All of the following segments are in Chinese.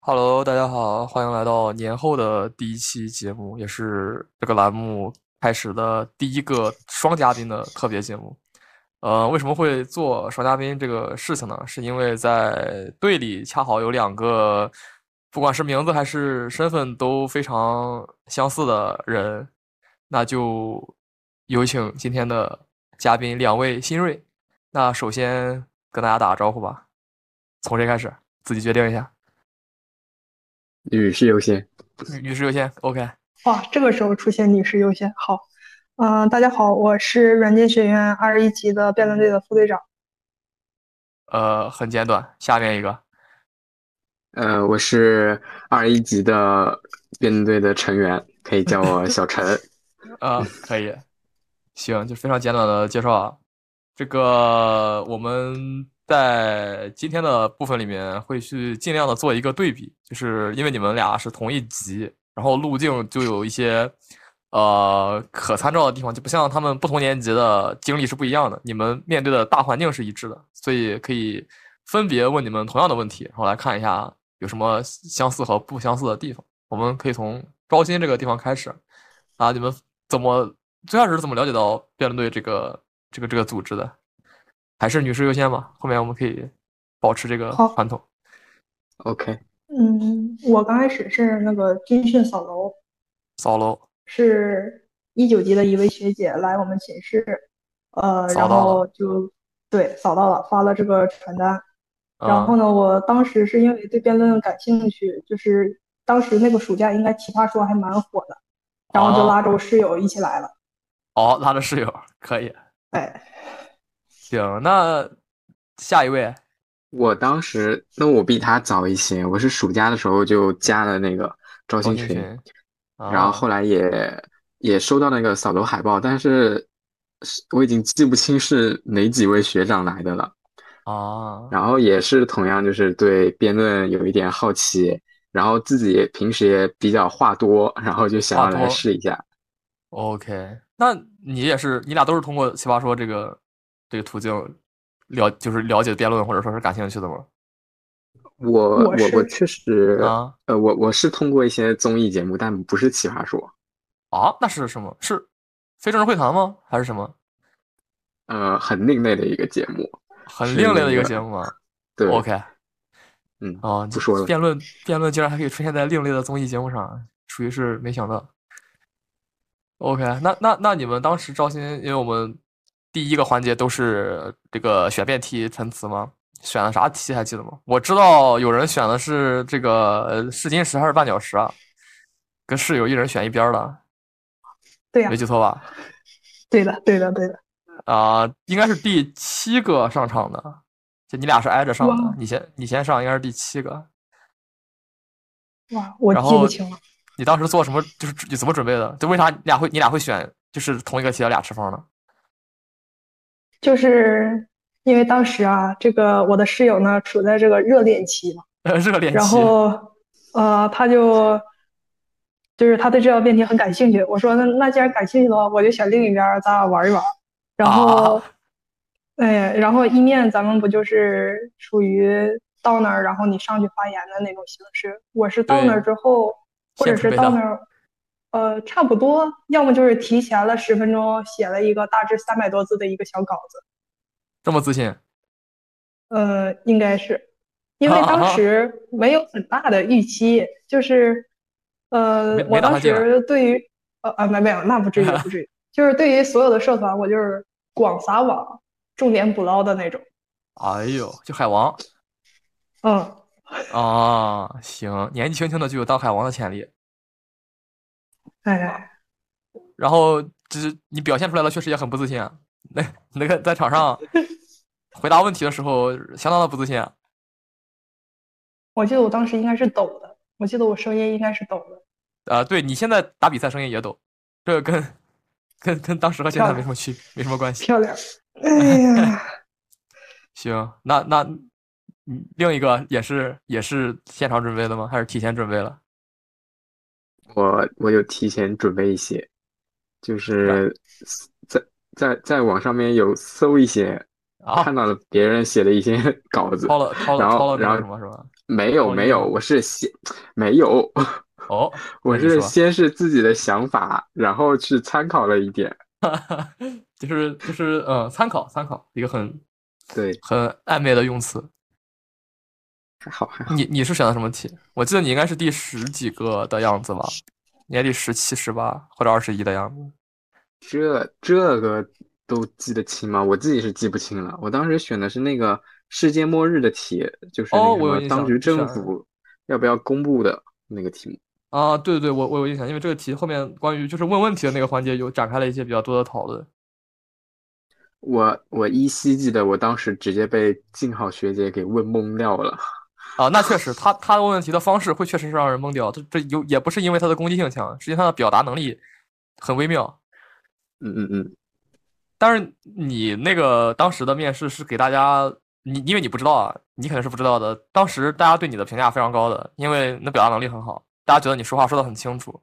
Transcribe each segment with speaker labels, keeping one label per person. Speaker 1: Hello，大家好，欢迎来到年后的第一期节目，也是这个栏目开始的第一个双嘉宾的特别节目。呃，为什么会做双嘉宾这个事情呢？是因为在队里恰好有两个，不管是名字还是身份都非常相似的人，那就有请今天的嘉宾两位新锐。那首先跟大家打个招呼吧，从谁开始？自己决定一下。
Speaker 2: 女士优先。
Speaker 1: 女女士优先，OK。
Speaker 3: 哇，这个时候出现女士优先，好，嗯、大家好，我是软件学院二一级的辩论队的副队长。
Speaker 1: 呃，很简短。下面一个，
Speaker 2: 呃，我是二一级的辩论队的成员，可以叫我小陈。
Speaker 1: 呃，可以，行，就非常简短的介绍啊。这个我们在今天的部分里面会去尽量的做一个对比，就是因为你们俩是同一级，然后路径就有一些呃可参照的地方，就不像他们不同年级的经历是不一样的，你们面对的大环境是一致的，所以可以分别问你们同样的问题，然后来看一下有什么相似和不相似的地方。我们可以从招新这个地方开始啊，你们怎么最开始是怎么了解到辩论队这个这个这个组织的？还是女士优先吧，后面我们可以保持这个
Speaker 3: 好
Speaker 1: 传统。
Speaker 2: OK，
Speaker 3: 嗯，我刚开始是那个军训扫楼，
Speaker 1: 扫楼，
Speaker 3: 是一九级的一位学姐来我们寝室，呃，
Speaker 1: 扫
Speaker 3: 然
Speaker 1: 到
Speaker 3: 后
Speaker 1: 了
Speaker 3: 就对扫到了，发了这个传单。然后
Speaker 1: 嗯
Speaker 3: 呢，我当时是因为对辩论感兴趣，就是当时那个暑假应该奇葩说还蛮火的，然后就
Speaker 1: 哦
Speaker 3: 拉着我室友一起来了。
Speaker 1: 哦，拉着室友可以。
Speaker 3: 哎，
Speaker 1: 行，那下一位，
Speaker 2: 我当时那我比他早一些，我是暑假的时候就加了那个招
Speaker 1: 高
Speaker 2: 新
Speaker 1: 星
Speaker 2: 群，啊
Speaker 1: 群，啊
Speaker 2: 然后后
Speaker 1: 来
Speaker 2: 来也也收到那个扫楼海报，但是是我已经记不清是哪几位学长来的了。
Speaker 1: 啊，
Speaker 2: 然后也是同样就是对辩论有一点好奇，然后自己也平时也比较话多，然后就想
Speaker 1: 话
Speaker 2: 要来
Speaker 1: 多
Speaker 2: 试一下。
Speaker 1: OK，那你也是，你俩都是通过奇葩说这个这个途径了，就是了解辩论或者说是感兴趣的吗？
Speaker 2: 我
Speaker 3: 我
Speaker 2: 我我
Speaker 3: 是
Speaker 2: 确实，
Speaker 1: 啊
Speaker 2: 呃，我我是通过一些综艺节目，但不是奇葩说，
Speaker 1: 啊，那是什么？是非正式会谈吗？还是什么
Speaker 2: 呃，很另类的一个节目。
Speaker 1: 很
Speaker 2: 是
Speaker 1: 另类的一
Speaker 2: 那
Speaker 1: 个
Speaker 2: 个
Speaker 1: 节目吗
Speaker 2: 对，
Speaker 1: ？OK，
Speaker 2: 嗯，
Speaker 1: 啊，
Speaker 2: 不说了
Speaker 1: 辩论辩论竟然还可以出现在另类的综艺节目上，属于是没想到。OK，那那那你们当时招新，因为我们第一个环节都是这个选辩题陈词吗？选的啥题还记得吗？我知道有人选的是这个呃试金石还是绊脚石啊，跟室友一人选一边儿的，
Speaker 3: 对呀
Speaker 1: 没，记错吧？
Speaker 3: 对的，对的，对的。
Speaker 1: 啊、应该是第七个上场的，就你俩是挨着上
Speaker 3: 哇
Speaker 1: 的，你先你先上，应该是第七个。
Speaker 3: 哇，我
Speaker 1: 然
Speaker 3: 记不
Speaker 1: 后
Speaker 3: 清了。
Speaker 1: 你当时做什么？就是你怎么准备的？就为啥你俩会你俩会选就是同一个题的俩持方呢？
Speaker 3: 就是因为当时啊，这个我的室友呢处在这个热恋期嘛，
Speaker 1: 热恋
Speaker 3: 然
Speaker 1: 期，
Speaker 3: 后呃，他就就是他对这道辩题很感兴趣。我说那那既然感兴趣的话，我就选另一边儿，咱俩玩一玩。然
Speaker 1: 啊
Speaker 3: 后，哎，然后一面咱们不就是属于到那儿，然后你上去发言的那种形式？我是到那儿之后，或
Speaker 1: 先
Speaker 3: 者
Speaker 1: 准
Speaker 3: 是
Speaker 1: 备
Speaker 3: 到
Speaker 1: 到
Speaker 3: 那儿，呃，差不多，要么就是提前了十分钟写了一个大致三百多字的一个小稿子。
Speaker 1: 这么自信，
Speaker 3: 呃，应该是，因为
Speaker 1: 啊
Speaker 3: 当时没有很大的预期，就是，呃，
Speaker 1: 没
Speaker 3: 我
Speaker 1: 没打啊
Speaker 3: 当
Speaker 1: 算进来
Speaker 3: 时对于，呃啊，没没有，那 不至于，不至于，就是对于所有的社团，我就是广撒网，重点捕捞的那种。
Speaker 1: 哎呦，就海王
Speaker 3: 嗯，
Speaker 1: 啊，行，年纪轻轻的就有当海王的潜力。
Speaker 3: 哎，
Speaker 1: 然后就是你表现出来了，确实也很不自信啊。那那个在场上回答问题的时候，相当的不自信啊。
Speaker 3: 我记得我当时应该是抖的，我记得我声音应该是抖的。
Speaker 1: 啊对你现在打比赛声音也抖，这跟跟跟当时和现在
Speaker 3: 漂亮
Speaker 1: 没什么区，没什么关系。
Speaker 3: 漂亮，哎 呀，
Speaker 1: 行，那那嗯另一个也是也是现场准备的吗？还是提前准备了？
Speaker 2: 我我有提前准备一些，就是在在在网上面有搜一些，
Speaker 1: 啊
Speaker 2: 看到了别人写的一些 稿子，
Speaker 1: 抄了抄了
Speaker 2: 然后
Speaker 1: 抄了那个
Speaker 2: 然后
Speaker 1: 什么是吧？
Speaker 2: 没有
Speaker 1: 哦
Speaker 2: 没有，我是先没有，
Speaker 1: 哦，
Speaker 2: 我
Speaker 1: 那你
Speaker 2: 是
Speaker 1: 说
Speaker 2: 先是自己的想法，然后去参考了一点。
Speaker 1: 就是就是呃，参考参考一个很
Speaker 2: 对，
Speaker 1: 很暧昧的用词。
Speaker 2: 还好还好。
Speaker 1: 你你是选的什么题？我记得你应该是第十几个的样子吧？应该第十七、十八或者二十一的样子。
Speaker 2: 这这个都记得清吗？我自己是记不清了。我当时选的是那个世界末日的题，就是那
Speaker 1: 哦
Speaker 2: 个
Speaker 1: 我有
Speaker 2: 什么
Speaker 1: 印
Speaker 2: 当
Speaker 1: 象
Speaker 2: 局
Speaker 1: 你选
Speaker 2: 政
Speaker 1: 了
Speaker 2: 府要不要公布的那个题目。
Speaker 1: 啊，对对，我我有印象，因为这个题后面关于就是问问题的那个环节有展开了一些比较多的讨论。
Speaker 2: 我我依稀记得，我当时直接被静好学姐给问懵掉了。
Speaker 1: 啊，那确实，他他问问题的方式会确实是让人懵掉。这这有也不是因为他的攻击性强，实际上他的表达能力很微妙。
Speaker 2: 嗯嗯嗯，
Speaker 1: 但是你那个当时的面试是给大家，你因为你不知道啊，你肯定是不知道的。当时大家对你的评价非常高的，因为你的表达能力很好，大家觉得你说话说的很清楚。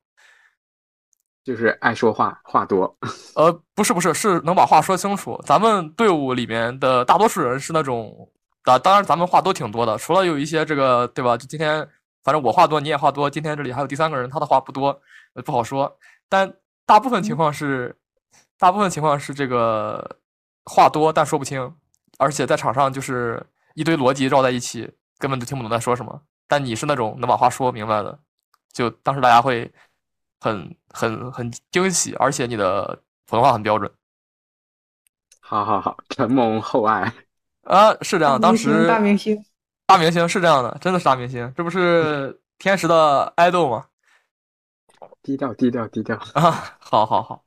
Speaker 2: 就是爱说话，话多。
Speaker 1: 呃，不是不是，是能把话说清楚。咱们队伍里面的大多数人是那种，啊，当然咱们话都挺多的，除了有一些这个，对吧？就今天，反正我话多，你也话多。今天这里还有第三个人，他的话不多，呃不好说。但大部分情况是，大部分情况是这个话多但说不清，而且在场上就是一堆逻辑绕在一起，根本就听不懂在说什么。但你是那种能把话说明白的，就当时大家会很很很惊喜，而且你的普通话很标准
Speaker 2: 好好好，承蒙厚爱。
Speaker 1: 啊，是这样。
Speaker 3: 大
Speaker 1: 当
Speaker 3: 明星
Speaker 1: 时
Speaker 3: 大明星，
Speaker 1: 大明星是这样的，真的是大明星，这不是天时的爱豆吗？
Speaker 2: 低调低调低调。
Speaker 1: 啊，好好好，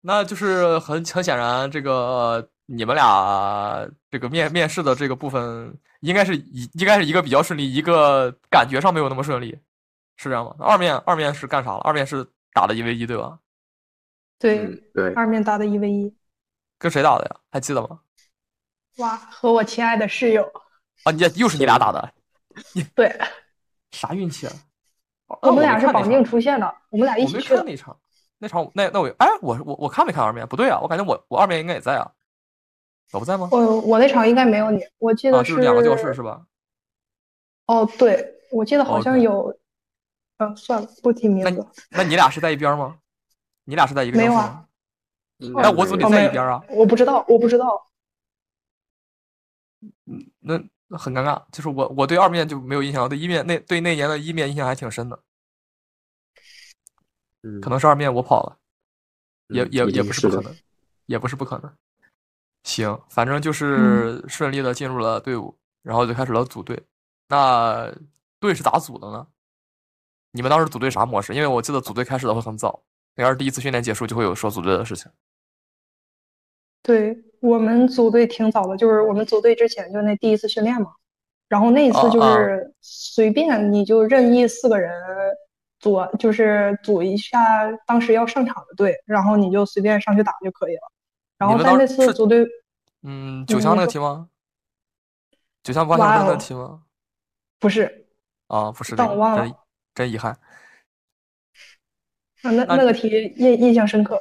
Speaker 1: 那就是很很显然，这个你们俩这个面面试的这个部分，应该是一应该是一个比较顺利，一个感觉上没有那么顺利，是这样吗？二面二面是干啥了？二面是打的一 v 一对吧？
Speaker 3: 对，
Speaker 2: 嗯，对，
Speaker 3: 二面搭的一 v 一，
Speaker 1: 跟谁打的呀？还记得吗？
Speaker 3: 哇，和我亲爱的室友，
Speaker 1: 啊，你又是你俩打的，
Speaker 3: 对，
Speaker 1: 啥运气啊？哦
Speaker 3: 我
Speaker 1: 那
Speaker 3: 们俩
Speaker 1: 没
Speaker 3: 是
Speaker 1: 看那
Speaker 3: 绑定
Speaker 1: 场
Speaker 3: 出现的，我们俩一
Speaker 1: 我
Speaker 3: 起
Speaker 1: 没
Speaker 3: 去
Speaker 1: 看
Speaker 3: 的，
Speaker 1: 那场，那场我那那我哎，我我我看没看二面？不对啊，我感觉我我二面应该也在啊，我不在吗？
Speaker 3: 我呃我那场应该没有你，我记
Speaker 1: 啊，
Speaker 3: 得
Speaker 1: 就是两个教室是吧？
Speaker 3: 哦，对，我记得好像
Speaker 1: OK
Speaker 3: 有，嗯，算了，不提名
Speaker 1: 那
Speaker 3: 字
Speaker 1: 你，那你俩是在一边吗？你俩是在一个
Speaker 3: 没
Speaker 1: 教室
Speaker 3: 有
Speaker 1: 吗？
Speaker 3: 啊
Speaker 2: 应
Speaker 1: 那
Speaker 2: 该
Speaker 1: 哎我组
Speaker 2: 没
Speaker 1: 里
Speaker 2: 有
Speaker 3: 哦
Speaker 1: 在
Speaker 3: 没
Speaker 1: 一
Speaker 3: 有
Speaker 1: 边啊，
Speaker 3: 我不知道，我不知道，
Speaker 1: 那那很尴尬。就是我我对二面就没有印象，我对一面那对那年的一面印象还挺深的。
Speaker 2: 嗯
Speaker 1: 可能是二面我跑了，也
Speaker 2: 嗯
Speaker 1: 也
Speaker 2: 一
Speaker 1: 也
Speaker 2: 定
Speaker 1: 不是
Speaker 2: 是
Speaker 1: 不可
Speaker 2: 的
Speaker 1: 能，也不是不可能。行，反
Speaker 2: 嗯
Speaker 1: 正就是顺利的进入了队伍，然后就开始了组队。那队是咋组的呢？你们当时组队啥模式？因为我记得组队开始的会很早，应该是第一次训练结束就会有说组队的事情。
Speaker 3: 对，我们组队挺早的，就是我们组队之前就那第一次训练嘛，然后那一次就
Speaker 1: 啊啊
Speaker 3: 是随便你就任意四个人组，啊就是组一下当时要上场的队，然后你就随便上去打就可以了。然
Speaker 1: 你
Speaker 3: 后
Speaker 1: 们
Speaker 3: 在
Speaker 1: 当
Speaker 3: 那
Speaker 1: 时
Speaker 3: 次
Speaker 1: 是
Speaker 3: 组队，
Speaker 1: 嗯，九强那个
Speaker 3: 你说
Speaker 1: 题吗？九强八强
Speaker 3: 哇
Speaker 1: 争那
Speaker 3: 哦
Speaker 1: 题吗？
Speaker 3: 不是，
Speaker 1: 啊，不是这
Speaker 3: 但
Speaker 1: 个，
Speaker 3: 我忘哦
Speaker 1: 真
Speaker 3: 了
Speaker 1: 真遗憾。
Speaker 3: 啊那
Speaker 1: 啊
Speaker 3: 那个题印印象深刻，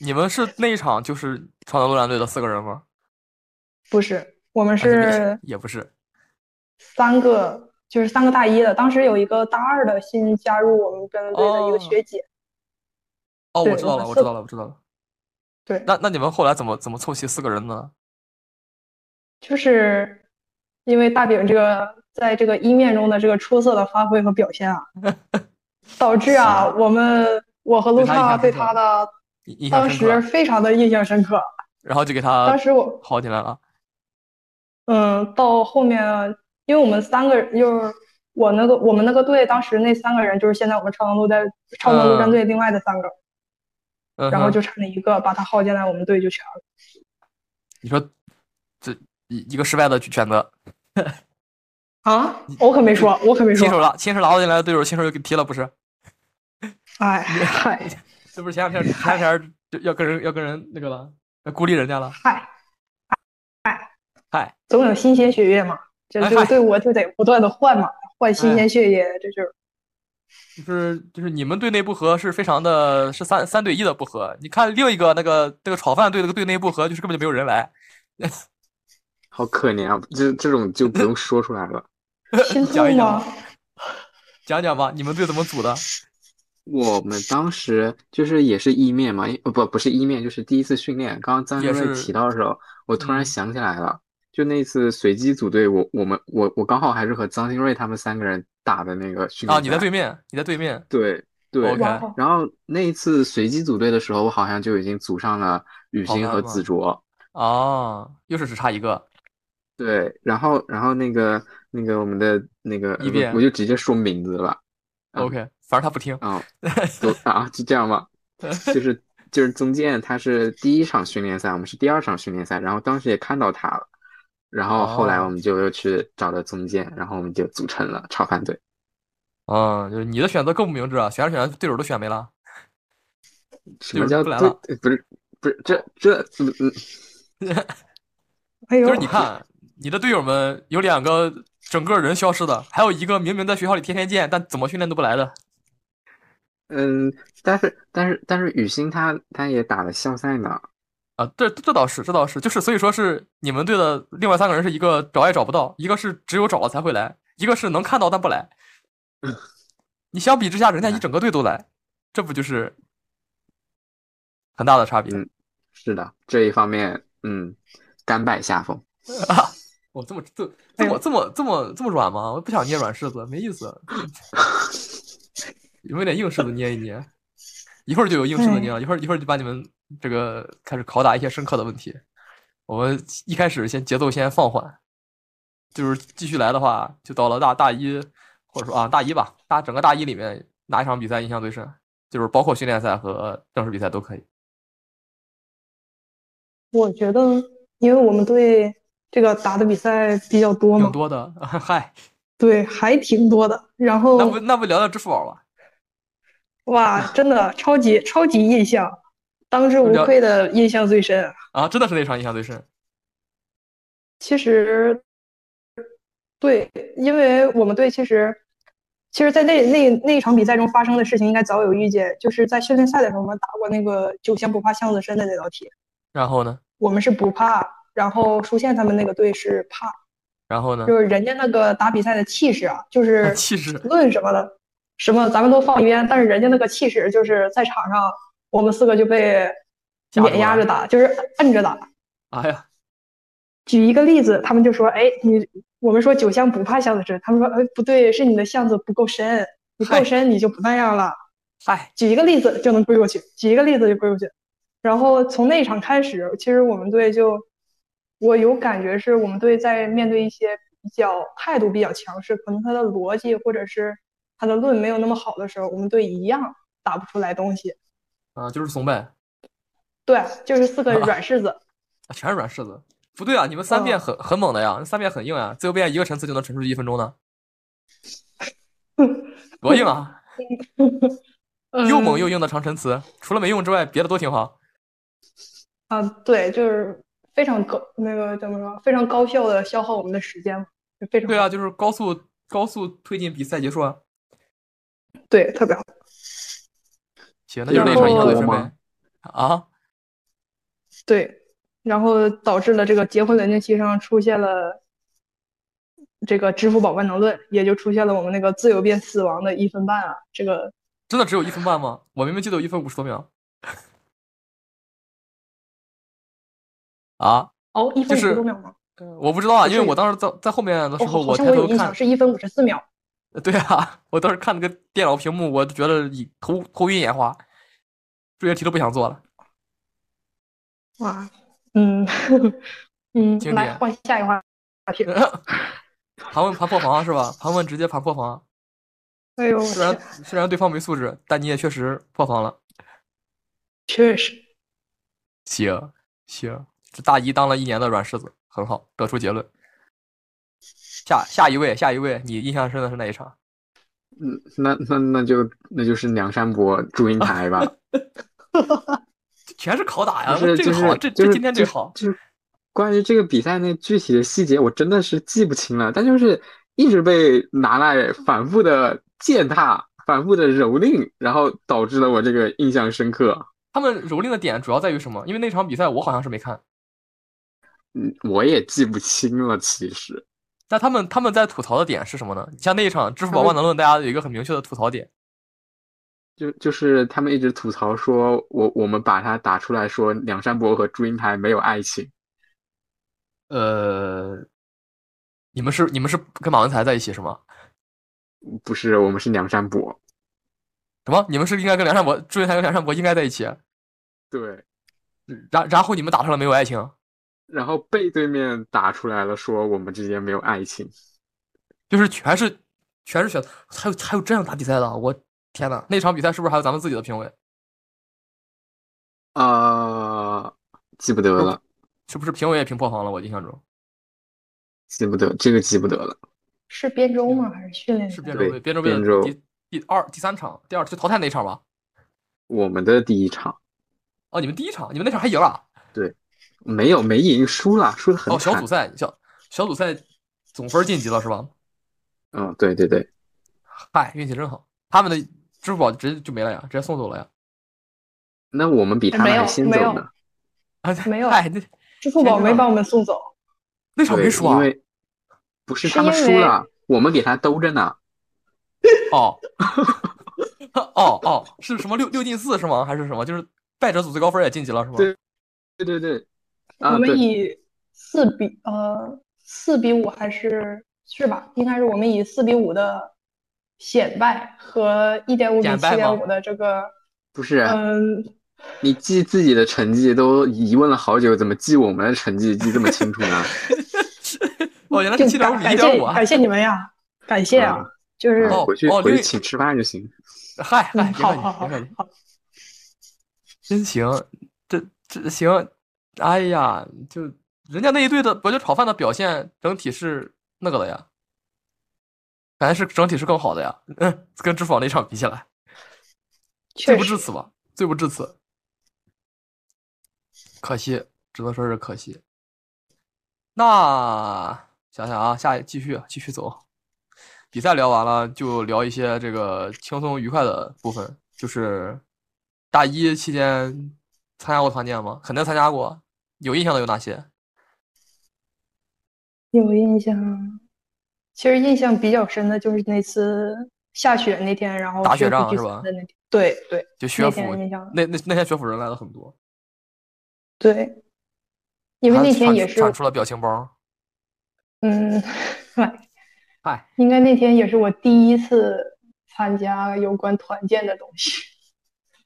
Speaker 1: 你们是那一场就是创造陆战队的四个人吗？
Speaker 3: 不是，我们
Speaker 1: 还啊是也
Speaker 3: 是
Speaker 1: 也不是
Speaker 3: 三个，就是三个大一的，当时有一个大二的新加入我们跟队的一个
Speaker 1: 哦
Speaker 3: 学姐，
Speaker 1: 哦，我
Speaker 3: 对
Speaker 1: 知
Speaker 3: 我
Speaker 1: 道
Speaker 3: 们
Speaker 1: 了，我知
Speaker 3: 四个
Speaker 1: 道了，我知道了。
Speaker 3: 对。
Speaker 1: 那那你们后来怎么怎么凑齐四个人呢？
Speaker 3: 就是因为大饼这个在这个一面中的这个出色的发挥和表 现啊，导致啊，我们我和
Speaker 1: 对
Speaker 3: 陆
Speaker 1: 他
Speaker 3: 畅啊
Speaker 1: 印象深
Speaker 3: 对
Speaker 1: 刻
Speaker 3: 他的
Speaker 1: 印印象
Speaker 3: 当
Speaker 1: 深
Speaker 3: 时
Speaker 1: 刻，啊
Speaker 3: 非常的印象深刻。
Speaker 1: 然后就给他
Speaker 3: 当时我
Speaker 1: 薅进来了。
Speaker 3: 嗯，到后面因为我们三个人就是我那个我们那个队当时那三个人就是现在我们超能陆战超能陆战队另外的三个，
Speaker 1: 嗯
Speaker 3: 然后
Speaker 1: 哼
Speaker 3: 就差那一个把他耗进来，我们队就全了。
Speaker 1: 你说这一一个失败的选择，
Speaker 3: 啊，我可没说，我可没
Speaker 1: 亲
Speaker 3: 说，
Speaker 1: 手拉亲手拉进来的队友，亲手又给踢了，不是？
Speaker 3: 哎嗨
Speaker 1: 这不是前两天前两天就要跟人要跟人那个了，要孤立人家了。
Speaker 3: 嗨。
Speaker 1: 嗨，
Speaker 3: 总有新鲜血液嘛，这
Speaker 1: 哎
Speaker 3: 这个
Speaker 1: 嗨哎
Speaker 3: 队伍就得不断的换嘛，换新鲜血液，这就是
Speaker 1: 就是就是你们队内不和是非常的，是三三对一的不和。你看另一个那个那个炒饭队那个队内不和，就是根本就没有人来。
Speaker 2: 好可怜啊！这这种就不用说出来了。
Speaker 3: 心
Speaker 1: 哎 讲
Speaker 3: 痛
Speaker 1: 一讲
Speaker 3: 吗
Speaker 1: 吧？讲讲吧，你们队怎么组的？
Speaker 2: 我们当时就是也是一面嘛，因呃不不是一面，就是第一次训练。刚刚张
Speaker 1: 也
Speaker 2: 瑞瑞
Speaker 1: 是
Speaker 2: 提到的时候，我突然
Speaker 1: 嗯
Speaker 2: 想起来了，就那次随机组队，我我们我我刚好还是和张新瑞他们三个人打的那个训
Speaker 1: 啊，
Speaker 2: 练
Speaker 1: 你在
Speaker 2: 赛
Speaker 1: 对面，你在对面。
Speaker 2: 对对
Speaker 1: OK
Speaker 3: 哇哦，
Speaker 2: 然后那一次随机组队的时候，我好像就已经组上了雨
Speaker 1: 好
Speaker 2: 欣
Speaker 1: 看
Speaker 2: 和
Speaker 1: 吗
Speaker 2: 子卓。
Speaker 1: 哦，又是只差一个。
Speaker 2: 对，然后然后那个那个我们的那个，
Speaker 1: 一
Speaker 2: 呃
Speaker 1: 辩
Speaker 2: 我我就直接说名字吧。嗯
Speaker 1: OK，反正他不听。
Speaker 2: 啊，都 啊，就这样 吧。就是就是宗健，他是第一场训练赛，我们是第二场训练赛，然后当时也看到他了，然后后来
Speaker 1: 哦
Speaker 2: 我们就又去找了宗健，然后我们就组成了超凡队。
Speaker 1: 嗯，就是你的选择更不明智啊，选着选着队友都选没了。
Speaker 2: 什么
Speaker 1: 就是
Speaker 2: 叫
Speaker 1: 不来
Speaker 2: 对？
Speaker 1: 了
Speaker 2: 呃不是不是这这嗯嗯
Speaker 3: 哎
Speaker 1: 就
Speaker 3: 呦
Speaker 1: 是，你看，你的队友们有两个整个人消失的，还有一个明明在学校里天天见，但怎么训练都不来的。
Speaker 2: 嗯，但是但是但是雨欣她她也打了校赛呢，
Speaker 1: 啊，这这倒是，这倒是，就是所以说是你们队的另外三个人是一个找也找不到，一个是只有找了才会来，一个是能看到但不来。
Speaker 2: 嗯
Speaker 1: 你相比之下，人家一整个队都来，这不就是很大的差别？
Speaker 2: 嗯是的，这一方面嗯甘拜下风。
Speaker 1: 我哦这么这
Speaker 3: 哎
Speaker 1: 这
Speaker 3: 呦
Speaker 1: 么这么这么这么软吗？我不想捏软柿子，没意思。 有没有点硬柿子捏一捏？一会儿就有硬柿子捏了，一会儿一会儿就把你们这个开始拷打一些深刻的问题。我们一开始先节奏先放缓，就是继续来的话，就到了大大一，或者说啊大一吧，大整个大一里面哪一场比赛印象最深？就是包括训练赛和正式比赛都可以。
Speaker 3: 我觉得，因为我们队这个打的比赛比较多
Speaker 1: 更
Speaker 3: 嘛，
Speaker 1: 多的， 嗨，
Speaker 3: 对，还挺多的。然
Speaker 1: 那
Speaker 3: 后
Speaker 1: 不那不聊聊支付宝吧？
Speaker 3: 哇，真的超级超级印象，当之无
Speaker 1: 聊
Speaker 3: 愧的印象最深。
Speaker 1: 啊，真的是那场印象最深。
Speaker 3: 其实，对，因为我们队其实，其实，在那那那一场比赛中发生的事情，应该早有预见。就是在训练赛的时候，我们打过那个“九仙不怕巷子深”的那道题，
Speaker 1: 然后呢？
Speaker 3: 我们是不怕，然后舒宪他们那个队是怕，
Speaker 1: 然后呢？
Speaker 3: 就是人家那个打比赛的气势啊，就 是
Speaker 1: 气势
Speaker 3: 无论什么的，什么咱们都放一边，但是人家那个气势就是在场上，我们四个就被
Speaker 1: 夹
Speaker 3: 碾
Speaker 1: 住
Speaker 3: 压
Speaker 1: 了
Speaker 3: 着打，就是摁着打。
Speaker 1: 哎呀，
Speaker 3: 举一个例子，他们就说：“哎，你我们说酒香不怕巷子深，他们说，哎，不对，是你的巷子不够深，你
Speaker 1: 嗨
Speaker 3: 够深你就不那样了。
Speaker 1: 嗨，
Speaker 3: 举一个例子就能归过去，举一个例子就归过去。然后从那一场开始，其实我们队就，我有感觉是我们队在面对一些比较态度比较强势，可能他的逻辑或者是他的论没有那么好的时候，我们队一样打不出来东西。
Speaker 1: 啊，就是怂呗，
Speaker 3: 对，就是四个软柿子。
Speaker 1: 啊全是软柿子。不对啊，你们三变
Speaker 3: 嗯
Speaker 1: 很很猛的呀，三变很硬啊，自由变一个层次就能沉出一分钟 呢，多硬啊！
Speaker 3: 嗯
Speaker 1: 又猛又硬的长陈词，除了没用之外，别的都挺好。
Speaker 3: 啊，对，就是非常高，那个怎么说，非常高效的消耗我们的时间嘛，就非常
Speaker 1: 对啊，
Speaker 3: 好，
Speaker 1: 就是高速高速推进比赛结束啊。
Speaker 3: 对，特别好。
Speaker 1: 行，那就是那
Speaker 3: 然
Speaker 1: 场印象最
Speaker 2: 后
Speaker 1: 深呗。啊，
Speaker 3: 对，然后导致了这个结婚冷静期上出现了这个支付宝万能论，也就出现了我们那个自由变死亡的一分半啊，这个
Speaker 1: 真的只有一分半吗？我明明记得有一分五十多秒。 啊，
Speaker 3: 哦，一
Speaker 1: 就
Speaker 3: 分五十
Speaker 1: 是
Speaker 3: 多秒吗？
Speaker 1: 我不知道啊，
Speaker 3: 不
Speaker 1: 因为
Speaker 3: 至于
Speaker 1: 我当时在在后面的时
Speaker 3: 哦，
Speaker 1: 候，
Speaker 3: 好好像
Speaker 1: 抬
Speaker 3: 我有
Speaker 1: 头
Speaker 3: 印
Speaker 1: 看
Speaker 3: 象，是一分五十四秒。
Speaker 1: 对啊，我当时看那个电脑屏幕，我就觉得一头头晕眼花，数学题都不想做了。
Speaker 3: 哇，嗯 嗯，
Speaker 1: 经
Speaker 3: 来
Speaker 1: 典
Speaker 3: 换下一个话题。
Speaker 1: 盘问盘破防啊是吧？盘问直接盘破防，啊
Speaker 3: 哎呦，我
Speaker 1: 虽然
Speaker 3: 天
Speaker 1: 虽然对方没素质，但你也确实破防了。
Speaker 3: 确实。
Speaker 1: 行行，这大一当了一年的软柿子，很好，得出结论。下下一位，下一位，你印象深的是哪一场？
Speaker 2: 嗯，那那那就那就是梁山伯祝英台吧。
Speaker 1: 全是拷打呀！
Speaker 2: 不是，
Speaker 1: 啊这
Speaker 2: 就
Speaker 1: 个
Speaker 2: 是
Speaker 1: 好，这
Speaker 2: 就
Speaker 1: 这
Speaker 2: 是
Speaker 1: 今天
Speaker 2: 就
Speaker 1: 这
Speaker 2: 是
Speaker 1: 好。
Speaker 2: 就是关于这个比赛那具体的细节，我真的是记不清了，但就是一直被拿来反复的践踏、反复的蹂躏，然后导致了我这个印象深刻。
Speaker 1: 他们蹂躏的点主要在于什么？因为那场比赛我好像是没看，
Speaker 2: 嗯，我也记不清了，其实
Speaker 1: 但他们他们在吐槽的点是什么呢？像那一场支付宝
Speaker 2: 他们
Speaker 1: 万能论，大家有一个很明确的吐槽点。
Speaker 2: 就就是他们一直吐槽说，我我们把它打出来说，梁山伯和祝英台没有爱情，
Speaker 1: 呃，你们是你们是跟马文才在一起是吗？
Speaker 2: 不是我们是梁山伯，
Speaker 1: 什么？你们是应该跟梁山伯祝英台跟梁山伯应该在一起？
Speaker 2: 对，
Speaker 1: 然然后你们打出来没有爱情？
Speaker 2: 然后被对面打出来了说我们之间没有爱情，
Speaker 1: 就是全是全是选，还有还有这样打比赛的，我天呐，那场比赛是不是还有咱们自己的评委？
Speaker 2: 啊，记不得
Speaker 1: 哦
Speaker 2: 了，
Speaker 1: 是不是评委也评破防了？我印象中
Speaker 2: 记不得这个记不得了，
Speaker 3: 是编钟吗？还是训练
Speaker 1: 是
Speaker 3: 营？
Speaker 1: 边州
Speaker 2: 对
Speaker 1: 杯，边州杯
Speaker 2: 边州
Speaker 1: 的第第二、第三场，第二就淘汰那一场吧？
Speaker 2: 我们的第一场
Speaker 1: 哦，你们第一场，你们那场还赢了？
Speaker 2: 没有没赢，输了，输的很
Speaker 1: 哦，小
Speaker 2: 惨
Speaker 1: 组，赛小小组赛总分晋级了是吧？
Speaker 2: 嗯，对对对，
Speaker 1: 嗨，运气真好，他们的支付宝直接就没了呀，直接送走了呀。
Speaker 2: 那我们比他们
Speaker 3: 哎没
Speaker 2: 还
Speaker 3: 有
Speaker 2: 先
Speaker 3: 没
Speaker 2: 走
Speaker 3: 有
Speaker 2: 呢，
Speaker 1: 啊，
Speaker 3: 没有
Speaker 1: 嗨，那
Speaker 3: 支付宝
Speaker 1: 啊
Speaker 3: 没把我们送走，
Speaker 1: 那场
Speaker 2: 对，
Speaker 1: 没输啊
Speaker 2: 因？为不是
Speaker 3: 是
Speaker 2: 他们
Speaker 3: 因
Speaker 2: 输
Speaker 3: 为
Speaker 2: 了，我们给他兜着呢。
Speaker 1: 哦， 哦哦，是什么六六进四是吗？还是什么？就是败者组最高分也晋级了是吗？
Speaker 2: 对对对对，啊
Speaker 3: 我们
Speaker 2: 对
Speaker 3: 以四比呃四比五还是是吧？应该是我们以四比五的险败和一点五比
Speaker 1: 险
Speaker 3: 七
Speaker 1: 败吗
Speaker 3: 点五的这个
Speaker 2: 不是
Speaker 3: 嗯，
Speaker 2: 你记自己的成绩都疑问了好久，怎么记我们的成绩记这么清楚呢？
Speaker 1: 哦，原来
Speaker 3: 就是
Speaker 1: 七
Speaker 3: 哎
Speaker 1: 点五
Speaker 3: 感
Speaker 1: 比一
Speaker 3: 感
Speaker 1: 点
Speaker 3: 谢
Speaker 1: 五啊！
Speaker 3: 感谢你们呀，感谢啊， 就是
Speaker 2: 啊
Speaker 1: 哦
Speaker 2: 回去
Speaker 1: 哦
Speaker 2: 回
Speaker 1: 另
Speaker 2: 去
Speaker 1: 一
Speaker 2: 请吃饭就行。
Speaker 1: 嗨嗨，
Speaker 3: 嗯，
Speaker 1: 别
Speaker 3: 好
Speaker 1: 客气，
Speaker 3: 好好
Speaker 1: 别客气，
Speaker 3: 好，
Speaker 1: 真行，这这行，哎呀，就人家那一队的伯爵炒饭的表现整体是那个的呀，感觉是整体是更好的呀，嗯，跟支付宝那场比起来，罪
Speaker 3: 确
Speaker 1: 不
Speaker 3: 实
Speaker 1: 至此吧，罪不至此，可惜，只能说是可惜。那想想啊，下一继续继续走，比赛聊完了，就聊一些这个轻松愉快的部分，就是大一期间参加过团建吗？肯定参加过，有印象的有哪些？
Speaker 3: 有印象。其实印象比较深的就是那次下雪那天，然后
Speaker 1: 打雪
Speaker 3: 学
Speaker 1: 仗
Speaker 3: 徒聚
Speaker 1: 是
Speaker 3: 餐
Speaker 1: 吧
Speaker 3: 的那天，对对，
Speaker 1: 就
Speaker 3: 那
Speaker 1: 学府
Speaker 3: 天印象
Speaker 1: 那那那天学府人来了很多，
Speaker 3: 对，因为
Speaker 1: 还
Speaker 3: 那天
Speaker 1: 产
Speaker 3: 也
Speaker 1: 出
Speaker 3: 是
Speaker 1: 产出了表情包，
Speaker 3: 嗯，
Speaker 1: 嗨，
Speaker 3: 应该那天也是我第一次参加有关团建的东西。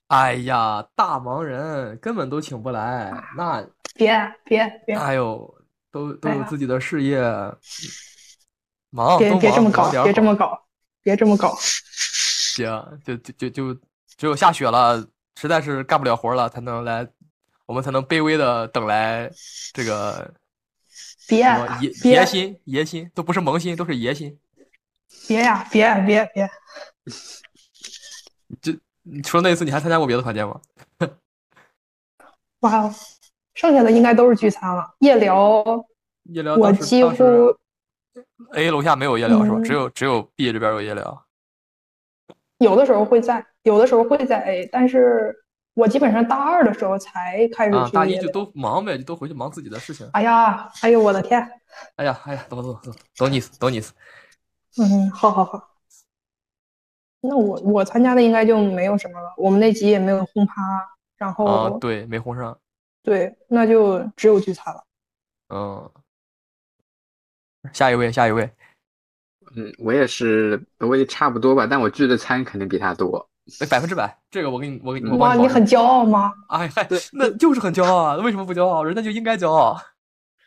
Speaker 1: 哎呀，大忙人根本都请不来，
Speaker 3: 啊
Speaker 1: 那
Speaker 3: 别啊别别
Speaker 1: 哎呦，都都
Speaker 3: 哎
Speaker 1: 有
Speaker 3: 呀
Speaker 1: 自己的事业，忙
Speaker 3: 别
Speaker 1: 都
Speaker 3: 别这
Speaker 1: 忙
Speaker 3: 么
Speaker 1: 忙
Speaker 3: 搞，
Speaker 1: 点儿
Speaker 3: 别这
Speaker 1: 好
Speaker 3: 么搞，别这么搞。
Speaker 1: 行，就就就就只有下雪了，实在是干不了活儿了，才能来，我们才能卑微的等来这个
Speaker 3: 别啊
Speaker 1: 什么爷
Speaker 3: 别
Speaker 1: 爷心爷心，都不是萌心，都是爷心。
Speaker 3: 别呀，别啊别别，
Speaker 1: 你除了那一次，你还参加过别的团建吗？
Speaker 3: 哇哦！剩下的应该都是聚餐了。夜聊
Speaker 1: 夜聊
Speaker 3: 我
Speaker 1: 当时
Speaker 3: 几
Speaker 1: 当时
Speaker 3: 乎
Speaker 1: A 楼下没有夜聊是吧？只
Speaker 3: 嗯
Speaker 1: 有只有 B 这边有夜聊。
Speaker 3: 有的时候会在，有的时候会在 A，但是我基本上大二的时候才开始
Speaker 1: 啊，
Speaker 3: 去
Speaker 1: 大一
Speaker 3: 夜
Speaker 1: 就
Speaker 3: 聊。
Speaker 1: 都忙呗，就都回去忙自己的事情。
Speaker 3: 哎呀，哎呦我的天！
Speaker 1: 哎呀，哎呀，懂懂懂，懂你意思，懂你意思。
Speaker 3: 嗯，好好好。那我我参加的应该就没有什么了，我们那集也没有轰趴，然
Speaker 1: 啊，
Speaker 3: 后
Speaker 1: 对，没红上。
Speaker 3: 对，那就只有聚餐了。
Speaker 1: 嗯，下一位，下一位。
Speaker 2: 嗯，我也是，我也差不多吧，但我聚的餐肯定比他多。
Speaker 1: 哎百分之百，这个我给你，我给你，我帮
Speaker 3: 哇，
Speaker 1: 你保
Speaker 3: 你
Speaker 1: 证
Speaker 3: 很骄傲吗？
Speaker 1: 哎嗨
Speaker 2: 对，
Speaker 1: 那就是很骄傲啊！为什么不骄傲？人家就应该骄傲。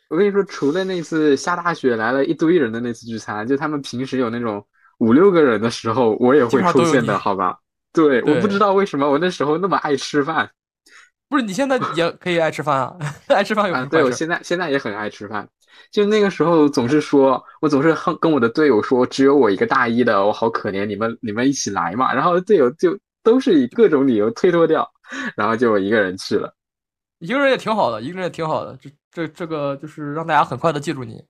Speaker 2: 我跟你说，除了那次下大雪来了一堆人的那次聚餐，就他们平时有那种五六个人的时候，我也会出
Speaker 1: 基本上
Speaker 2: 现
Speaker 1: 都有你
Speaker 2: 的，好吧？对，我不
Speaker 1: 对
Speaker 2: 知道为什么我那时候那么爱吃饭
Speaker 1: 不是，你现在也可以爱吃饭啊， 爱吃饭有什
Speaker 2: 啊！
Speaker 1: 么
Speaker 2: 对，我
Speaker 1: 坏事？
Speaker 2: 现在现在也很爱吃饭，就那个时候总是说，我总是哼跟我的队友说，只有我一个大一的，我好可怜，你们你们一起来嘛。然后队友就都是以各种理由推脱掉，然后就我一个人去了。
Speaker 1: 一个人也挺好的，一个人也挺好的。这这这个就是让大家很快的记住你，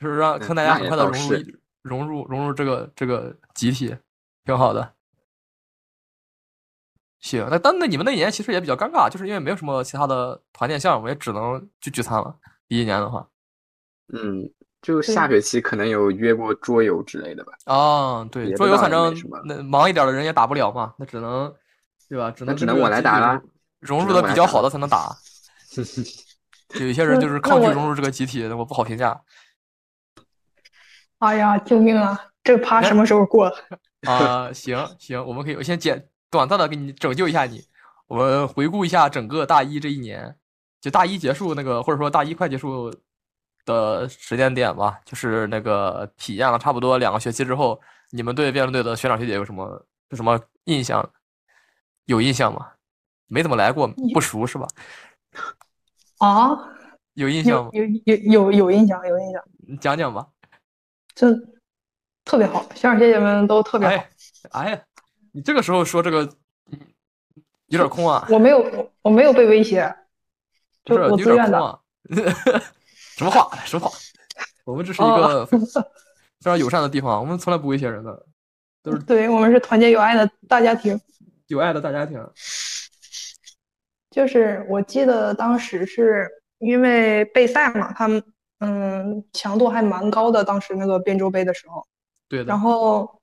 Speaker 1: 就是让
Speaker 2: 嗯
Speaker 1: 看大家
Speaker 2: 那
Speaker 1: 很
Speaker 2: 也
Speaker 1: 快的
Speaker 2: 倒
Speaker 1: 融入一融入融入这个这个集体，挺好的。行，那但那你们那一年其实也比较尴尬，就是因为没有什么其他的团建项目，也只能去聚餐了。第一年的话，
Speaker 2: 嗯，就下学期可能有约过桌游之类 的吧。
Speaker 1: 啊，对，
Speaker 2: 别的
Speaker 1: 桌游
Speaker 2: 倒
Speaker 1: 反
Speaker 2: 也没
Speaker 1: 正
Speaker 2: 什么
Speaker 1: 那忙一点的人也打不了嘛，那只能，对吧？只能
Speaker 2: 只
Speaker 1: 这
Speaker 2: 能
Speaker 1: 个
Speaker 2: 我来
Speaker 1: 集
Speaker 2: 打
Speaker 1: 体
Speaker 2: 啦
Speaker 1: 融，融
Speaker 2: 只
Speaker 1: 入的
Speaker 2: 能我
Speaker 1: 比
Speaker 2: 来
Speaker 1: 较
Speaker 2: 打
Speaker 1: 好的才能打。有一些人就是
Speaker 3: 那
Speaker 1: 抗拒
Speaker 3: 我
Speaker 1: 融入这个集体，我不好评价
Speaker 3: 哎呀，救命啊！这趴
Speaker 1: 那
Speaker 3: 什么时候过？
Speaker 1: 啊。行行，我们可以我先简短暂的给你拯救一下你，我们回顾一下整个大一这一年，就大一结束那个，或者说大一快结束的时间点吧，就是那个体验了差不多两个学期之后，你们对辩论队的学长学姐有什么有什么印象？有印象吗？没怎么来过，不熟是吧？
Speaker 3: 啊，
Speaker 1: 有印象
Speaker 3: 有
Speaker 1: 吗？
Speaker 3: 有有有有印象，有印象，
Speaker 1: 你讲讲吧。
Speaker 3: 真特别好，学长姐姐们都特别好。
Speaker 1: 哎，哎呀，你这个时候说这个，嗯有点空 啊，
Speaker 3: 我没有，我我没有被威胁，
Speaker 1: 不
Speaker 3: 就是
Speaker 1: 有
Speaker 3: 我自
Speaker 1: 点
Speaker 3: 愿
Speaker 1: 空
Speaker 3: 的。
Speaker 1: 啊。 什么话？什么话？我们这是一个
Speaker 3: 哦
Speaker 1: 非非常友善的地方，我们从来不威胁人的，都是
Speaker 3: 对，我们是团结友爱的大家庭。
Speaker 1: 有爱的大家庭。
Speaker 3: 就是我记得当时是因为备赛嘛，他们嗯强度还蛮高的，当时那个汴州杯的时候，
Speaker 1: 对的
Speaker 3: 然，后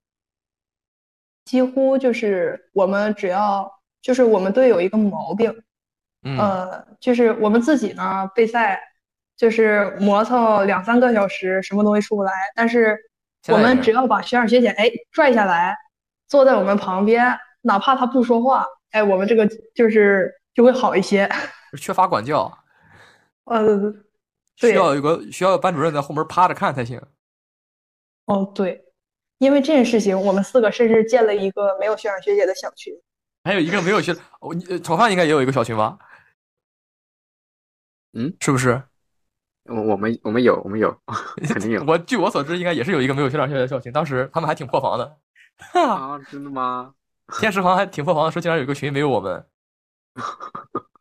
Speaker 3: 几乎就是我们只要就是我们队有一个毛病，
Speaker 1: 嗯，
Speaker 3: 呃，就是我们自己呢备赛就是磨蹭两三个小时，什么东西出不来，但是
Speaker 1: 现
Speaker 3: 我
Speaker 1: 在也
Speaker 3: 们
Speaker 1: 是
Speaker 3: 只要把学长学姐哎拽下来，坐在我们旁边，哪怕他不说话，哎，我们这个就是就会好一些。
Speaker 1: 缺乏管教，
Speaker 3: 呃，
Speaker 1: 需
Speaker 3: 对
Speaker 1: 要有个需要有班主任在后门趴着看才行。
Speaker 3: 哦，对，因为这件事情，我们四个甚至建了一个没有学长学姐的小群。
Speaker 1: 还有一个没有学，哦，你呃炒饭应该也有一个小群吧？
Speaker 2: 嗯，
Speaker 1: 是不是？
Speaker 2: 我我们我们有我们有，肯 定有
Speaker 1: 我据我所知，应该也是有一个没有学长学姐的小群，当时他们还挺破防的。
Speaker 2: 啊！真的吗？
Speaker 1: 天石房还挺破防的，说竟然有一个群没有我们。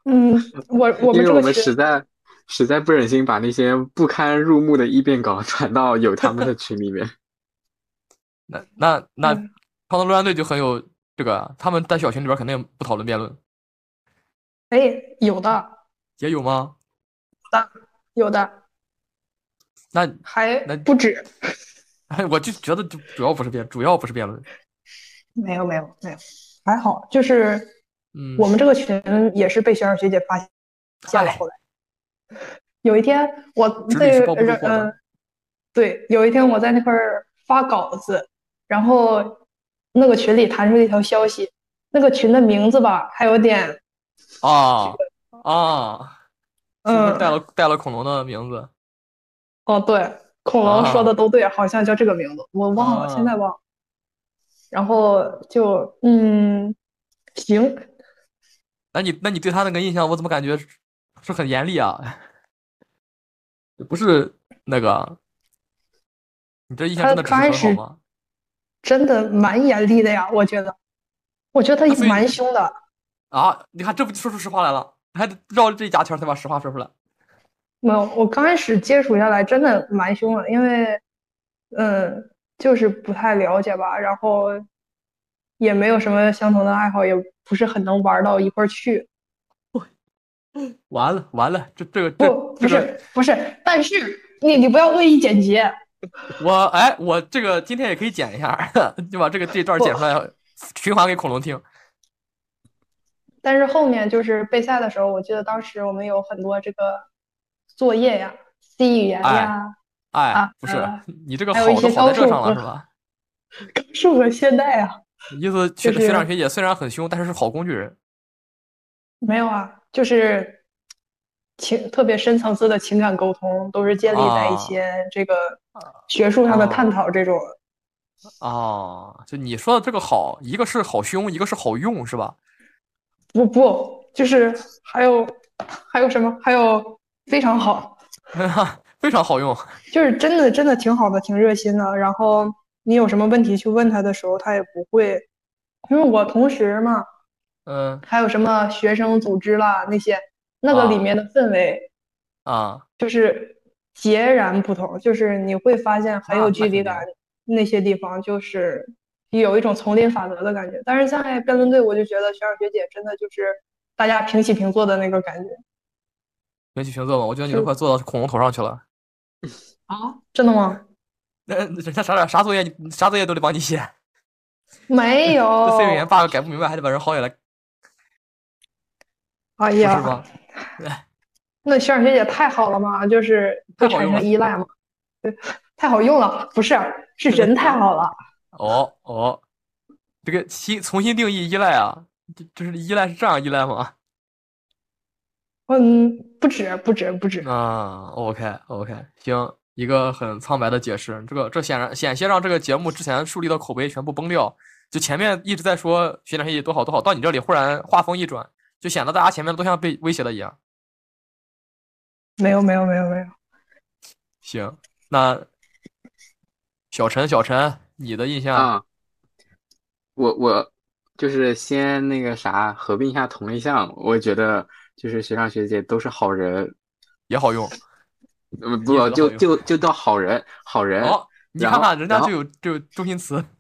Speaker 3: 嗯，我我
Speaker 2: 因
Speaker 3: 们
Speaker 2: 为
Speaker 3: 这
Speaker 2: 我
Speaker 3: 个
Speaker 2: 们
Speaker 3: 群，
Speaker 2: 实在实在不忍心把那些不堪入目的异变稿 传到有他们的群里面。
Speaker 1: 那那那，
Speaker 3: 嗯
Speaker 1: 超能陆战队就很有这个啊，他们在小群里边肯定不讨论辩论，
Speaker 3: 哎，有的
Speaker 1: 也有吗？
Speaker 3: 有的
Speaker 1: 那
Speaker 3: 还
Speaker 1: 那
Speaker 3: 不止，
Speaker 1: 哎我就觉得就主要不是辩，主要不是辩论。
Speaker 3: 没有没有没有，还好，就是
Speaker 1: 嗯，
Speaker 3: 我们这个群也是被学长学姐发现了。
Speaker 1: 嗨
Speaker 3: 后来有一天，我
Speaker 1: 纸里
Speaker 3: 在
Speaker 1: 是包不住
Speaker 3: 呃
Speaker 1: 火的
Speaker 3: 呃，对，有一天我在那块儿发稿子，然后那个群里弹出一条消息，那个群的名字吧，还有点
Speaker 1: 啊啊，是不是
Speaker 3: 嗯
Speaker 1: 带了带了恐龙的名字？
Speaker 3: 哦，对，恐龙说
Speaker 1: 啊
Speaker 3: 的都对，好像叫这个名字，我忘了，现在忘了。然后就嗯，行，
Speaker 1: 那你那你对他那个印象，我怎么感觉是是很严厉啊？ 不是那个，你这印象
Speaker 3: 他
Speaker 1: 真的只是
Speaker 3: 刚
Speaker 1: 很
Speaker 3: 开
Speaker 1: 好
Speaker 3: 始
Speaker 1: 吗？
Speaker 3: 真的蛮严厉的呀，我觉得，我觉得
Speaker 1: 那
Speaker 3: 他
Speaker 1: 所以
Speaker 3: 蛮凶的。
Speaker 1: 啊，你看这不就说出实话来了？还得绕着这一家圈才把实话说出来。
Speaker 3: 没有，我刚开始接触下来真的蛮凶的，因为，嗯，就是不太了解吧，然后也没有什么相同的爱好，也不是很能玩到一块儿去。
Speaker 1: 完了完了，这这个这
Speaker 3: 不，
Speaker 1: 这
Speaker 3: 不
Speaker 1: 个
Speaker 3: 是，不是，但是你你不要恶意剪辑，
Speaker 1: 我哎，我这个今天也可以剪一下 儿，就把这个这段儿剪出来，循环给恐龙听。
Speaker 3: 但是后面就是备赛的时候，我记得当时我们有很多这个作业呀、C 语言
Speaker 1: 哎
Speaker 3: 呀、
Speaker 1: 哎
Speaker 3: 啊，
Speaker 1: 不是
Speaker 3: 啊，
Speaker 1: 你这个
Speaker 3: 还
Speaker 1: 好
Speaker 3: 有一
Speaker 1: 都
Speaker 3: 些
Speaker 1: 好在
Speaker 3: 高
Speaker 1: 这
Speaker 3: 数
Speaker 1: 上了
Speaker 3: 和
Speaker 1: 是吧？
Speaker 3: 高数和现代啊，
Speaker 1: 意思学
Speaker 3: 就
Speaker 1: 学长
Speaker 3: 是
Speaker 1: 学姐虽然很凶，但是是好工具人。
Speaker 3: 没有啊，就是情特别深层次的情感沟通，都是建立在
Speaker 1: 啊
Speaker 3: 一些这个学术上的探讨这种。
Speaker 1: 哦，就你说的这个好，一个是好凶，一个是好用，是吧？
Speaker 3: 不不，就是还有还有什么？还有非常好，
Speaker 1: 非常好用。
Speaker 3: 就是真的真的挺好的，挺热心的。然后你有什么问题去问他的时候，他也不会，因为我同时嘛。
Speaker 1: 嗯
Speaker 3: 还有什么学生组织啦那些，那个里
Speaker 1: 啊
Speaker 3: 面的氛围
Speaker 1: 啊，
Speaker 3: 就是截然不同，就是你会发现很
Speaker 1: 那
Speaker 3: 有
Speaker 1: 啊那
Speaker 3: 距离
Speaker 1: 肯定
Speaker 3: 感，那些地方就是有一种丛林法则的感觉。但是在辩论队，我就觉得学长学姐真的就是大家平起平坐的那个感觉
Speaker 1: 平起平坐嘛，我觉得你都
Speaker 3: 就
Speaker 1: 快坐到恐龙头上去了。
Speaker 2: 啊，
Speaker 3: 真的吗？
Speaker 1: 那人家啥啥啥作业，你啥作业都得帮你写，
Speaker 3: 没有
Speaker 1: 这 C 语言 bug 改不明白，还得把人薅下来，
Speaker 3: 哎
Speaker 1: 不
Speaker 3: 呀，
Speaker 1: 是吗？
Speaker 3: 那学长学姐太好了嘛，就是
Speaker 1: 太
Speaker 3: 会
Speaker 1: 好
Speaker 3: 产
Speaker 1: 用了
Speaker 3: 生依赖嘛，对， 太好用了，不是，啊是人太好了，
Speaker 1: 哦哦，这个新重新定义依赖啊，这这是依赖是这样依赖吗？
Speaker 3: 嗯，不止，不止，不止，
Speaker 1: 啊，OK OK，行，一个很苍白的解释，这个这显然险些让这个节目之前树立的口碑全部崩掉。就前面一直在说学长学姐多好多好，到你这里忽然话锋一转，就显得大家前面都像被威胁的一样。
Speaker 3: 没有，没有，没有，没有。
Speaker 1: 行，那小陈小陈，你的印象
Speaker 2: 啊，我我就是先那个啥，合并一下同类项，我觉得就是学长学姐都是好人，
Speaker 1: 也好用。
Speaker 2: 呃
Speaker 1: 你也觉
Speaker 2: 不
Speaker 1: 得
Speaker 2: 就
Speaker 1: 好用
Speaker 2: 就就叫好人，好人。
Speaker 1: 哦，你
Speaker 2: 哎然
Speaker 1: 看
Speaker 2: 后
Speaker 1: 看人家
Speaker 2: 然后
Speaker 1: 就有就有中心词。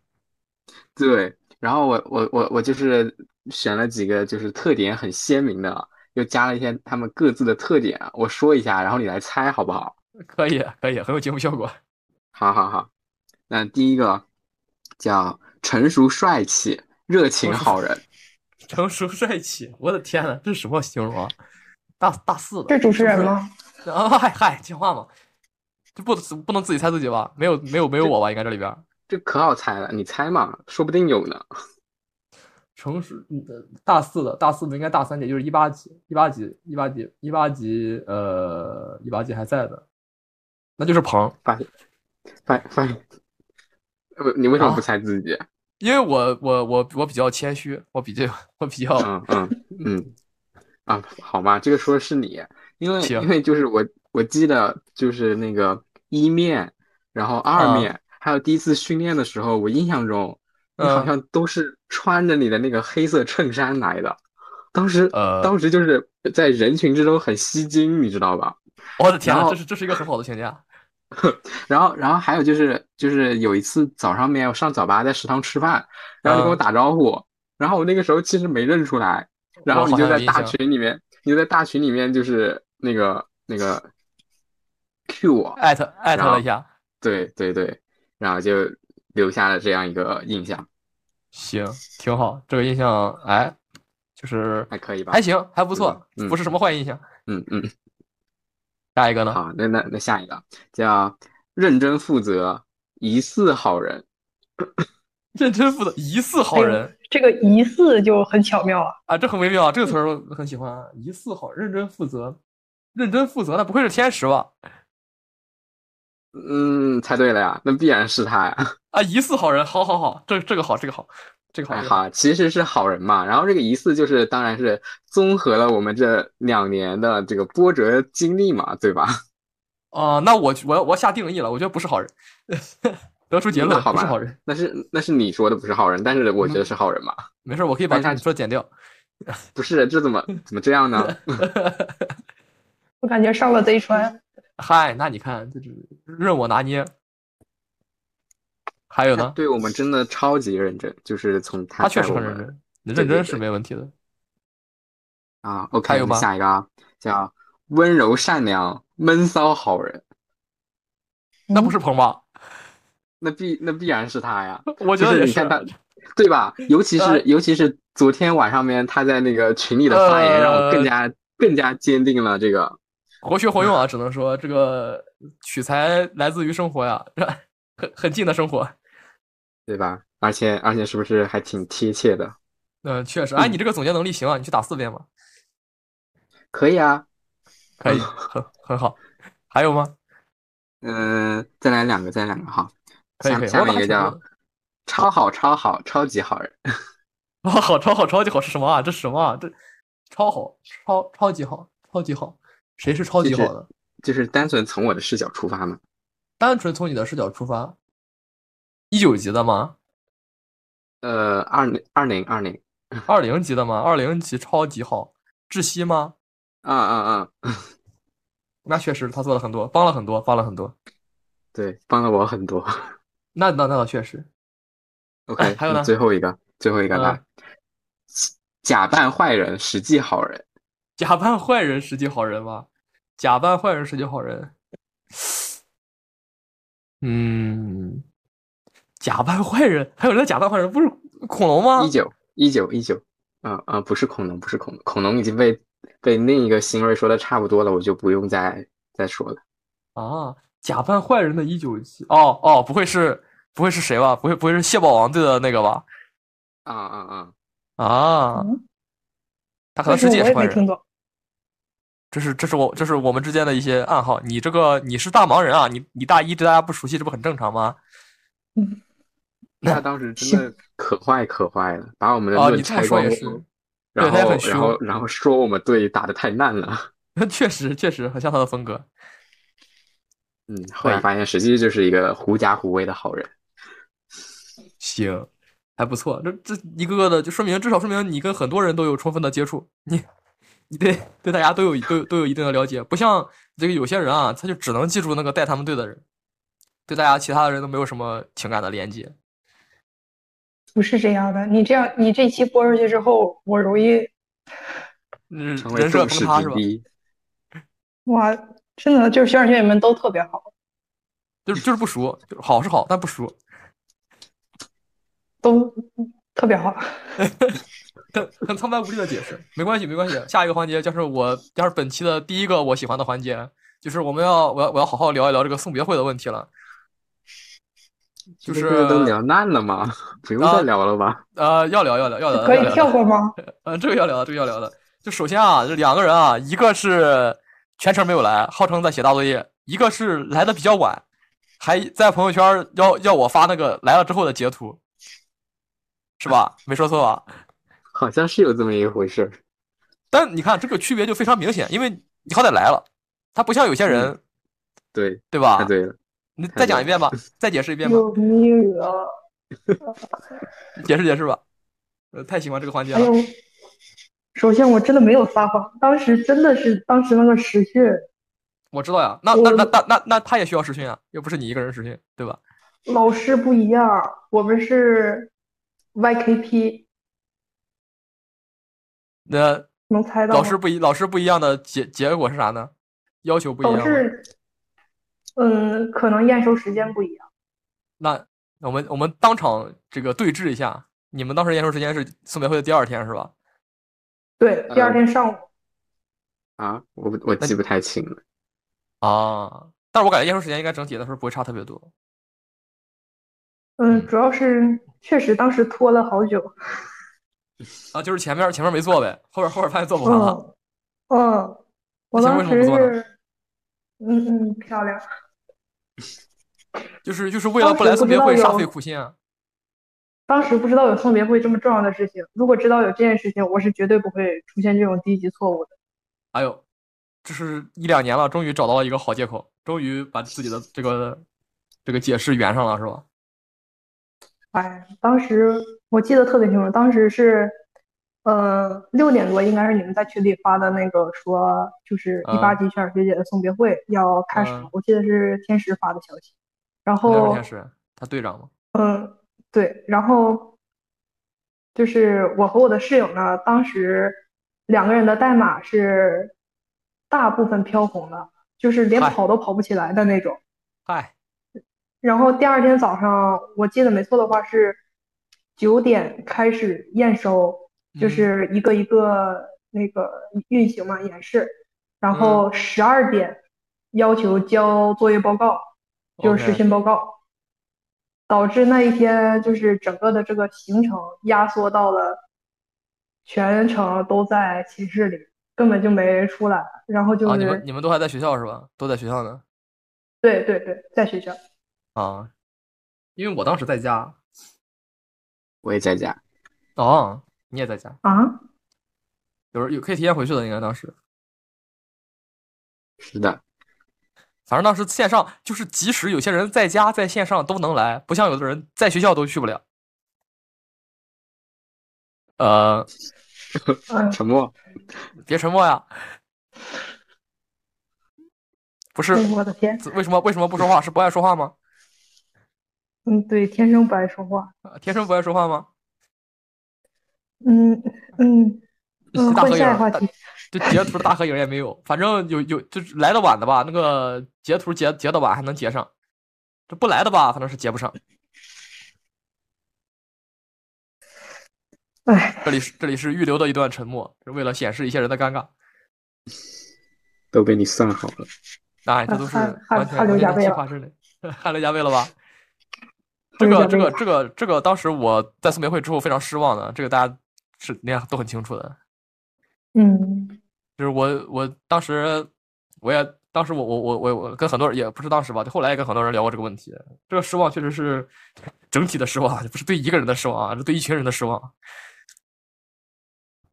Speaker 2: 对，然后我我我我就是选了几个就是特点很鲜明的，啊又加了一些他们各自的特点，啊我说一下，然后你来猜好不好？
Speaker 1: 可以，可以，很有节目效果。
Speaker 2: 好好好，那第一个叫成熟帅气、热情好人，
Speaker 1: 成熟帅气，我的天呐，这是什么形容啊？大大四的
Speaker 3: 这是主持人吗？
Speaker 1: 啊，嗨嗨，听话嘛，这不不能自己猜自己吧？没有没有没有我吧？应该这里边儿
Speaker 2: 这可好猜了，你猜嘛，说不定有呢。
Speaker 1: 成熟嗯大四的大四的应该大三届，就是一八级一八级一八级一八级呃一八级还在的，那就是鹏，
Speaker 2: 发发，呃不你为什么
Speaker 1: 啊
Speaker 2: 不猜自己？
Speaker 1: 因为我我我我比较谦虚，我比较我比较
Speaker 2: 嗯嗯嗯，啊，好嘛，这个说的是你，因为
Speaker 1: 行
Speaker 2: 因为就是我我记得就是那个一面，然后二
Speaker 1: 啊
Speaker 2: 面，还有第一次训练的时候，我印象中你好
Speaker 1: 嗯
Speaker 2: 像都是穿着你的那个黑色衬衫来的，当时
Speaker 1: 呃
Speaker 2: 当时就是在人群之中很吸睛，你知道吧？
Speaker 1: 我的天
Speaker 2: 然
Speaker 1: 呐，
Speaker 2: 后
Speaker 1: 这是这是一个很好的评价，
Speaker 2: 然后，然后还有就是，就是有一次早上面我上早八在食堂吃饭，然后你跟我
Speaker 1: 嗯
Speaker 2: 打招呼，然后我那个时候其实没认出来，然后
Speaker 1: 我
Speaker 2: 你
Speaker 1: 好
Speaker 2: 就
Speaker 1: 像有
Speaker 2: 在
Speaker 1: 印
Speaker 2: 大
Speaker 1: 象
Speaker 2: 群里面，你就在大群里面就是那个那个 Q 我，
Speaker 1: 艾特艾特
Speaker 2: 然后
Speaker 1: 了一下，
Speaker 2: 对对对，然后就留下了这样一个印象，
Speaker 1: 行，挺好，这个印象哎，就是
Speaker 2: 还可以吧
Speaker 1: 还？行，还不错，
Speaker 2: 嗯
Speaker 1: 不是什么坏印象。
Speaker 2: 嗯嗯，
Speaker 1: 下一个呢？
Speaker 2: 好，那那那下一个叫认真负责，疑似好人，
Speaker 1: 认真负责，疑似好
Speaker 3: 哎
Speaker 1: 人
Speaker 3: 呦这个疑似就很巧妙啊，
Speaker 1: 啊，这很微妙啊，这个词儿我很喜欢啊。疑似好，认真负责，认真负责，那不会是天使吧？
Speaker 2: 嗯，猜对了呀，那必然是他呀。
Speaker 1: 啊，疑似好人，好好好，这这个好，这个好，这个好，
Speaker 2: 还
Speaker 1: 这个好
Speaker 2: 哎好，其实是好人嘛。然后这个疑似就是，当然是综合了我们这两年的这个波折经历嘛，对吧？
Speaker 1: 啊。那我我要我要下定义了，我觉得不是好人， 得出结
Speaker 2: 那
Speaker 1: 论
Speaker 2: 好
Speaker 1: 不是
Speaker 2: 吧
Speaker 1: 好人。
Speaker 2: 那是那是你说的不是好人，但是我觉得是好人嘛。
Speaker 1: 没事，我可以把
Speaker 2: 哎
Speaker 1: 这
Speaker 2: 那
Speaker 1: 你说的剪掉。
Speaker 2: 不是，这怎么
Speaker 1: 嗯
Speaker 2: 怎么这 样呢？
Speaker 3: 我感觉上了贼船。
Speaker 1: 嗨，那你看，这就是任我拿捏。还有
Speaker 2: 他
Speaker 1: 呢？
Speaker 2: 对我们真的超级认真，就是从
Speaker 1: 啊
Speaker 2: 他
Speaker 1: 他确
Speaker 2: 带
Speaker 1: 实
Speaker 2: 我
Speaker 1: 很认
Speaker 2: 们
Speaker 1: 真，你
Speaker 2: 对
Speaker 1: 认
Speaker 2: 对
Speaker 1: 真是
Speaker 2: 对
Speaker 1: 没问题的。
Speaker 2: 啊。OK，
Speaker 1: 还有
Speaker 2: 那
Speaker 1: 吗
Speaker 2: 下一个啊，叫温柔善良、闷骚好人，
Speaker 1: 那不
Speaker 3: 嗯
Speaker 1: 是鹏吧？
Speaker 2: 那必那必然是他呀。
Speaker 1: 我觉
Speaker 2: 就
Speaker 1: 得也
Speaker 2: 你
Speaker 1: 是
Speaker 2: 看。他，对吧？尤其
Speaker 1: 呃
Speaker 2: 是尤其是昨天晚上面他在那个群里的发言，让我
Speaker 1: 呃
Speaker 2: 更加更加坚定了这个。
Speaker 1: 活学活用啊，只能说这个取材来自于生活呀， 很很近的生活。
Speaker 2: 对吧？而且而且是不是还挺贴切的？
Speaker 1: 嗯，确实。哎，你这个总结能力行啊，你去打四遍吧，
Speaker 2: 可以啊，
Speaker 1: 可以，很很好。还有吗？
Speaker 2: 嗯、再来两个，再来两个哈。
Speaker 1: 可以
Speaker 2: 下
Speaker 1: 可以
Speaker 2: 下
Speaker 1: 我
Speaker 2: 面
Speaker 1: 打
Speaker 2: 一个
Speaker 1: 挺多
Speaker 2: 叫
Speaker 1: 的
Speaker 2: “超好超好超级好人
Speaker 1: 哦，好超好超级好是什么啊？这是什么啊？这超好超超级好超级好，谁是超级好
Speaker 2: 就
Speaker 1: 的？”，
Speaker 2: 就是单纯从我的视角出发嘛。
Speaker 1: 单纯从你的视角出发，一九级的吗？
Speaker 2: 呃，二零二零二零，
Speaker 1: 二零级的吗？二零级超级好，窒息吗？
Speaker 2: 啊啊啊，
Speaker 1: 那确实他做了很多，帮了很多，帮了很多。
Speaker 2: 对，帮了我很多。
Speaker 1: 那那那倒确实。
Speaker 2: OK，
Speaker 1: 哎还有
Speaker 2: 那
Speaker 1: 呢
Speaker 2: 最后一个，最后一个
Speaker 1: 嗯
Speaker 2: 来，假扮坏人，实际好人。
Speaker 1: 假扮坏人实际好人吗？假扮坏人实际好人，嗯，假扮坏人，还有人假扮坏人，不是恐龙吗
Speaker 2: 一？九一九一九，啊啊，不是恐龙，不是恐龙，恐龙已经被被另一个新锐说的差不多了，我就不用再再说了。
Speaker 1: 啊，假扮坏人的一九七，哦哦，不会是不会是谁吧？不会不会是蟹堡王队的那个吧？
Speaker 2: 啊啊啊！
Speaker 1: 啊
Speaker 3: 嗯，
Speaker 1: 他可能
Speaker 3: 但
Speaker 1: 实
Speaker 3: 是
Speaker 1: 际也
Speaker 3: 我
Speaker 1: 是
Speaker 3: 也
Speaker 1: 坏
Speaker 3: 没
Speaker 1: 人。
Speaker 3: 听懂。
Speaker 1: 这是这是我这是我们之间的一些暗号。你这个你是大忙人啊，你你大一这大家不熟悉，这不很正常吗？
Speaker 2: 他当时真的可坏可坏了，把我们的
Speaker 1: 哦，
Speaker 2: 盾
Speaker 1: 你这么
Speaker 2: 拆
Speaker 1: 说
Speaker 2: 光
Speaker 1: 也
Speaker 2: 光
Speaker 1: 是， 对
Speaker 2: 然
Speaker 1: 他也很
Speaker 2: 后
Speaker 1: 凶
Speaker 2: 然后然后说我们队打的太烂了。
Speaker 1: 确实确实很像他的风格。
Speaker 2: 嗯，后来发现实际就是一个狐假虎威的好人。
Speaker 1: 行，还不错。这这一个个的，就说明至少说明你跟很多人都有充分的接触，你你对对大家都有都有都有一定的了解，不像这个有些人啊，他就只能记住那个带他们队的人，对大家其他的人都没有什么情感的连接。
Speaker 3: 不是这样的，你这样，你这期播出去之后，我容易，
Speaker 1: 嗯，
Speaker 2: 成为
Speaker 1: 人设
Speaker 2: 众
Speaker 1: 崩
Speaker 2: 矢
Speaker 1: 塌是
Speaker 2: 之
Speaker 1: 吧？
Speaker 2: 的。
Speaker 3: 哇，真的就是学长学姐们都特别好，
Speaker 1: 就是就是不熟，就是好是好，但不熟。
Speaker 3: 都特别好。
Speaker 1: 很很苍白无力的解释，没关系，没关系。下一个环节就是我，就是本期的第一个我喜欢的环节，就是我们要，我要，我要好好聊一聊这个送别会的问题了。就
Speaker 2: 这
Speaker 1: 是啊
Speaker 2: 个都聊烂了吗？ 不用再聊了吧？
Speaker 1: 呃，要聊，要聊，要聊，
Speaker 3: 可
Speaker 1: 要
Speaker 3: 以
Speaker 1: 聊
Speaker 3: 跳过吗？
Speaker 1: 嗯，这个要聊的，这个要聊的。就首先啊，这两个人啊，一个是全程没有来，号称在写大作业；一个是来的比较晚，还在朋友圈儿要要我发那个来了之后的截图，是吧？没说错吧？
Speaker 2: 好像是有这么一回事儿。
Speaker 1: 但你看这个区别就非常明显，因为你好歹来了，他不像有些人，
Speaker 2: 对，
Speaker 1: 对吧？
Speaker 2: 嗯太对了。
Speaker 1: 你
Speaker 2: 太
Speaker 1: 再讲
Speaker 2: 对
Speaker 1: 一遍吧，再解释一遍吧，
Speaker 3: 有你惹，
Speaker 1: 解释解释吧。呃，太喜欢这个环节
Speaker 3: 哎
Speaker 1: 了
Speaker 3: 呦，首先我真的没有撒谎，当时真的是当时那个时序，
Speaker 1: 我知道呀。
Speaker 3: 哎
Speaker 1: 那那那那那那他也需要实训啊，又不是你一个人实训，对吧？
Speaker 3: 老师不一样，我们是 YKP，
Speaker 1: 那
Speaker 3: 能猜到
Speaker 1: 老
Speaker 3: 吗
Speaker 1: 师不一老师不一样的结结果是啥呢？要求不一
Speaker 3: 导
Speaker 1: 样吗。
Speaker 3: 致，哦嗯，可能验收时间不一样。
Speaker 1: 那我们我们当场这个对峙一下，你们当时验收时间是送别会的第二天是吧？
Speaker 3: 对，
Speaker 1: 嗯
Speaker 3: 第二天上午，
Speaker 2: 啊，我我记不太清了。
Speaker 1: 啊，但是我感觉验收时间应该整体来说不会差特别多。
Speaker 3: 嗯，主要是确实当时拖了好久，
Speaker 1: 啊，就是前面前面没做呗，后边后边发现做不完了。
Speaker 3: 嗯嗯，我
Speaker 1: 那前
Speaker 3: 当
Speaker 1: 面为什么不做
Speaker 3: 时
Speaker 1: 呢
Speaker 3: 是，嗯嗯，漂亮，
Speaker 1: 就是就是为了
Speaker 3: 当
Speaker 1: 不
Speaker 3: 时
Speaker 1: 来
Speaker 3: 不
Speaker 1: 送
Speaker 3: 知
Speaker 1: 别
Speaker 3: 道
Speaker 1: 会煞
Speaker 3: 有
Speaker 1: 费苦心啊！
Speaker 3: 当时不知道有送别会这么重要的事情，如果知道有这件事情，我是绝对不会出现这种低级错误的。
Speaker 1: 哎呦，这是一两年了，终于找到了一个好借口，终于把自己的这个这个解释圆上了，是吧？
Speaker 3: 哎，当时我记得特别清楚，当时是，呃，六点多应该是你们在群里发的那个说，就是一八
Speaker 1: 嗯
Speaker 3: 级学长学姐的送别会要开始了
Speaker 1: 嗯，
Speaker 3: 我记得是天时发的消息，然
Speaker 1: 那是
Speaker 3: 后
Speaker 1: 天使，他队长嘛。
Speaker 3: 嗯，对，然后就是我和我的室友呢，当时两个人的代码是大部分飘红的，就是连
Speaker 1: 嗨
Speaker 3: 跑都跑不起来的那种。
Speaker 1: 嗨，
Speaker 3: 然后第二天早上，我记得没错的话是九点开始验收，就
Speaker 1: 嗯
Speaker 3: 是一个一个那个运行嘛，演示，然后
Speaker 1: 嗯
Speaker 3: 十二点要求交作业报告，就是实
Speaker 1: OK
Speaker 3: 训报告，导致那一天就是整个的这个行程压缩到了全程都在寝室里，根本就没出来，然后就
Speaker 1: 啊，你
Speaker 3: 是
Speaker 1: 们你们都还在学校是吧？都在学校呢。
Speaker 3: 对对对，在学校。
Speaker 1: 啊，因为我当时在家。
Speaker 2: 我也在家。
Speaker 1: 哦，你也在家，
Speaker 3: 啊，
Speaker 1: 有人有可以提前回去的，应该当时。
Speaker 2: 是的，
Speaker 1: 反正当时线上就是，即使有些人在家在线上都能来，不像有的人在学校都去不了。呃，
Speaker 3: 嗯，
Speaker 2: 沉默。
Speaker 1: 别沉默呀！不是，
Speaker 3: 哎我的天，
Speaker 1: 怎为什么为什么不说话？是不爱说话吗？
Speaker 3: 嗯，对，天生不爱说话。
Speaker 1: 呃天生不爱说话吗？
Speaker 3: 嗯嗯
Speaker 1: 这
Speaker 3: 嗯，
Speaker 1: 大合
Speaker 3: 换
Speaker 1: 影
Speaker 3: 下一
Speaker 1: 儿，
Speaker 3: 话
Speaker 1: 大
Speaker 3: 题。
Speaker 1: 这截图的大合影也没有，反正有有就是来的晚的吧，那个截图截截的晚还能截上，这不来的吧，反正是结不上。
Speaker 3: 哎，
Speaker 1: 这里是这里是预留的一段沉默，是为了显示一些人的尴尬。
Speaker 2: 都被你算好了。
Speaker 1: 哎，这都是
Speaker 3: 汗汗
Speaker 1: 完全
Speaker 3: 汗流
Speaker 1: 完
Speaker 3: 浃
Speaker 1: 全
Speaker 3: 背
Speaker 1: 计
Speaker 3: 了
Speaker 1: 划之 内，汗流浃背了吧？这
Speaker 3: 汗流
Speaker 1: 个
Speaker 3: 浃
Speaker 1: 这
Speaker 3: 背
Speaker 1: 个
Speaker 3: 了
Speaker 1: 这个这个，当时我在送别会之后非常失望的，这个大家是大家都很清楚的。
Speaker 3: 嗯
Speaker 1: 就是我我当时我也当时我我我我我跟很多人也不是当时吧，就后来也跟很多人聊过这个问题。这个失望确实是整体的失望，不是对一个人的失望啊，是对一群人的失望。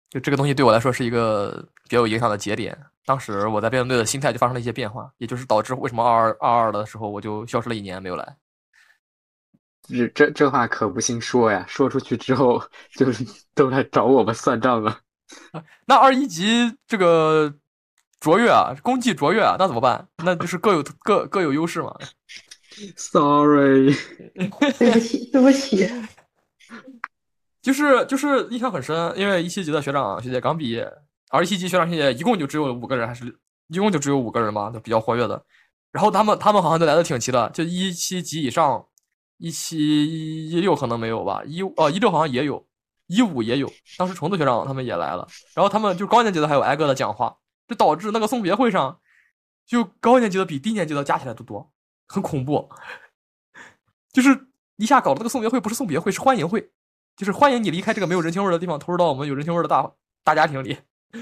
Speaker 1: 就这个东西对我来说是一个比较有影响的节点。当时我在辩论队的心态就发生了一些变化，也就是导致为什么二二二二的时候我就消失了一年没有来。
Speaker 2: 这这这话可不兴说呀，说出去之后就是都来找我们算账了。
Speaker 1: 那二一级这个卓越啊，功绩卓越啊，那怎么办？那就是各有各各有优势嘛。
Speaker 2: Sorry，
Speaker 3: 对不起，对不起，
Speaker 1: 就是就是印象很深，因为一七级的学长学姐刚毕业，而一七级学长学姐一共就只有五个人，还是一共就只有五个人吧，就比较活跃的。然后他们他们好像都来的挺齐的，就一七级以上，一七一六可能没有吧，一哦一六好像也有，一五也有，当时虫子学长他们也来了，然后他们就高年级的还有挨个的讲话，这导致那个送别会上，就高年级的比低年级的加起来都多，很恐怖， 就是一下搞得那个送别会不是送别会，是欢迎会。就是欢迎你离开这个没有人情味儿的地方，投入到我们有人情味儿的大大家庭里。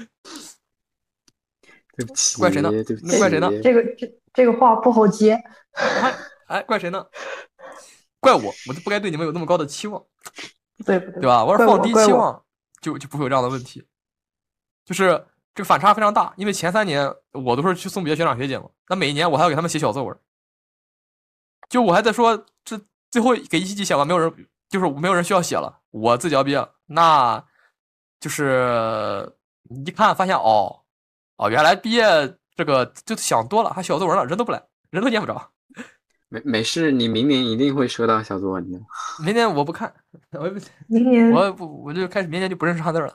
Speaker 2: 对不起，
Speaker 1: 怪谁呢
Speaker 2: 对不
Speaker 1: 那怪谁呢
Speaker 2: 起
Speaker 3: 这个这这个话不好接，
Speaker 1: 哎哎，怪谁呢？怪我，我就不该对你们有那么高的期望，
Speaker 3: 不对不对
Speaker 1: 对？吧？我要是
Speaker 3: 怪我
Speaker 1: 放低
Speaker 3: 怪
Speaker 1: 期
Speaker 3: 我
Speaker 1: 望，就就不会有这样的问题。就是这个反差非常大，因为前三年我都是去送别学长学姐嘛，那每一年我还要给他们写小作文儿，就我还在说这最后给一七级写完，没有人就是没有人需要写了，我自己要毕业了，那就是你一看发现哦哦，原来毕业这个就想多了，还小作文了，人都不来，人都见不着。
Speaker 2: 没没事，你明年一定会收到小作文的。
Speaker 1: 明年我不看， 我也不
Speaker 3: 明年
Speaker 1: 我也不我就开始明年就不认识汉字了。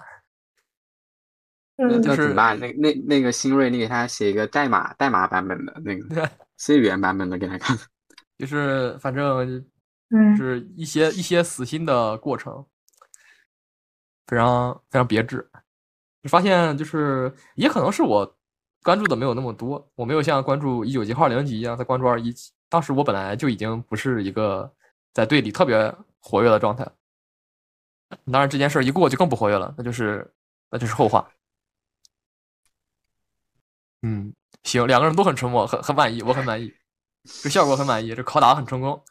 Speaker 2: 那
Speaker 3: 嗯
Speaker 1: 就
Speaker 2: 那怎
Speaker 1: 是
Speaker 2: 么办？那那那个新锐，你给他写一个代码代码版本的 那个 C 语言版本的给他看。
Speaker 1: 就是反正
Speaker 3: 嗯
Speaker 1: 是一些一些死心的过程，非常非常别致。就发现就是也可能是我关注的没有那么多，我没有像关注一九级、二零级一样在关注二一级。当时我本来就已经不是一个在队里特别活跃的状态，当然这件事儿一过就更不活跃了，那就是那就是后话。嗯，行，两个人都很沉默，很很满意，我很满意，这效果很满意，这拷打很成功。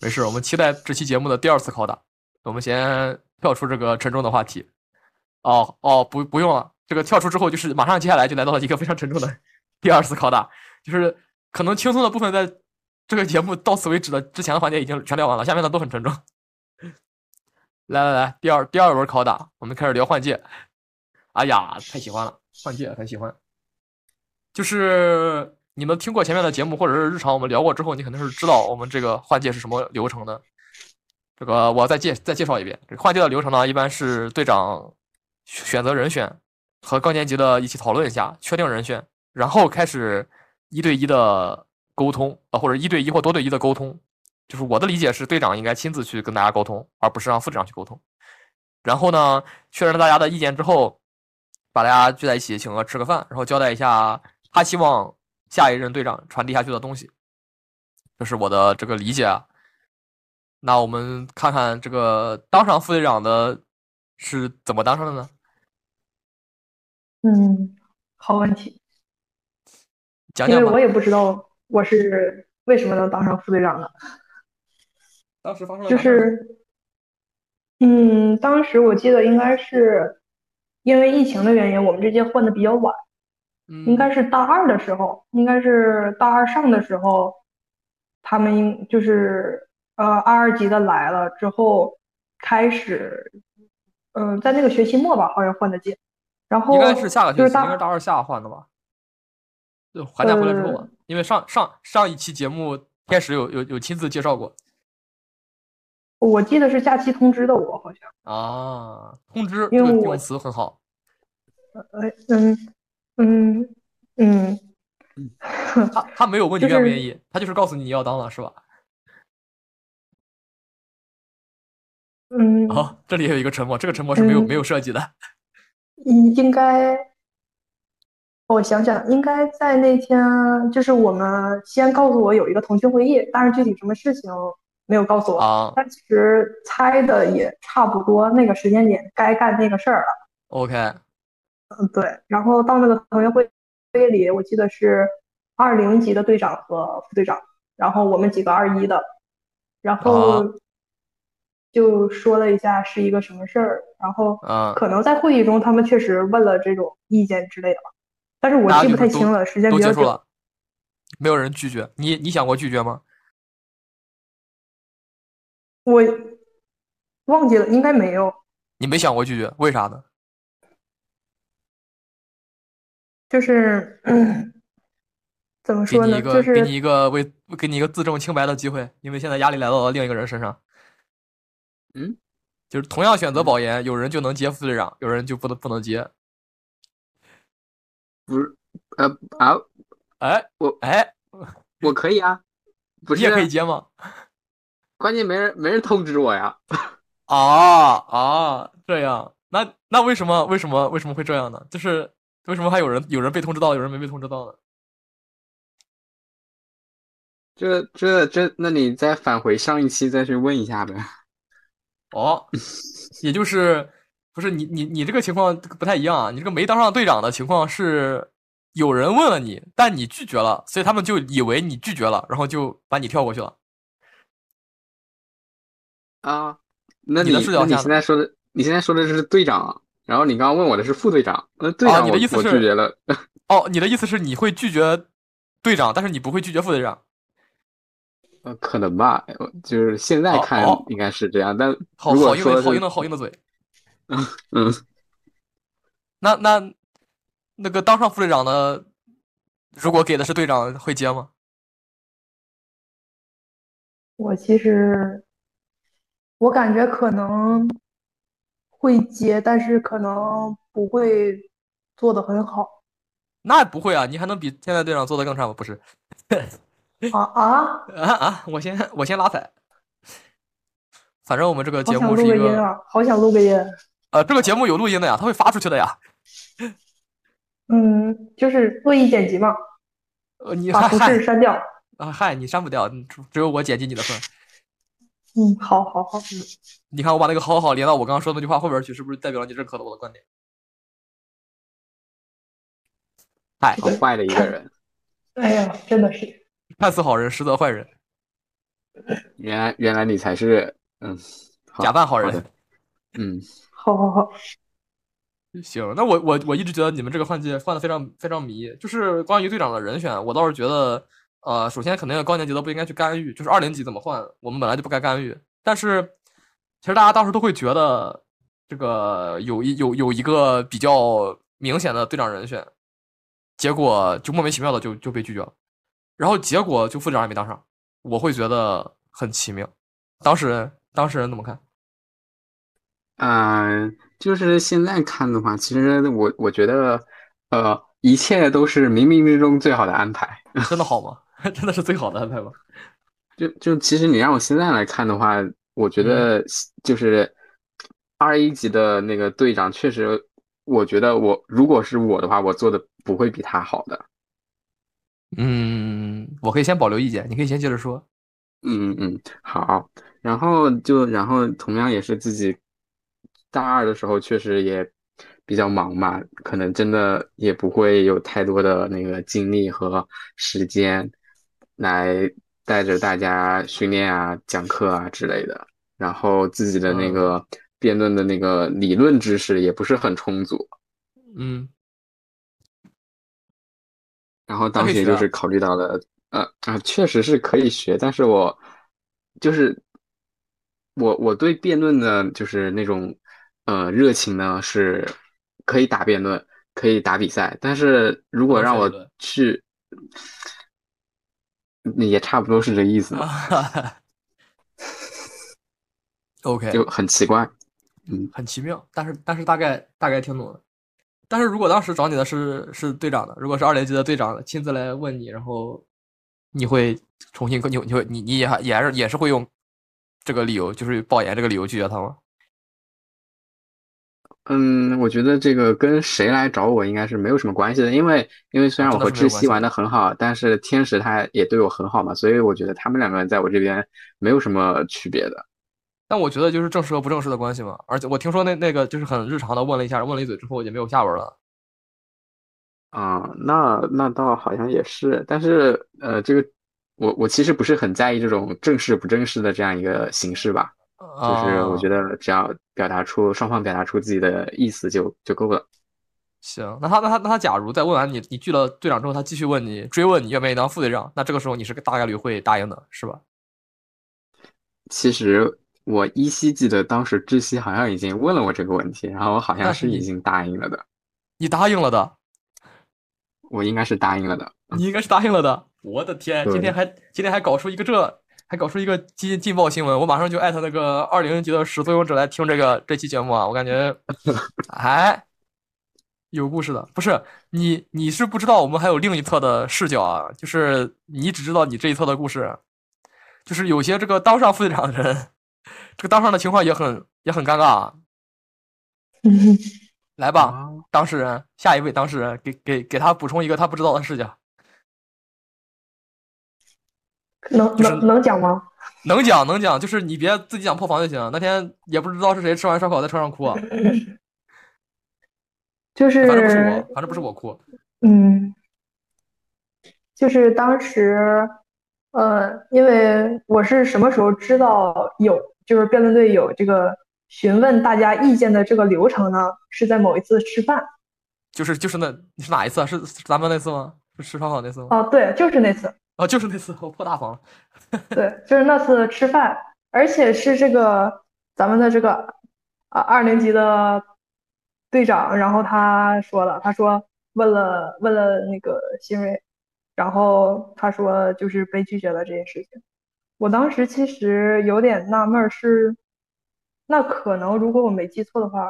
Speaker 1: 没事，我们期待这期节目的第二次拷打。我们先跳出这个沉重的话题。哦哦，不不用了，这个跳出之后就是马上接下来就来到了一个非常沉重的第二次拷打，就是可能轻松的部分在这个节目到此为止的之前的环节已经全聊完了，下面的都很沉重。来来来，第二第二轮拷打，我们开始聊幻界。哎呀，太喜欢了，幻界很喜欢。就是你们听过前面的节目或者是日常我们聊过之后，你肯定是知道我们这个换届是什么流程的。这个我再介再介绍一遍，这个换届的流程呢，一般是队长选择人选，和高年级的一起讨论一下，确定人选，然后开始一对一的沟通，呃，或者一对一或多对一的沟通。就是我的理解是，队长应该亲自去跟大家沟通，而不是让副队长去沟通。然后呢，确认了大家的意见之后，把大家聚在一起，请个吃个饭，然后交代一下他希望下一任队长传递下去的东西。这是我的这个理解啊。那我们看看这个当上副队长的是怎么当上的呢？
Speaker 3: 嗯，好问题，
Speaker 1: 讲
Speaker 3: 因
Speaker 1: 讲
Speaker 3: 为
Speaker 1: 吧
Speaker 3: 我。也不知道我是为什么能当上副队长的。
Speaker 1: 当时发生了
Speaker 3: 就
Speaker 1: 啥事儿
Speaker 3: 是，嗯，当时我记得应该是因为疫情的原因，我们这届换的比较晚，应该
Speaker 1: 嗯
Speaker 3: 是大二的时候，应该是大二上的时候，他们应就是呃二二级的来了之后，开始，嗯、在那个学期末吧，好像换的届，然
Speaker 1: 应
Speaker 3: 后
Speaker 1: 该是下个
Speaker 3: 就
Speaker 1: 学
Speaker 3: 是
Speaker 1: 期，
Speaker 3: 大
Speaker 1: 应该是大二下换的吧？就寒假回来之后吧，
Speaker 3: 呃
Speaker 1: 因为上上上一期节目天使有有有亲自介绍过
Speaker 3: 我记得是假期通知的我，好像，
Speaker 1: 啊。通知这
Speaker 3: 因
Speaker 1: 个
Speaker 3: 为
Speaker 1: 这
Speaker 3: 我
Speaker 1: 种词很好，
Speaker 3: 呃哎，嗯嗯嗯，
Speaker 1: 他他没有问你
Speaker 3: 就是
Speaker 1: 愿不愿意，他就是告诉你你要当了是吧？
Speaker 3: 嗯，
Speaker 1: 好，啊这里也有一个沉默，这个沉默是没有
Speaker 3: 嗯
Speaker 1: 没有设计的。
Speaker 3: 应应该，我想想，应该在那天，就是我们先告诉我有一个腾讯会议，但是具体什么事情没有告诉我。
Speaker 1: 啊
Speaker 3: 但其实猜的也差不多，那个时间点该干那个事儿了。
Speaker 1: ，OK，
Speaker 3: 嗯，对。然后到那个同学会会里，我记得是二零级的队长和副队长，然后我们几个二一的，然后
Speaker 1: 啊
Speaker 3: 就说了一下是一个什么事儿，然后
Speaker 1: 嗯，
Speaker 3: 可能在会议中他们确实问了这种意见之类的吧，但是我
Speaker 1: 大家
Speaker 3: 记不
Speaker 1: 就是
Speaker 3: 太
Speaker 1: 都
Speaker 3: 清了，时间
Speaker 1: 都
Speaker 3: 比
Speaker 1: 结
Speaker 3: 较
Speaker 1: 束
Speaker 3: 久。
Speaker 1: 了，没有人拒绝。你你想过拒绝吗？
Speaker 3: 我忘记了，应该没有，
Speaker 1: 你没想过拒绝，为啥呢？
Speaker 3: 就是 嗯怎么
Speaker 1: 给
Speaker 3: 说
Speaker 1: 你
Speaker 3: 呢，
Speaker 1: 一
Speaker 3: 就
Speaker 1: 个给
Speaker 3: 是
Speaker 1: 你一个为给你一个自证清白的机会，因为现在压力来到了另一个人身上。
Speaker 2: 嗯，
Speaker 1: 就是同样选择保研，有人就能接副队长，有人就不能不能接。
Speaker 2: 不是，呃啊，
Speaker 1: 哎，
Speaker 2: 我
Speaker 1: 哎，
Speaker 2: 我可以啊，不
Speaker 1: 你
Speaker 2: 是
Speaker 1: 也
Speaker 2: 啊，
Speaker 1: 可以接吗？
Speaker 2: 关键没人没人通知我呀，哦
Speaker 1: 啊啊，这样，那那为什么为什么为什么会这样呢？就是为什么还有人有人被通知到，有人没被通知到呢？
Speaker 2: 这这这，那你再返回上一期再去问一下呗。
Speaker 1: 哦，也就是不是你你你这个情况不太一样啊？你这个没当上队长的情况是有人问了你，但你拒绝了，所以他们就以为你拒绝了，然后就把你跳过去了。
Speaker 2: 啊，那
Speaker 1: 你的视角
Speaker 2: 那你
Speaker 1: 下呢
Speaker 2: 现在说的，你现在说的是队长，然后你刚刚问我的是副队长，那队长
Speaker 1: 哦你的
Speaker 2: 啊我
Speaker 1: 意思
Speaker 2: 我
Speaker 1: 是
Speaker 2: 拒绝了，
Speaker 1: 哦，你的意思是你会拒绝队长，但是你不会拒绝副队长？
Speaker 2: 呃，可能吧，我就是现在
Speaker 1: 哦
Speaker 2: 看
Speaker 1: 哦
Speaker 2: 应该是这样，但
Speaker 1: 好
Speaker 2: 如果
Speaker 1: 好硬的
Speaker 2: 说
Speaker 1: 好
Speaker 2: 是
Speaker 1: 硬的好硬的嘴。
Speaker 2: 嗯，
Speaker 1: 那那那个当上副队长的，如果给的是队长，会接吗？
Speaker 3: 我其实，我感觉可能会接，但是可能不会做得很好
Speaker 1: 那不会啊，你还能比现在队长做的更差吗？不是
Speaker 3: 啊啊！
Speaker 1: 啊啊！我先我先拉踩。 反正我们这个
Speaker 3: 好
Speaker 1: 节
Speaker 3: 想
Speaker 1: 目是
Speaker 3: 录
Speaker 1: 一
Speaker 3: 个音
Speaker 1: 个，
Speaker 3: 啊，好想录个音。
Speaker 1: 呃，这个节目有录音的呀，它会发出去的 呀。
Speaker 3: 嗯，就是恶意剪 辑嘛，
Speaker 1: 呃，你
Speaker 3: 把
Speaker 1: 嗨
Speaker 3: 啊不
Speaker 1: 嗨
Speaker 3: 是删掉。
Speaker 1: 啊嗨，你删不掉，你只只有我剪辑你的份。
Speaker 3: 嗯，好好好，
Speaker 1: 你看我把那个好好好连到我刚刚说的那句话后边去，是不是代表了你认可了我的观点？嗨，
Speaker 2: 好坏的一个人，
Speaker 3: 哎呀，真的是，
Speaker 1: 看似好人，实则坏人，
Speaker 2: 原来原来你才是嗯，好
Speaker 1: 假扮好人
Speaker 2: 好。的嗯，
Speaker 3: 好好好，
Speaker 1: 行，那我我我一直觉得你们这个换届换的非常非常迷，就是关于队长的人选，我倒是觉得，呃，首先肯定高年级的不应该去干预，就是二年级怎么换，我们本来就不该干预。但是，其实大家当时都会觉得，这个有一有有一个比较明显的队长人选，结果就莫名其妙的就就被拒绝了，然后结果就副队长也没当上，我会觉得很奇妙。当事人当事人怎么看？
Speaker 2: 嗯、就是现在看的话，其实我我觉得，呃，一切都是冥冥之中最好的安排。
Speaker 1: 真的好吗？真的是最好的安排吗？
Speaker 2: 就就其实你让我现在来看的话，我觉得就是二一级的那个队长，确实，我觉得我如果是我的话，我做的不会比他好的。
Speaker 1: 嗯，我可以先保留意见，你可以先接着说。
Speaker 2: 嗯嗯，好。然后就然后同样也是自己大二的时候，确实也比较忙嘛，可能真的也不会有太多的那个精力和时间来带着大家训练啊、讲课啊之类的。然后自己的那
Speaker 1: 嗯
Speaker 2: 个辩论的那个理论知识也不是很充足。
Speaker 1: 嗯，
Speaker 2: 然后
Speaker 1: 那
Speaker 2: 当
Speaker 1: 可以
Speaker 2: 时也
Speaker 1: 学
Speaker 2: 就
Speaker 1: 啊
Speaker 2: 是考虑到了，呃啊，确实是可以学，但是我就是我我对辩论的，就是那种呃热情呢，是可以打辩论，可以打比赛，但是如果
Speaker 1: 能
Speaker 2: 让
Speaker 1: 学
Speaker 2: 我
Speaker 1: 理论
Speaker 2: 去，也差不多是这意思
Speaker 1: 啊
Speaker 2: 吧，
Speaker 1: ，OK，
Speaker 2: 就很奇怪。
Speaker 1: 很奇妙，但是但是大概大概听懂了。但是如果当时找你的是是队长的，如果是二年级的队长亲自来问你，然后你会重新你你会你你也还也还是也是会用这个理由，就是保研这个理由拒绝他吗？
Speaker 2: 嗯，我觉得这个跟谁来找我应该是没有什么关系的，因为因为虽然我和知西玩啊的很好，但是天使他也对我很好嘛，所以我觉得他们两个人在我这边没有什么区别的。
Speaker 1: 但我觉得就是正式和不正式的关系嘛，而且我听说那那个就是很日常的问了一下，问了一嘴之后也没有下文了。
Speaker 2: 啊、那那倒好像也是，但是呃，这个我我其实不是很在意这种正式不正式的这样一个形式吧，就是我觉
Speaker 1: 得
Speaker 2: 得只要表达出双方表达出自己的意思就就够了。
Speaker 1: 行，那他那他那他假如在问完你你拒了队长之后，他继续问你追问你愿不愿意当副队长，那这个时候你是大概率会答应的，是吧？
Speaker 2: 其实我依稀记得当时知西好像已经问了我这个问题，然后我好像
Speaker 1: 但是
Speaker 2: 是
Speaker 1: 你
Speaker 2: 已经答应了的，
Speaker 1: 你答应了的。
Speaker 2: 我应该是答应了的。
Speaker 1: 你应该是答应了的。我的天，
Speaker 2: 对
Speaker 1: 今天还今天还搞出一个这，还搞出一个劲劲爆新闻，我马上就艾特那个二零级的始作俑者来听这个这期节目啊！我感 觉，哎，有故事的。不是你，你是不知道我们还有另一侧的视角啊，就是你只知道你这一侧的故事，就是有些这个当上副队长的人，这个当上的情况也很也很尴尬啊。
Speaker 3: 嗯，
Speaker 1: 来吧，
Speaker 2: 啊，
Speaker 1: 当事人，下一位当事人，给给给他补充一个他不知道的视角，
Speaker 3: 能
Speaker 1: 就是
Speaker 3: 能能讲吗？
Speaker 1: 能讲能讲，就是你别自己想破防就行。那天也不知道是谁吃完烧烤在车上哭啊，
Speaker 3: 就
Speaker 1: 反
Speaker 3: 是
Speaker 1: 正不是我，反正不是我哭。
Speaker 3: 嗯，就是当时，呃，因为我是什么时候知道有，就是辩论队有这个询问大家意见的这个流程呢？是在某一次吃饭。
Speaker 1: 就是就是那你是哪一次啊？是是咱们那次吗？是吃烧烤那次吗？
Speaker 3: 哦，对，就是那次，
Speaker 1: 啊，就是那次，我破大防了。
Speaker 3: 对，就是那次吃饭，而且是这个咱们的这个啊二年级的队长，然后他说了，他说问了问了那个新锐，然后他说就是被拒绝了这件事情。我当时其实有点纳闷儿是，那可能如果我没记错的话，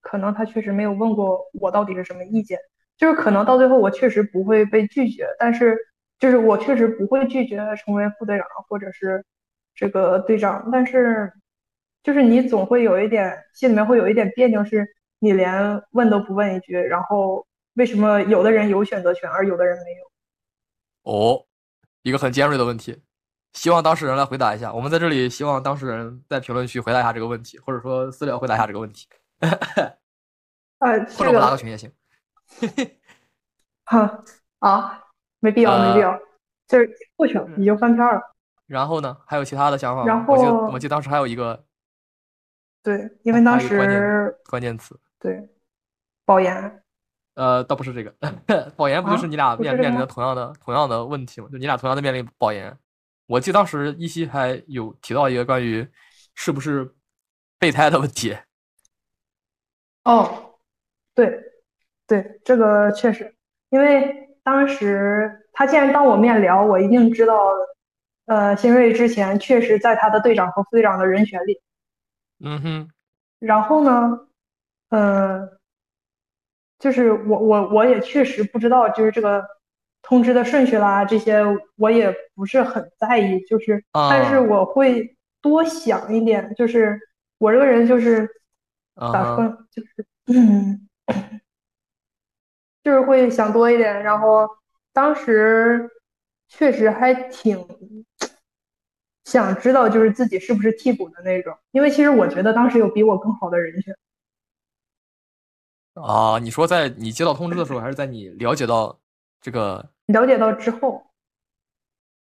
Speaker 3: 可能他确实没有问过我到底是什么意见。就是可能到最后我确实不会被拒绝，但是就是我确实不会拒绝成为副队长或者是这个队长，但是就是你总会有一点心里面会有一点别扭，是你连问都不问一句，然后为什么有的人有选择权，而有的人没有？
Speaker 1: 哦，一个很尖锐的问题，希望当事人来回答一下。我们在这里希望当事人在评论区回答一下这个问题，或者说私聊回答一下这个问题，
Speaker 3: 呃，
Speaker 1: 或
Speaker 3: 这
Speaker 1: 者我们拉个
Speaker 3: 个
Speaker 1: 群也行。
Speaker 3: 哼啊，没必要，没
Speaker 1: 呃
Speaker 3: 必要，就是过去了，
Speaker 1: 嗯
Speaker 3: 已经翻篇了。
Speaker 1: 然后呢，还有其他的想法吗？
Speaker 3: 然
Speaker 1: 我记得
Speaker 3: 后
Speaker 1: 我记得当时还有一个
Speaker 3: 对，因为当
Speaker 1: 还有一个关键
Speaker 3: 时
Speaker 1: 关键词，
Speaker 3: 对保研，
Speaker 1: 呃，倒不是这个， 保研不就
Speaker 3: 啊
Speaker 1: 是你俩
Speaker 3: 不
Speaker 1: 面
Speaker 3: 是这
Speaker 1: 面临
Speaker 3: 吗
Speaker 1: 的同样的同样的问题吗？就你俩同样的面临保研。我记得当时依稀还有提到一个关于是不是备胎的问题，
Speaker 3: 哦，对，对，这个确实，因为当时他既然当我面聊，我一定知道，呃，新锐之前确实在他的队长和副队长的人选里。
Speaker 1: 嗯哼，
Speaker 3: 然后呢，呃，就是我我我也确实不知道，就是这个通知的顺序啦，这些我也不是很在意，就是，但是
Speaker 1: 啊
Speaker 3: 我会多想一点，就是我这个人就是
Speaker 1: 啊
Speaker 3: 咋
Speaker 1: 哈
Speaker 3: 说呢，就是嗯，就是会想多一点，然后当时确实还挺想知道，就是自己是不是替补的那种，因为其实我觉得当时有比我更好的人选。哦
Speaker 1: 啊！你说在你接到通知的时候，还是在你了解到这个，
Speaker 3: 了解到之后，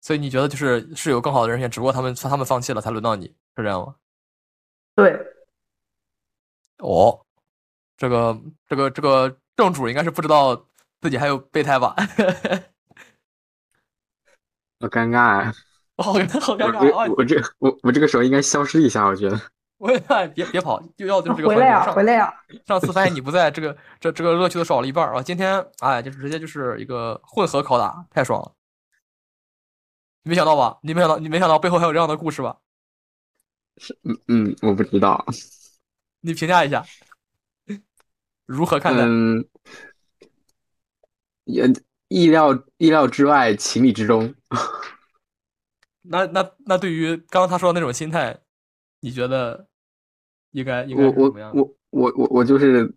Speaker 1: 所以你觉得就是是有更好的人选，只不过他们他们放弃了，才轮到你，是这样吗？
Speaker 3: 对，
Speaker 1: 哦，这个这个这个正主应该是不知道自己还有备胎吧？
Speaker 2: 好尴尬啊！
Speaker 1: 好好尴
Speaker 2: 我
Speaker 1: 尬啊！
Speaker 2: 这我这我我这个时候应该消失一下，我觉得。
Speaker 1: 我也别别跑，就要就是这个
Speaker 3: 回
Speaker 1: 环
Speaker 3: 来
Speaker 1: 节
Speaker 3: 呀，
Speaker 1: 上
Speaker 3: 回来啊呀，
Speaker 1: 上次发现你不在，这个这这个乐趣都少了一半儿啊！今天哎，就是直接就是一个混合拷打，太爽了！你没想到吧？你没想到，你没想到背后还有这样的故事吧？
Speaker 2: 嗯嗯，我不知道。
Speaker 1: 你评价一下，如何看待？
Speaker 2: 嗯，也意料意料之外，情理之中。
Speaker 1: 那那那对于刚刚他说的那种心态，你觉得应该应该
Speaker 2: 我
Speaker 1: 是怎
Speaker 2: 我
Speaker 1: 么样的？
Speaker 2: 我我我我就是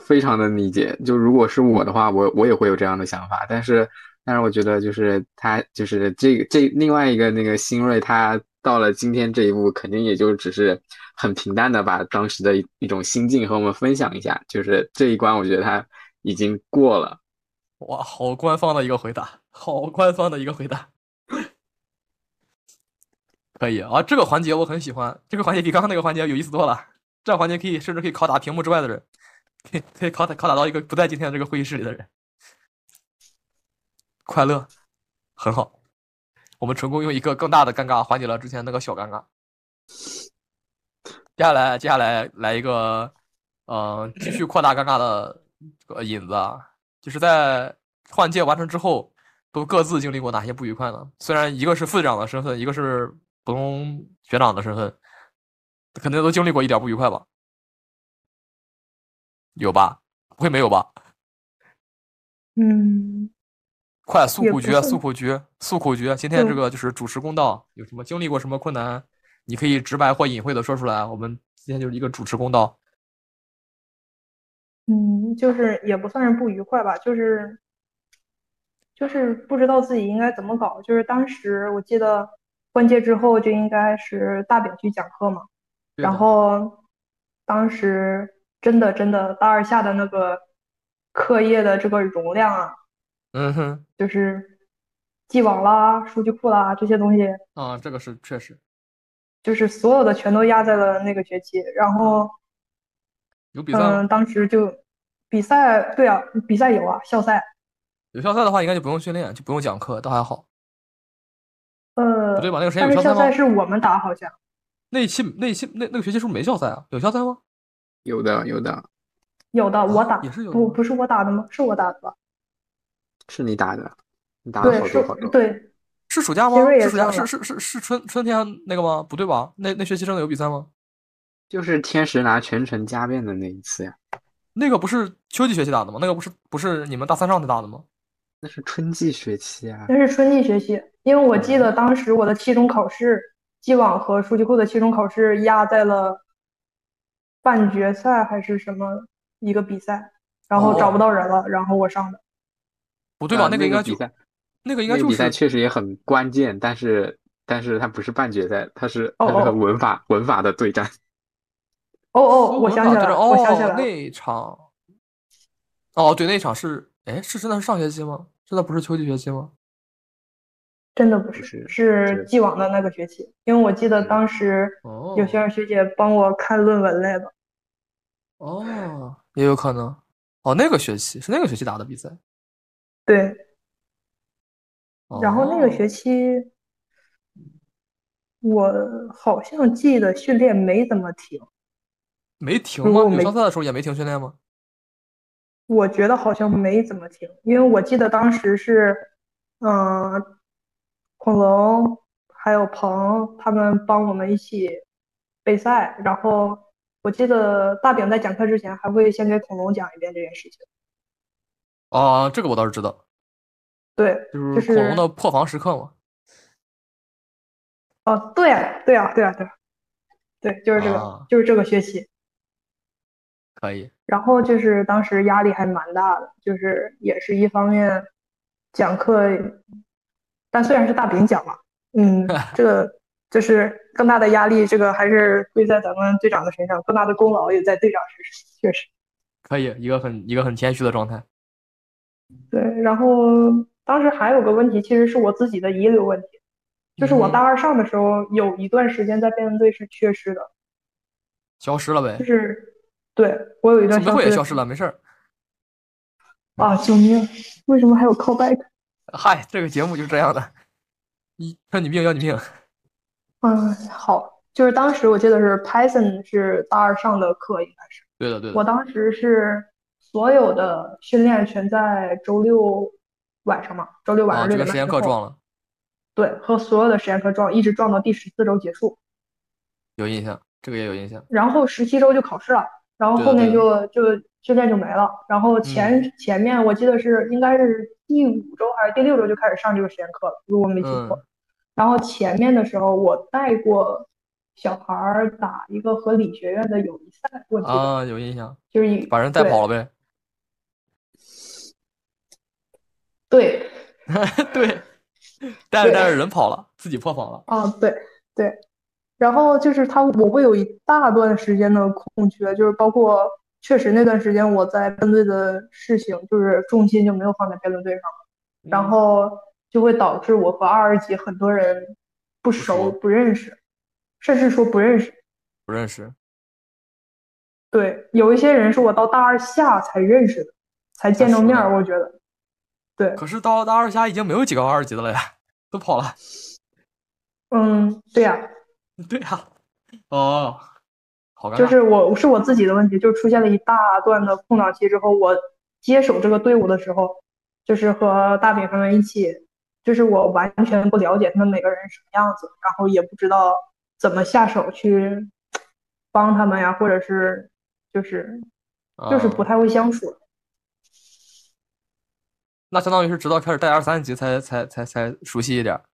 Speaker 2: 非常的理解，就如果是我的话，我我也会有这样的想法，但是但是我觉得就是他就是这个这另外一个那个新锐，他到了今天这一步，肯定也就只是很平淡的把当时的一一种心境和我们分享一下，就是这一关，我觉得他已经过了。
Speaker 1: 哇，好官方的一个回答，好官方的一个回答。可以啊，这个环节我很喜欢，这个环节比刚刚那个环节有意思多了。这个环节可以甚至可以拷打屏幕之外的人，可以可以拷打拷打到一个不在今天的这个会议室里的人。快乐，很好。我们成功用一个更大的尴尬缓解了之前那个小尴尬。接下来，接下来来一个，呃，继续扩大尴尬的这个引子啊。就是在换届完成之后，都各自经历过哪些不愉快呢？虽然一个是副队长的身份，一个是普通学长的身份，肯定都经历过一点不愉快吧？有吧？不会没有吧？
Speaker 3: 嗯，
Speaker 1: 快诉
Speaker 3: 也
Speaker 1: 苦
Speaker 3: 不
Speaker 1: 局，
Speaker 3: 是
Speaker 1: 诉苦局，诉苦局！今天这
Speaker 3: 嗯
Speaker 1: 个就是主持公道，有什么经历过什么困难，你可以直白或隐晦的说出来。我们今天就是一个主持公道。
Speaker 3: 嗯，就是也不算是不愉快吧，就是就是不知道自己应该怎么搞。就是当时我记得换届之后就应该是大表去讲课嘛，
Speaker 1: 对
Speaker 3: 然
Speaker 1: 的
Speaker 3: 后当时真的真的大二下的那个课业的这个容量啊，
Speaker 1: 嗯哼，
Speaker 3: 就是既往啦、数据库啦这些东西，
Speaker 1: 啊，这个是确实
Speaker 3: 就是所有的全都压在了那个学期，然后。
Speaker 1: 有比赛吗？
Speaker 3: 嗯，当时就比赛，对啊，比赛有啊，校赛。
Speaker 1: 有校赛的话，应该就不用训练，就不用讲课，倒还好。
Speaker 3: 呃，
Speaker 1: 不对吧？那个时间
Speaker 3: 但
Speaker 1: 有
Speaker 3: 是
Speaker 1: 校赛
Speaker 3: 校
Speaker 1: 吗
Speaker 3: 赛？是我们打，好像
Speaker 1: 那一期那一期那那个学期是不是没校赛啊？有校赛吗？
Speaker 2: 有的有的，
Speaker 3: 有的我打，
Speaker 1: 啊也是有的
Speaker 3: 不
Speaker 1: 吗
Speaker 3: 不是我打的吗？是我打的吧？
Speaker 2: 是你打的，你打了
Speaker 3: 对，
Speaker 2: 啊好
Speaker 3: 是
Speaker 2: 多好多。
Speaker 3: 对，
Speaker 1: 是暑假吗
Speaker 3: 杰瑞？也
Speaker 1: 是暑假？
Speaker 3: 上
Speaker 1: 是
Speaker 3: 了
Speaker 1: 是是是春春天那个吗？不对吧？那那学期真的有比赛吗？
Speaker 2: 就是天时拿全程加辩的那一次呀，
Speaker 1: 那个不是秋季学期打的吗？那个不是不是你们大三上才打的吗？
Speaker 2: 那是春季学期啊。
Speaker 3: 那是春季学期，因为我
Speaker 2: 嗯
Speaker 3: 记得当时我的期中考试，既往和数据库的期中考试压在了半决赛还是什么一个比赛，然
Speaker 2: 哦
Speaker 3: 后找不到人了，然后我上的。
Speaker 1: 不对吧？
Speaker 2: 啊
Speaker 1: 个
Speaker 2: 那
Speaker 1: 应
Speaker 2: 个
Speaker 1: 该
Speaker 2: 比
Speaker 1: 就
Speaker 2: 赛
Speaker 1: 那个应
Speaker 2: 那
Speaker 1: 该
Speaker 2: 个
Speaker 1: 就
Speaker 2: 比赛
Speaker 1: 是
Speaker 2: 确实也很关键，但是但是它不是半决赛，它是它
Speaker 3: 哦
Speaker 2: 是和
Speaker 3: 哦
Speaker 2: 文法文法的对战。
Speaker 3: 哦哦，
Speaker 1: 哦
Speaker 3: 我想起来了，我想起
Speaker 1: 哦
Speaker 3: 来了，
Speaker 1: 那一场，哦对，那一场是哎是真的是上学期吗？真的不是秋季学期吗？
Speaker 3: 真的不
Speaker 2: 不
Speaker 3: 是，
Speaker 2: 是
Speaker 3: 是
Speaker 2: 是嗯
Speaker 3: 既往的那个学期，因为我记得当时
Speaker 1: 哦
Speaker 3: 有学长学姐帮我看论文来的，
Speaker 1: 哦，也有可能哦，那个学期是那个学期打的比赛。
Speaker 3: 对，然后那个
Speaker 1: 哦
Speaker 3: 学期我好像记得训练没怎么停，
Speaker 1: 没停
Speaker 3: 如
Speaker 1: 吗？
Speaker 3: 果
Speaker 1: 你们
Speaker 3: 没
Speaker 1: 上赛的时候也没停训练吗？
Speaker 3: 我觉得好像没怎么停，因为我记得当时是，嗯、恐龙还有鹏他们帮我们一起备赛，然后我记得大饼在讲课之前还会先给恐龙讲一遍这件事情，
Speaker 1: 啊，这个我倒是知道，
Speaker 3: 对。
Speaker 1: 就是
Speaker 3: 就
Speaker 1: 恐龙
Speaker 3: 是
Speaker 1: 的破防时刻嘛。
Speaker 3: 哦，对啊，对啊，对啊，对啊，对，就是这
Speaker 1: 啊
Speaker 3: 个，就是这个学期。
Speaker 1: 可以，
Speaker 3: 然后就是当时压力还蛮大的，就是也是一方面讲课，但虽然是大饼讲嘛， 嗯，这个就是更大的压力，这个还是归在咱们队长的身上，更大的功劳也在队长身上，确实。
Speaker 1: 可以，一个很一个很谦虚的状态。
Speaker 3: 对，然后当时还有个问题，其实是我自己的遗留问题，就是我
Speaker 1: 嗯
Speaker 3: 大二上的时候有一段时间在辩论队是缺失的，
Speaker 1: 消失了呗
Speaker 3: 就，是对我有一段
Speaker 1: 怎么会也
Speaker 3: 消
Speaker 1: 消
Speaker 3: 失
Speaker 1: 失了？没事儿。
Speaker 3: 啊！救命！为什么还有 callback？
Speaker 1: 嗨，这个节目就是这样的，你要你命要你命。
Speaker 3: 嗯，好，就是当时我记得是 Python 是大二上的课，应该是
Speaker 1: 对的，啊对
Speaker 3: 我
Speaker 1: 的。
Speaker 3: 当时是所有的训练全在周六晚上嘛，周六晚
Speaker 1: 啊，
Speaker 3: 上
Speaker 1: 这个
Speaker 3: 六点
Speaker 1: 实
Speaker 3: 半
Speaker 1: 验
Speaker 3: 之
Speaker 1: 课
Speaker 3: 后，
Speaker 1: 撞了，
Speaker 3: 对，和所有的实验课撞，一直撞到第十四周结束，
Speaker 1: 有印象，这个也有印象。
Speaker 3: 然后十七周就考试了，然后
Speaker 1: 对
Speaker 3: 后
Speaker 1: 的
Speaker 3: 面
Speaker 1: 对嗯
Speaker 3: 就就训练就没了。然后前、前面我记得是应该是第五周还是第六周就开始上这个实验课了，如果我没记错。
Speaker 1: 嗯
Speaker 3: 然后前面的时候我带过小孩儿打一个和理学院的友谊赛，我记得、
Speaker 1: 啊，有印象，
Speaker 3: 就是一
Speaker 1: 把人带跑了呗。
Speaker 3: 对。对
Speaker 1: 对，带着带着人跑了，自己破防了。
Speaker 3: 啊，对对，然后就是他，我会有一大段时间的空缺，就是包括确实那段时间我在辩论队的事情，就是重心就没有放在辩论队上了，
Speaker 1: 嗯
Speaker 3: 然后就会导致我和二十级很多人不熟、
Speaker 1: 熟
Speaker 3: 不认识，甚至说不认识。
Speaker 1: 不认识，
Speaker 3: 对，有一些人是我到大二下才认识的，才见
Speaker 1: 那
Speaker 3: 着
Speaker 1: 是
Speaker 3: 面
Speaker 1: 的
Speaker 3: 儿，我觉得。对，
Speaker 1: 可是到大二下已经没有几个二级的了呀，都跑了。
Speaker 3: 嗯，对呀、
Speaker 1: 对呀、哦，好尴尬。
Speaker 3: 就是我是我自己的问题，就出现了一大段的空档期之后，我接手这个队伍的时候，就是和大饼他们一起，就是我完全不了解他们每个人什么样子，然后也不知道怎么下手去帮他们呀，或者是就是就是不
Speaker 1: 嗯
Speaker 3: 太会相处。
Speaker 1: 那相当于是直到开始带二三级才才才才熟悉一点儿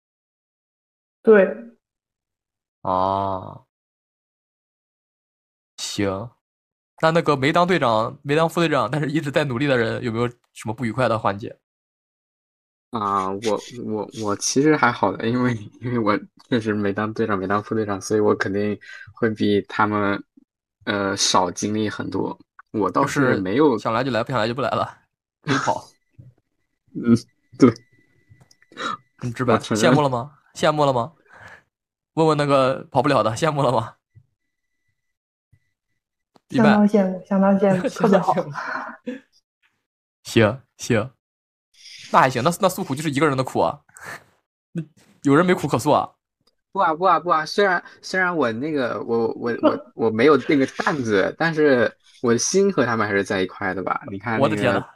Speaker 3: 对，
Speaker 1: 啊。行，那那个没当队长、没当副队长，但是一直在努力的人，有没有什么不愉快的环节？
Speaker 2: 啊，我我我其实还好的，因为因为我确实没当队长，没当副队长，所以我肯定会比他们呃少经历很多。我倒
Speaker 1: 就是是
Speaker 2: 没有，
Speaker 1: 想来就来，不想来就不来了，可以跑。
Speaker 2: 嗯，
Speaker 1: 很直白，
Speaker 2: 承
Speaker 1: 嗯羡
Speaker 2: 认
Speaker 1: 慕了吗？羡慕了吗？问问那个跑不了的，羡慕了吗？明
Speaker 3: 相
Speaker 1: 白。
Speaker 3: 当羡慕，相当羡 慕，特别好。
Speaker 1: 行行，那还行，那那诉苦就是一个人的苦啊，有人没苦可诉啊。
Speaker 2: 不啊不啊不啊！虽然虽然我那个我 我我我没有那个担子，但是我的心和他们还是在一块的吧？你看
Speaker 1: 我
Speaker 2: 那
Speaker 1: 的天
Speaker 2: 个
Speaker 1: 呐，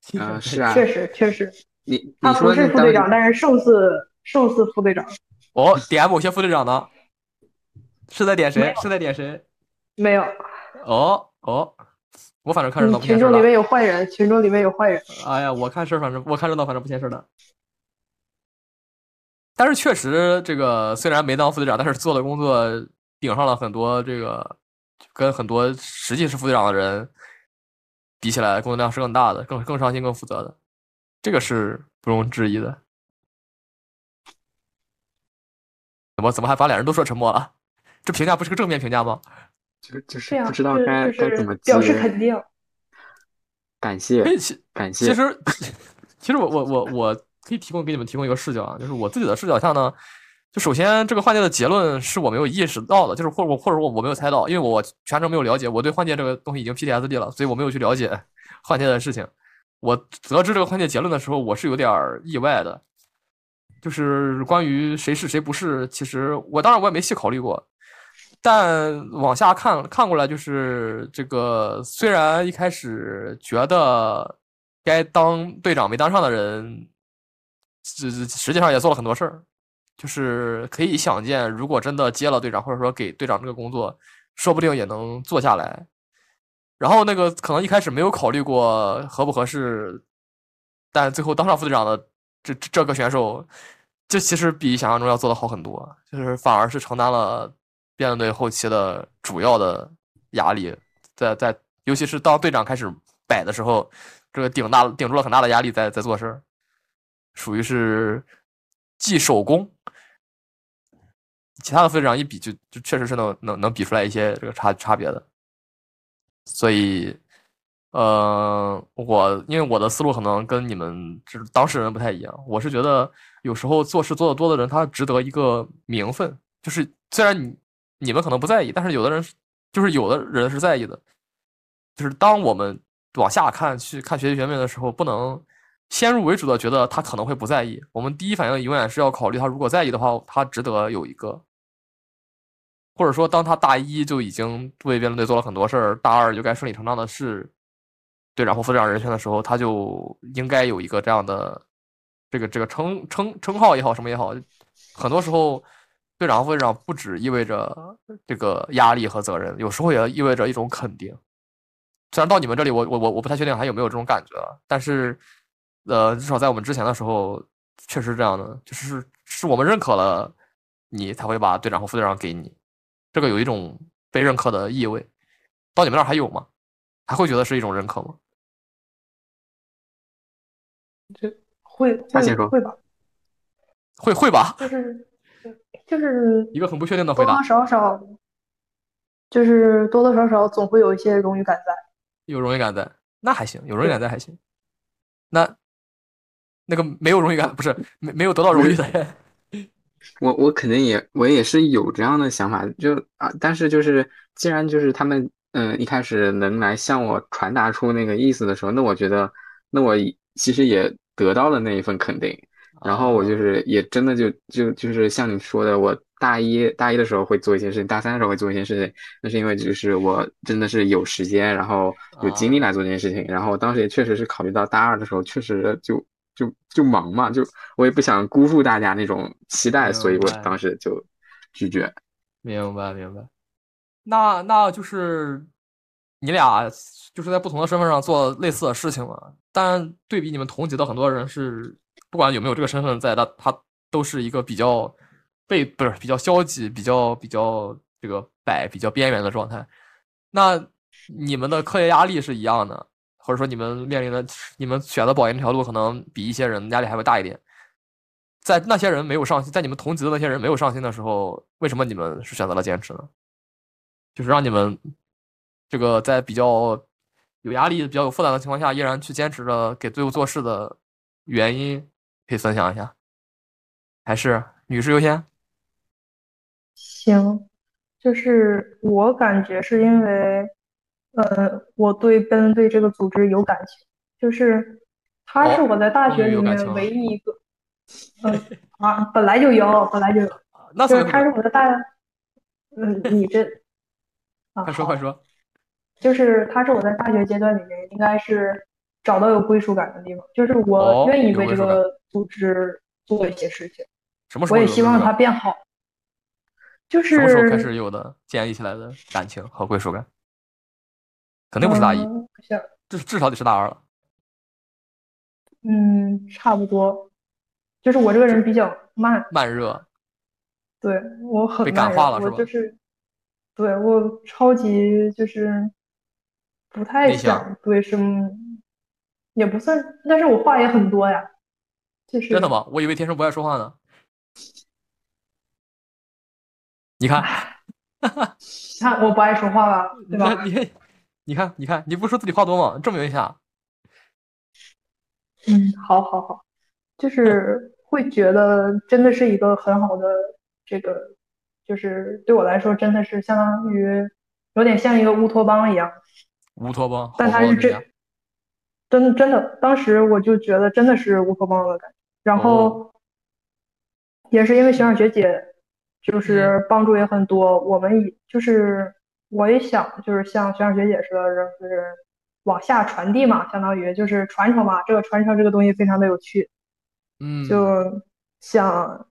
Speaker 1: 心
Speaker 2: 呃
Speaker 1: 疼
Speaker 2: 是
Speaker 1: 太
Speaker 2: 啊
Speaker 3: 确实确实，
Speaker 2: 你
Speaker 3: 他
Speaker 2: 你
Speaker 3: 不
Speaker 2: 说
Speaker 3: 啊是
Speaker 2: 那
Speaker 3: 副队
Speaker 2: 当
Speaker 3: 长，但是胜似胜似副队长。
Speaker 1: 哦，点某些副队长呢？是在点
Speaker 3: 没
Speaker 1: 谁
Speaker 3: 有？
Speaker 1: 是在点谁？
Speaker 3: 没有，
Speaker 1: 哦哦，我反正看热
Speaker 3: 嗯
Speaker 1: 闹不嫌
Speaker 3: 群
Speaker 1: 事儿
Speaker 3: 众里
Speaker 1: 了。
Speaker 3: 面有坏人，群众里面有坏人。
Speaker 1: 哎呀，我看事儿，反正我看热闹，反正不嫌事儿的。但是确实，这个虽然没当副队长，但是做的工作顶上了很多这个跟很多实际是副队长的人比起来，工作量是更大的，更更上心、更负责的，这个是不容置疑的。怎么怎么还把俩人都说沉默了？这评价不是个正面评价吗？
Speaker 2: 就就是
Speaker 3: 对呀，
Speaker 2: 不知道
Speaker 3: 就是
Speaker 2: 该
Speaker 3: 就
Speaker 2: 该怎
Speaker 3: 是
Speaker 2: 么
Speaker 3: 表
Speaker 2: 接
Speaker 3: 示肯定。
Speaker 2: 感谢
Speaker 1: 哎其
Speaker 2: 感
Speaker 1: 其
Speaker 2: 谢，
Speaker 1: 实， 其实我我我我可以提供给你们提供一个视角啊，就是我自己的视角下呢，就首先这个幻界的结论是我没有意识到的，就是或者我或者我我没有猜到，因为我全程没有了解，我对幻界这个东西已经 PTSD 了，所以我没有去了解 幻界的事情。我得知这个幻界结论的时候，我是有点儿意外的，就是关于谁是谁不是，其实我当然我也没细考虑过，但往下看看过来，就是这个虽然一开始觉得该当队长没当上的人，实实际上也做了很多事儿，就是可以想见，如果真的接了队长，或者说给队长这个工作，说不定也能做下来。然后那个可能一开始没有考虑过合不合适，但最后当上副队长的这这这个选手，这其实比想象中要做的好很多，就是反而是承担了辩论队后期的主要的压力，在在尤其是当队长开始摆的时候，这个顶大顶住了很大的压力在在做事儿，属于是既手工。其他的副队长一比就，就确实是能能能比出来一些这个差差别的。所以，呃，我因为我的思路可能跟你们就是当事人不太一样，我是觉得有时候做事做得多的人，他值得一个名分，就是虽然你你们可能不在意，但是有的人是就是有的人是在意的，就是当我们往下看去看学习学妹的时候，不能。先入为主的觉得他可能会不在意，我们第一反应永远是要考虑他如果在意的话，他值得有一个或者说当他大一就已经为辩论队做了很多事儿，大二就该顺理成章的是队长或副队长人选的时候，他就应该有一个这样的这个这个称称称号也好，什么也好，很多时候队长和副队长不只意味着这个压力和责任，有时候也意味着一种肯定。虽然到你们这里我，我我我不太确定还有没有这种感觉，啊但是，呃，至少在我们之前的时候，确实是这样的，就是是我们认可了你，才会把队长和副队长给你，这个有一种被认可的意味。到你们那儿还有吗？还会觉得是一种认可吗？
Speaker 3: 这会
Speaker 2: 大姐说
Speaker 3: 会会吧，
Speaker 1: 会会吧，
Speaker 3: 就是就是
Speaker 1: 一个很不确定的
Speaker 3: 多
Speaker 1: 回答
Speaker 3: 多，少少，就是多多少少总会有一些荣誉感在。
Speaker 1: 有荣誉感在，那还行，有荣誉感在还行。那那个没有荣誉感，不是没没有得到荣誉的人，
Speaker 2: 我我肯定也我也是有这样的想法，就啊，但是就是既然就是他们嗯、呃一开始能来向我传达出那个意思的时候，那我觉得那我也其实也得到了那一份肯定，然后
Speaker 1: 哦
Speaker 2: 我就是也真的就就就是像你说的，我大一大一的时候会做一些事情，大三的时候会做一些事情，那是因为就是我真的是有时间，然后有精
Speaker 1: 哦
Speaker 2: 力来做这件事情，然后我当时也确实是考虑到大二的时候确实就。就就忙嘛，就我也不想辜负大家那种期待，所以我
Speaker 1: 明白
Speaker 2: 当时就拒绝。
Speaker 1: 明白明白。那那就是你俩就是在不同的身份上做类似的事情了，但对比你们同级的很多人是，不管有没有这个身份在，他他都是一个比较被不是比较消极、比较比较这个摆、比较边缘的状态。那你们的课业压力是一样的，或者说你们面临的、你们选择保研这条路，可能比一些人压力还会大一点。在那些人没有上心，在你们同级的那些人没有上心的时候，为什么你们是选择了坚持呢？就是让你们这个在比较有压力、比较有负担的情况下，依然去坚持着给队伍做事的原因，可以分享一下。还是女士优先？
Speaker 3: 行，就是我感觉是因为，呃，我对奔恩队这个组织有感情，就是它是
Speaker 1: 哦
Speaker 3: 我在大
Speaker 1: 终
Speaker 3: 学
Speaker 1: 于
Speaker 3: 里
Speaker 1: 有感
Speaker 3: 面
Speaker 1: 情了
Speaker 3: 唯一 一个，嗯啊，本来就有，本来就有，
Speaker 1: 那
Speaker 3: 就
Speaker 1: 所以
Speaker 3: 是它是我的大，嗯，你这，啊，
Speaker 1: 快说
Speaker 3: 好
Speaker 1: 快说，
Speaker 3: 就是它是我在大学阶段里面应该是找到有归属感的地方，就是
Speaker 1: 哦
Speaker 3: 我愿意
Speaker 1: 有
Speaker 3: 为
Speaker 1: 归
Speaker 3: 这
Speaker 1: 属
Speaker 3: 个组织做一些事情，
Speaker 1: 什么时
Speaker 3: 我
Speaker 1: 候
Speaker 3: 也
Speaker 1: 有
Speaker 3: 希
Speaker 1: 的
Speaker 3: 望
Speaker 1: 归属
Speaker 3: 它
Speaker 1: 感
Speaker 3: 变好，就
Speaker 1: 什么时候开
Speaker 3: 是
Speaker 1: 始有的建立起来的感情和归属感？肯定不是大一，
Speaker 3: 嗯，行，
Speaker 1: 至至少得是大二了。
Speaker 3: 嗯，差不多，就是我这个人比较慢，
Speaker 1: 慢热，
Speaker 3: 对，我很
Speaker 1: 被
Speaker 3: 慢
Speaker 1: 感化
Speaker 3: 热
Speaker 1: 了
Speaker 3: 我
Speaker 1: 是吧
Speaker 3: 就是，对，我超级就是不太
Speaker 1: 内向
Speaker 3: 想对什么，也不算，但是我话也很多呀，就是
Speaker 1: 真的吗？我以为天生不爱说话呢。你看，
Speaker 3: 你看我不爱说话吧，
Speaker 1: 你
Speaker 3: 对
Speaker 1: 看，
Speaker 3: 吧？
Speaker 1: 你看，你看，你看，你不是说自己话多吗？证明一下。
Speaker 3: 嗯，好好好，就是会觉得真的是一个很好的这个，就是对我来说真的是相当于有点像一个乌托邦一样。
Speaker 1: 乌托邦，
Speaker 3: 但
Speaker 1: 好
Speaker 3: 他
Speaker 1: 多
Speaker 3: 是
Speaker 1: 人家
Speaker 3: 真，真真的，当时我就觉得真的是乌托邦的感觉。然
Speaker 1: 哦
Speaker 3: 后也是因为学长学姐
Speaker 1: 嗯
Speaker 3: 就是帮助也很多，我们也就是我也想就是像学长学姐似的，就是往下传递嘛，相当于就是传承嘛。这个传承这个东西非常的有趣，
Speaker 1: 嗯，
Speaker 3: 就想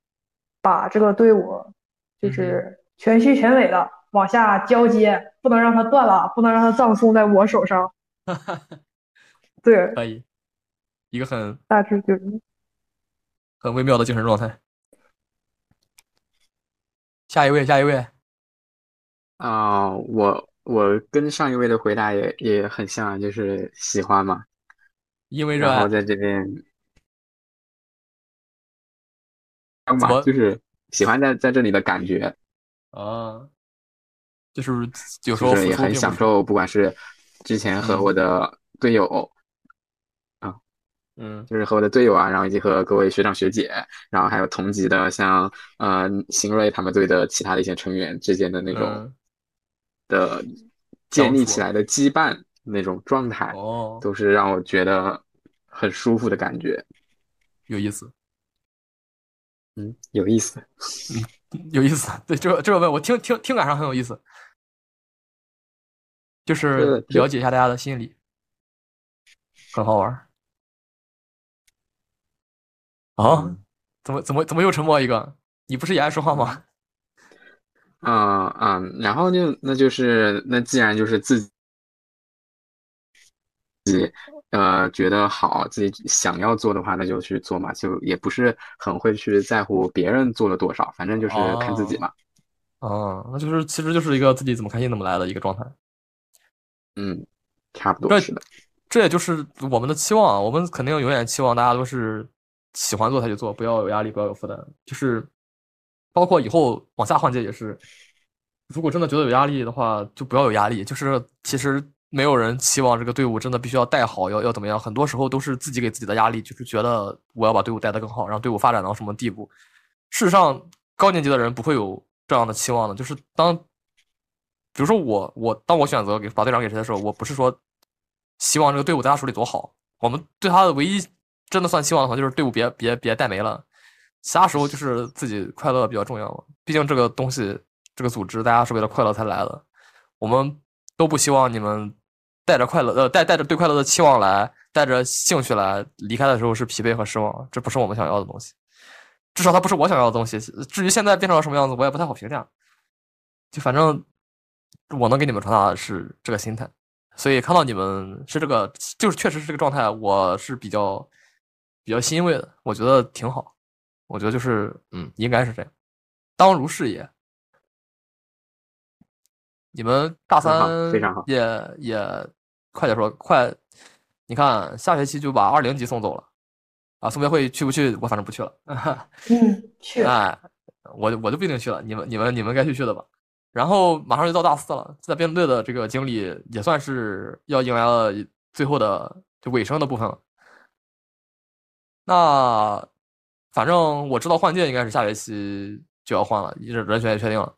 Speaker 3: 把这个队伍
Speaker 1: 嗯
Speaker 3: 就是全虚全尾的往下交接，不能让它断了，不能让它葬送在我手 上。对，
Speaker 1: 可以，一个很
Speaker 3: 大致就是
Speaker 1: 很微妙的精神状态。下一位，下一位，
Speaker 2: 啊、我我跟上一位的回答也也很像啊，就是喜欢嘛，
Speaker 1: 因为热
Speaker 2: 然
Speaker 1: 爱
Speaker 2: 后在这边，干
Speaker 1: 怎
Speaker 2: 嘛
Speaker 1: 么
Speaker 2: 就是喜欢在在这里的感觉，
Speaker 1: 啊，就是有时
Speaker 2: 就
Speaker 1: 候
Speaker 2: 是
Speaker 1: 付
Speaker 2: 也
Speaker 1: 出
Speaker 2: 很
Speaker 1: 并
Speaker 2: 享
Speaker 1: 不嗯是，
Speaker 2: 受，不管是之前和我的队友，
Speaker 1: 嗯，
Speaker 2: 就是和我的队友啊，然后以及和各位学长学姐，然后还有同级的像呃新锐他们队的其他的一些成员之间的那种。
Speaker 1: 嗯
Speaker 2: 的建立
Speaker 1: 相处
Speaker 2: 起来的羁绊那种状态，
Speaker 1: 哦，
Speaker 2: 都是让我觉得很舒服的感觉。
Speaker 1: 有意思，
Speaker 2: 嗯，有意思。
Speaker 1: 有意思。对，这个这个问我听听听感上很有意思，就是
Speaker 2: 这这
Speaker 1: 了解一下大家的心理，很好玩儿。啊，
Speaker 2: 嗯
Speaker 1: 怎么怎么怎么又沉默一个？你不是也爱说话吗？
Speaker 2: 啊嗯嗯，然后就那就是那既然就是自己己呃觉得好，自己想要做的话，那就去做嘛，就也不是很会去在乎别人做了多少，反正就是看自己嘛。
Speaker 1: 哦，那就是其实就是一个自己怎么开心怎么来的一个状态。
Speaker 2: 嗯，差不多
Speaker 1: 这
Speaker 2: 是的。
Speaker 1: 这也就是我们的期望啊，我们肯定永远期望大家都是喜欢做他就做，不要有压力，不要有负担。就是包括以后往下环节也是，如果真的觉得有压力的话，就不要有压力。就是其实没有人期望这个队伍真的必须要带好，要要怎么样，很多时候都是自己给自己的压力，就是觉得我要把队伍带得更好，让队伍发展到什么地步。事实上，高年级的人不会有这样的期望的，就是当。比如说我我当我选择给把队长给谁的时候，我不是说希望这个队伍在他手里多好，我们对他的唯一真的算期望的话，就是队伍别别别带没了。其他时候就是自己快乐比较重要嘛，毕竟这个东西这个组织大家是为了快乐才来的，我们都不希望你们带着快乐呃带带着对快乐的期望来，带着兴趣来离开的时候是疲惫和失望，这不是我们想要的东西，至少它不是我想要的东西。至于现在变成了什么样子，我也不太好评价。就反正我能给你们传达的是这个心态，所以看到你们是这个，就是确实是这个状态，我是比较比较欣慰的，我觉得挺好，我觉得就是嗯，应该是这样，当如是也。你们大
Speaker 2: 很好
Speaker 1: 三
Speaker 2: 非常好
Speaker 1: 也也快点说快，你看下学期就把二零级送走了，啊，送别会去不去？我反正不去了。
Speaker 3: 嗯，去，
Speaker 1: 哎，我就我就不一定去了，你们你们你们该去去的吧。然后马上就到大四了，在辩论队的这个经历也算是要迎来了最后的就尾声的部分了。那反正我知道换届应该是下学期就要换了，人人选也确定了，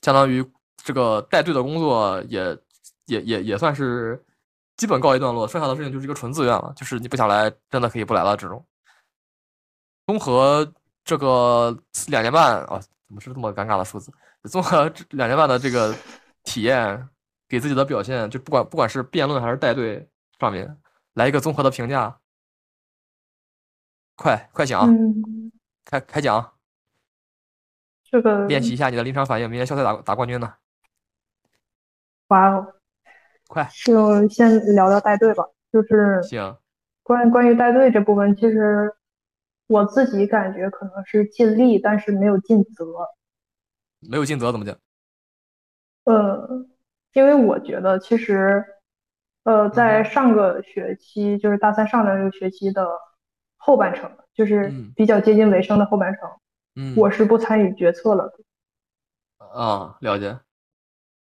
Speaker 1: 相当于这个带队的工作也也也也算是基本告一段落，剩下的事情就是一个纯自愿了，就是你不想来真的可以不来了这种。综合这个两年半啊，怎么是这么尴尬的数字？综合这两年半的这个体验，给自己的表现，就不管不管是辩论还是带队上面，来一个综合的评价。快快讲，
Speaker 3: 嗯，
Speaker 1: 开开讲，
Speaker 3: 这个
Speaker 1: 练习一下你的临场反应，明年校赛打打冠军呢，
Speaker 3: 哇哦，
Speaker 1: 快
Speaker 3: 就先聊聊带队吧，就是
Speaker 1: 行，
Speaker 3: 关关于带队这部分，其实我自己感觉可能是尽力，但是没有尽责。
Speaker 1: 没有尽责怎么讲？
Speaker 3: 呃，因为我觉得其实，呃，在
Speaker 1: 嗯
Speaker 3: 上个学期，就是大三上的这个学期的后半程，就是
Speaker 1: 嗯
Speaker 3: 比较接近尾声的后半程，
Speaker 1: 嗯，
Speaker 3: 我是不参与决策了的。
Speaker 1: 啊了解，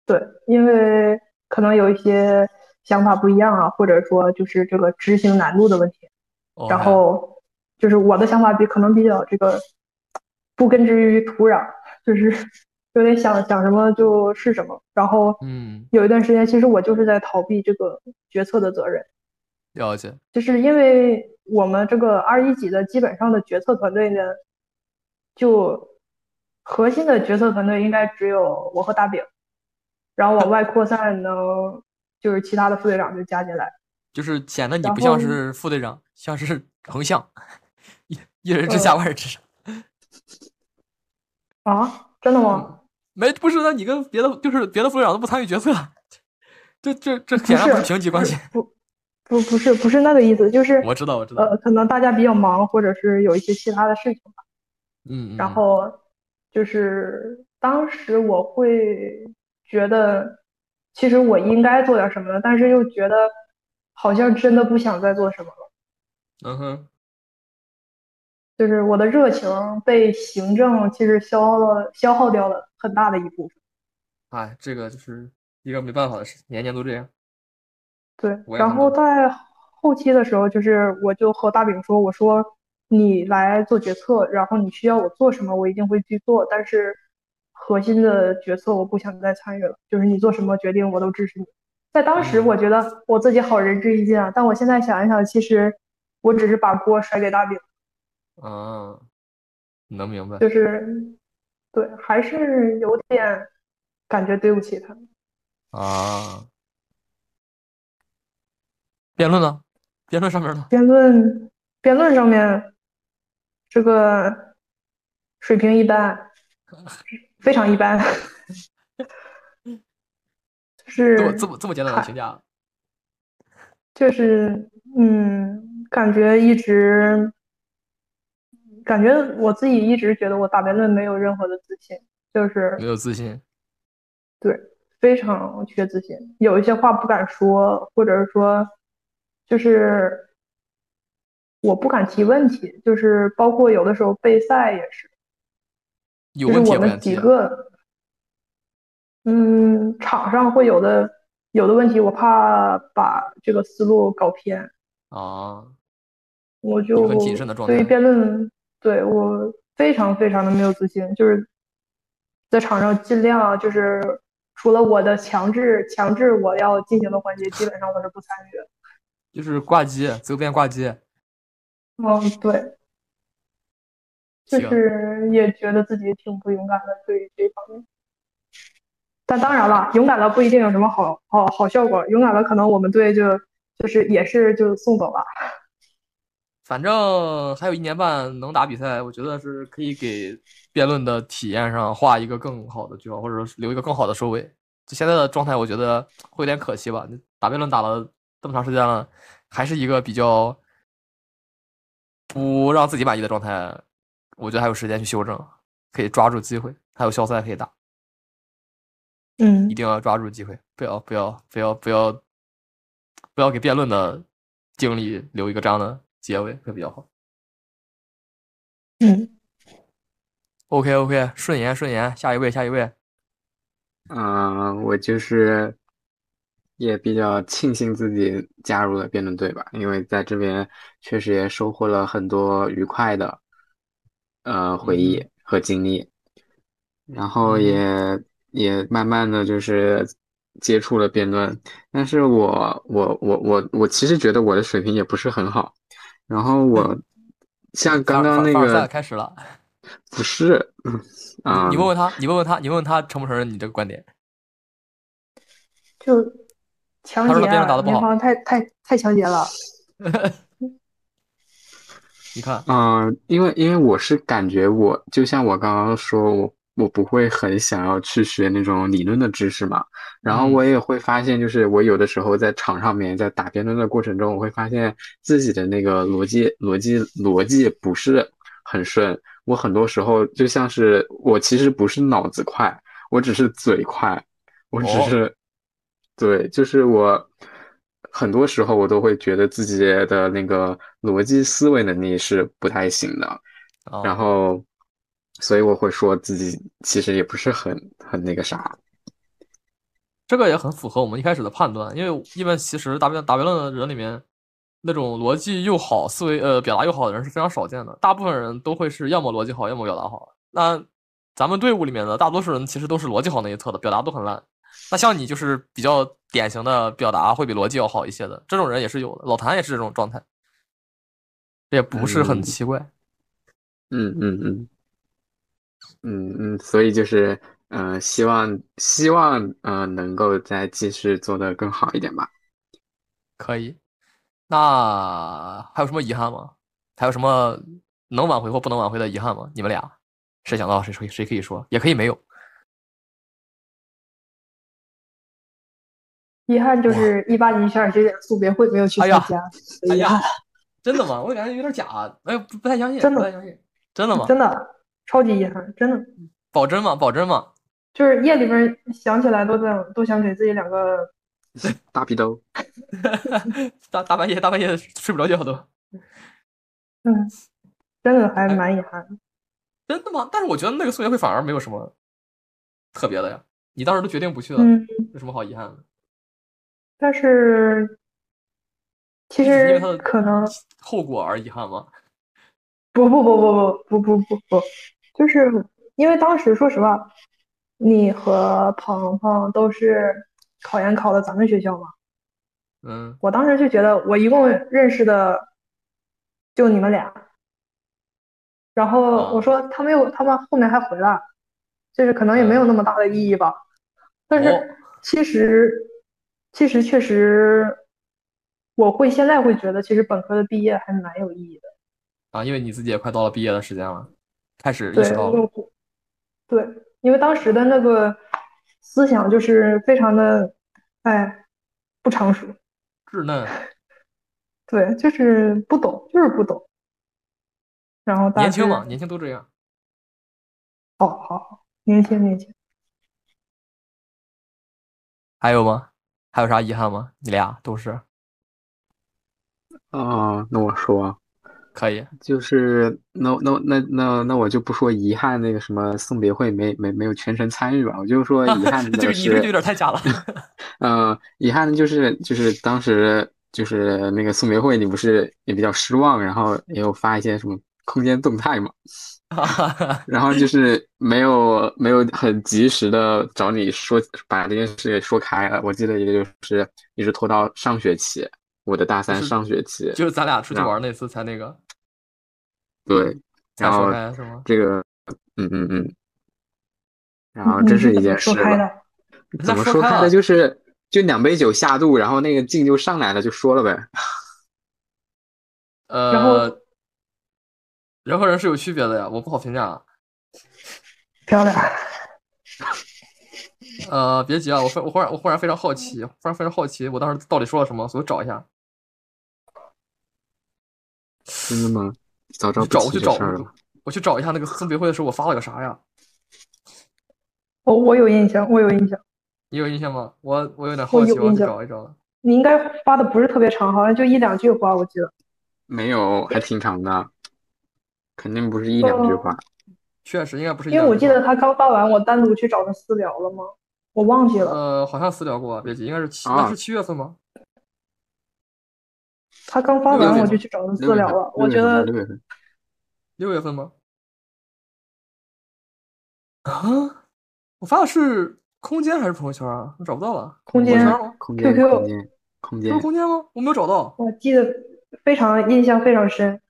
Speaker 3: 对，因为可能有一些想法不一样啊，或者说就是这个执行难度的问题。
Speaker 1: 哦
Speaker 3: 然后就是我的想法比可能比较这个不根植于土壤，就是 有点想想什么就是什么。然后
Speaker 1: 嗯
Speaker 3: 有一段时间，其实我就是在逃避这个决策的责任，
Speaker 1: 了解，
Speaker 3: 就是因为我们这个二一级的基本上的决策团队呢，就核心的决策团队应该只有我和大饼，然后往外扩散呢，就是其他的副队长就加进来。
Speaker 1: 就是显得你
Speaker 3: 然
Speaker 1: 不像
Speaker 3: 后
Speaker 1: 是副队长，像是丞相， 一一人之下
Speaker 3: 呃
Speaker 1: 万人之上。
Speaker 3: 啊，真的吗？
Speaker 1: 嗯没，不是，那你跟别的就是别的副队长都不参与决策，这这这显然不是平级关系。
Speaker 3: 不不不是不是那个意思，就是
Speaker 1: 我知道，我知道，
Speaker 3: 呃，可能大家比较忙，或者是有一些其他的事情吧。
Speaker 1: 嗯，嗯
Speaker 3: 然后就是当时我会觉得，其实我应该做点什么的，但是又觉得好像真的不想再做什么了。
Speaker 1: 嗯哼，
Speaker 3: 就是我的热情被行政其实消耗了，消耗掉了很大的一部分。
Speaker 1: 哎，这个就是一个没办法的事情，年年都这样。
Speaker 3: 对，
Speaker 1: 我也
Speaker 3: 然
Speaker 1: 很
Speaker 3: 后
Speaker 1: 懂
Speaker 3: 在后期的时候，就是我就和大饼说，我说你来做决策，然后你需要我做什么，我一定会去做，但是核心的决策我不想再参与了，就是你做什么决定我都支持你。在当
Speaker 1: 嗯
Speaker 3: 时，我觉得我自己好仁至义尽啊，但我现在想一想，其实我只是把锅甩给大饼，
Speaker 1: 啊，能明白。
Speaker 3: 就是对，还是有点感觉对不起他。
Speaker 1: 啊，辩论呢？辩论上面呢？
Speaker 3: 辩论辩论上面，这个水平一般，非常一般，就
Speaker 1: 这么
Speaker 3: 是
Speaker 1: 这么这么简短的评价，
Speaker 3: 就是嗯，感觉一直，感觉我自己一直觉得我打辩论没有任何的自信，就是
Speaker 1: 没有自信。
Speaker 3: 对，非常缺自信，有一些话不敢说，或者是说，就是我不敢提问题，就是包括有的时候备赛也是，
Speaker 1: 有
Speaker 3: 就是
Speaker 1: 问题
Speaker 3: 我
Speaker 1: 也不
Speaker 3: 们
Speaker 1: 敢
Speaker 3: 几
Speaker 1: 提啊。
Speaker 3: 个，嗯，场上会有的有的问题，我怕把这个思路搞偏，
Speaker 1: 啊，
Speaker 3: 我
Speaker 1: 一
Speaker 3: 就
Speaker 1: 个很谨慎的状
Speaker 3: 对于
Speaker 1: 态
Speaker 3: 辩论，对我非常非常的没有自信，就是在场上尽量啊就是除了我的强制强制我要进行的环节，基本上我是不参与的。
Speaker 1: 就是挂机，自由辩挂机。
Speaker 3: 嗯，对，就
Speaker 1: 行
Speaker 3: 是也觉得自己挺不勇敢的，对于这方面。但当然了，勇敢了不一定有什么好好好效果，勇敢了可能我们队就就是也是就送走了。
Speaker 1: 反正还有一年半能打比赛，我觉得是可以给辩论的体验上画一个更好的句号，或者说是留一个更好的收尾。就现在的状态，我觉得会有点可惜吧。你打辩论打了这么长时间了，还是一个比较不让自己满意的状态，我觉得还有时间去修正，可以抓住机会，还有校赛可以打，
Speaker 3: 嗯
Speaker 1: 一定要抓住机会，不要不要不要不要不要给辩论的经历留一个这样的结尾会比较好。
Speaker 3: 嗯，
Speaker 1: OK OK，顺延顺延，下一位下一位，
Speaker 2: 啊、我就是也比较庆幸自己加入了辩论队吧，因为在这边确实也收获了很多愉快的呃回忆
Speaker 1: 嗯
Speaker 2: 和经历，然后也也慢慢的就是接触了辩论，但是我我我我我其实觉得我的水平也不是很好，然后我
Speaker 1: 嗯
Speaker 2: 像刚刚
Speaker 1: 凡
Speaker 2: 那
Speaker 1: 凡尔赛
Speaker 2: 个
Speaker 1: 开始了，
Speaker 2: 不是，嗯啊
Speaker 1: 你你问问他，你问问他，你问问他承不承认你这个观点？
Speaker 3: 就强
Speaker 1: 他说
Speaker 3: 劫，
Speaker 1: 他
Speaker 3: 啊
Speaker 1: 辩论打得不
Speaker 3: 那
Speaker 1: 好
Speaker 3: 方太太太强劫了。
Speaker 1: 你看，
Speaker 2: 嗯、呃因为因为我是感觉我就像我刚刚说，我我不会很想要去学那种理论的知识嘛，然后
Speaker 1: 嗯
Speaker 2: 我也会发现，就是我有的时候在场上面在打辩论的过程中，我会发现自己的那个逻辑逻辑逻辑不是很顺，我很多时候就像是我其实不是脑子快，我只是嘴快，我只
Speaker 1: 哦
Speaker 2: 是，对，就是我很多时候我都会觉得自己的那个逻辑思维能力是不太行的，
Speaker 1: 啊、
Speaker 2: 然后，所以我会说自己其实也不是很很那个啥，
Speaker 1: 这个也很符合我们一开始的判断，因为因为其实打辩打辩论的人里面，那种逻辑又好、思维呃表达又好的人是非常少见的，大部分人都会是要么逻辑好，要么表达好。那咱们队伍里面的大多数人其实都是逻辑好那一侧的，表达都很烂。那像你就是比较典型的表达会比逻辑要好一些的，这种人也是有的，老谭也是这种状态，这也不是很
Speaker 2: 嗯
Speaker 1: 奇怪。
Speaker 2: 嗯嗯嗯嗯嗯，所以就是嗯、呃希望希望嗯、呃能够再继续做得更好一点吧。
Speaker 1: 可以，那还有什么遗憾吗？还有什么能挽回或不能挽回的遗憾吗？你们俩谁想到谁谁谁可以说，也可以没有。
Speaker 3: 遗憾就是一八年小耳学姐速别会没有去
Speaker 1: 哎
Speaker 3: 参
Speaker 1: 呀
Speaker 3: 加，
Speaker 1: 哎
Speaker 3: 遗
Speaker 1: 呀
Speaker 3: 憾，，
Speaker 1: 真的吗？我感觉有点假，哎，不不太相信，
Speaker 3: 真的
Speaker 1: 不太相信，真的吗？
Speaker 3: 真的超级遗憾，真的
Speaker 1: 保真吗？保真吗？
Speaker 3: 就是夜里边想起来都想都想给自己两个，
Speaker 2: 大逼兜，
Speaker 1: 大大半夜大半夜睡不着觉都，
Speaker 3: 嗯，真的
Speaker 1: 哎
Speaker 3: 还蛮遗憾的。
Speaker 1: 真的吗？但是我觉得那个数学会反而没有什么特别的呀。你当时都决定不去了，
Speaker 3: 嗯，
Speaker 1: 有什么好遗憾的？
Speaker 3: 但是其
Speaker 1: 只是因为
Speaker 3: 实
Speaker 1: 它的
Speaker 3: 可能
Speaker 1: 后果而遗憾吗？
Speaker 3: 不不不不不不不不不，就是因为当时说实话，你和鹏鹏都是考研考的咱们学校嘛。
Speaker 1: 嗯，
Speaker 3: 我当时就觉得，我一共认识的就你们俩。然后我说他没有，他们后面还回来，就是可能也没有那么大的意义吧。但
Speaker 1: 哦
Speaker 3: 是其实，其实确实，我会现在会觉得，其实本科的毕业还蛮有意义的。
Speaker 1: 啊，因为你自己也快到了毕业的时间了，开始意
Speaker 3: 对，
Speaker 1: 识到了。
Speaker 3: 我对，因为当时的那个思想就是非常的，哎，不成熟。
Speaker 1: 稚嫩，
Speaker 3: 对，就是不懂，就是不懂。然后大
Speaker 1: 年轻
Speaker 3: 致
Speaker 1: 嘛，年轻都这样。
Speaker 3: 好好好，年轻年轻，
Speaker 1: 还有吗？还有啥遗憾吗？你俩都是
Speaker 2: 啊，那我说啊，
Speaker 1: 可以，
Speaker 2: 就是那那那那那我就不说遗憾那个什么送别会没没没有全程参与吧，我就说遗憾
Speaker 1: 这
Speaker 2: 的
Speaker 1: 个你这
Speaker 2: 是
Speaker 1: 就有点太假 了。
Speaker 2: 呃，遗憾的就是就是当时就是那个送别会，你不是也比较失望，然后也有发一些什么空间动 态嘛，然后就是没有没有很及时的找你说把这件事给说开了。我记得也就是一直拖到上学期，我的大三
Speaker 1: 就是
Speaker 2: 上学期，
Speaker 1: 就是咱俩出去
Speaker 2: 那
Speaker 1: 玩那次才那个
Speaker 2: 对，
Speaker 1: 才
Speaker 2: 然
Speaker 1: 说
Speaker 2: 后
Speaker 1: 开是吗？
Speaker 2: 这个，嗯嗯嗯，然
Speaker 3: 你
Speaker 2: 后
Speaker 3: 嗯
Speaker 2: 啊
Speaker 3: 你
Speaker 2: 这是
Speaker 3: 是
Speaker 2: 一
Speaker 3: 怎么
Speaker 2: 件
Speaker 3: 说
Speaker 2: 事
Speaker 3: 开
Speaker 2: 吧。
Speaker 3: 的？
Speaker 1: 那
Speaker 2: 怎么
Speaker 1: 说
Speaker 2: 说
Speaker 1: 开
Speaker 2: 开
Speaker 1: 了
Speaker 2: 的就是就两杯酒下肚，然后那个劲就上来了，就说了呗。
Speaker 3: 然后
Speaker 1: 呃，人和人是有区别的呀，我不好评价啊。
Speaker 3: 漂亮，
Speaker 1: 呃，别急啊，我非我忽然我忽然非常好奇，忽然非常好奇，我当时到底说了什么，所以我找一下，
Speaker 2: 真的吗？早知
Speaker 1: 我
Speaker 2: 道
Speaker 1: 去找我去
Speaker 2: 不提这
Speaker 1: 找
Speaker 2: 事儿了。
Speaker 1: 我去找一下那个送别会的时候我发了个啥呀？
Speaker 3: 我我有印象，我有印象。
Speaker 1: 你有印象吗？我我有点
Speaker 3: 我
Speaker 1: 好奇，
Speaker 3: 有
Speaker 1: 我要
Speaker 3: 印
Speaker 1: 去
Speaker 3: 象
Speaker 1: 找一找了。
Speaker 3: 你应该发的不是特别长，好像就一两句话，我记得。
Speaker 2: 没有，还挺长的，肯定不是一两句话。
Speaker 3: 哦
Speaker 1: 确实应该不是一
Speaker 3: 因为
Speaker 1: 两
Speaker 3: 我
Speaker 1: 句
Speaker 3: 记
Speaker 1: 话
Speaker 3: 得他刚发完，我单独去找他私聊了吗？我忘记了。
Speaker 1: 呃，好像私聊过，别急，应该是七，
Speaker 2: 啊
Speaker 1: 那是七月份吗？
Speaker 3: 他刚发
Speaker 1: 六月
Speaker 3: 完，我
Speaker 1: 份
Speaker 3: 就去找他
Speaker 2: 六
Speaker 3: 私
Speaker 2: 月
Speaker 3: 聊
Speaker 2: 份
Speaker 3: 了。我
Speaker 2: 六
Speaker 3: 觉
Speaker 2: 月份吧
Speaker 3: 得
Speaker 2: 六月份，
Speaker 1: 六月份吗？啊，我发的是空间还是朋友圈啊？我找不到了，
Speaker 3: 空
Speaker 1: 朋友
Speaker 3: 间
Speaker 1: 圈吗？
Speaker 2: 空间，
Speaker 3: QQ
Speaker 2: 空间，空
Speaker 1: 不是
Speaker 2: 间，
Speaker 1: 空间吗？我没有找到，
Speaker 3: 我记得非常印象非常深。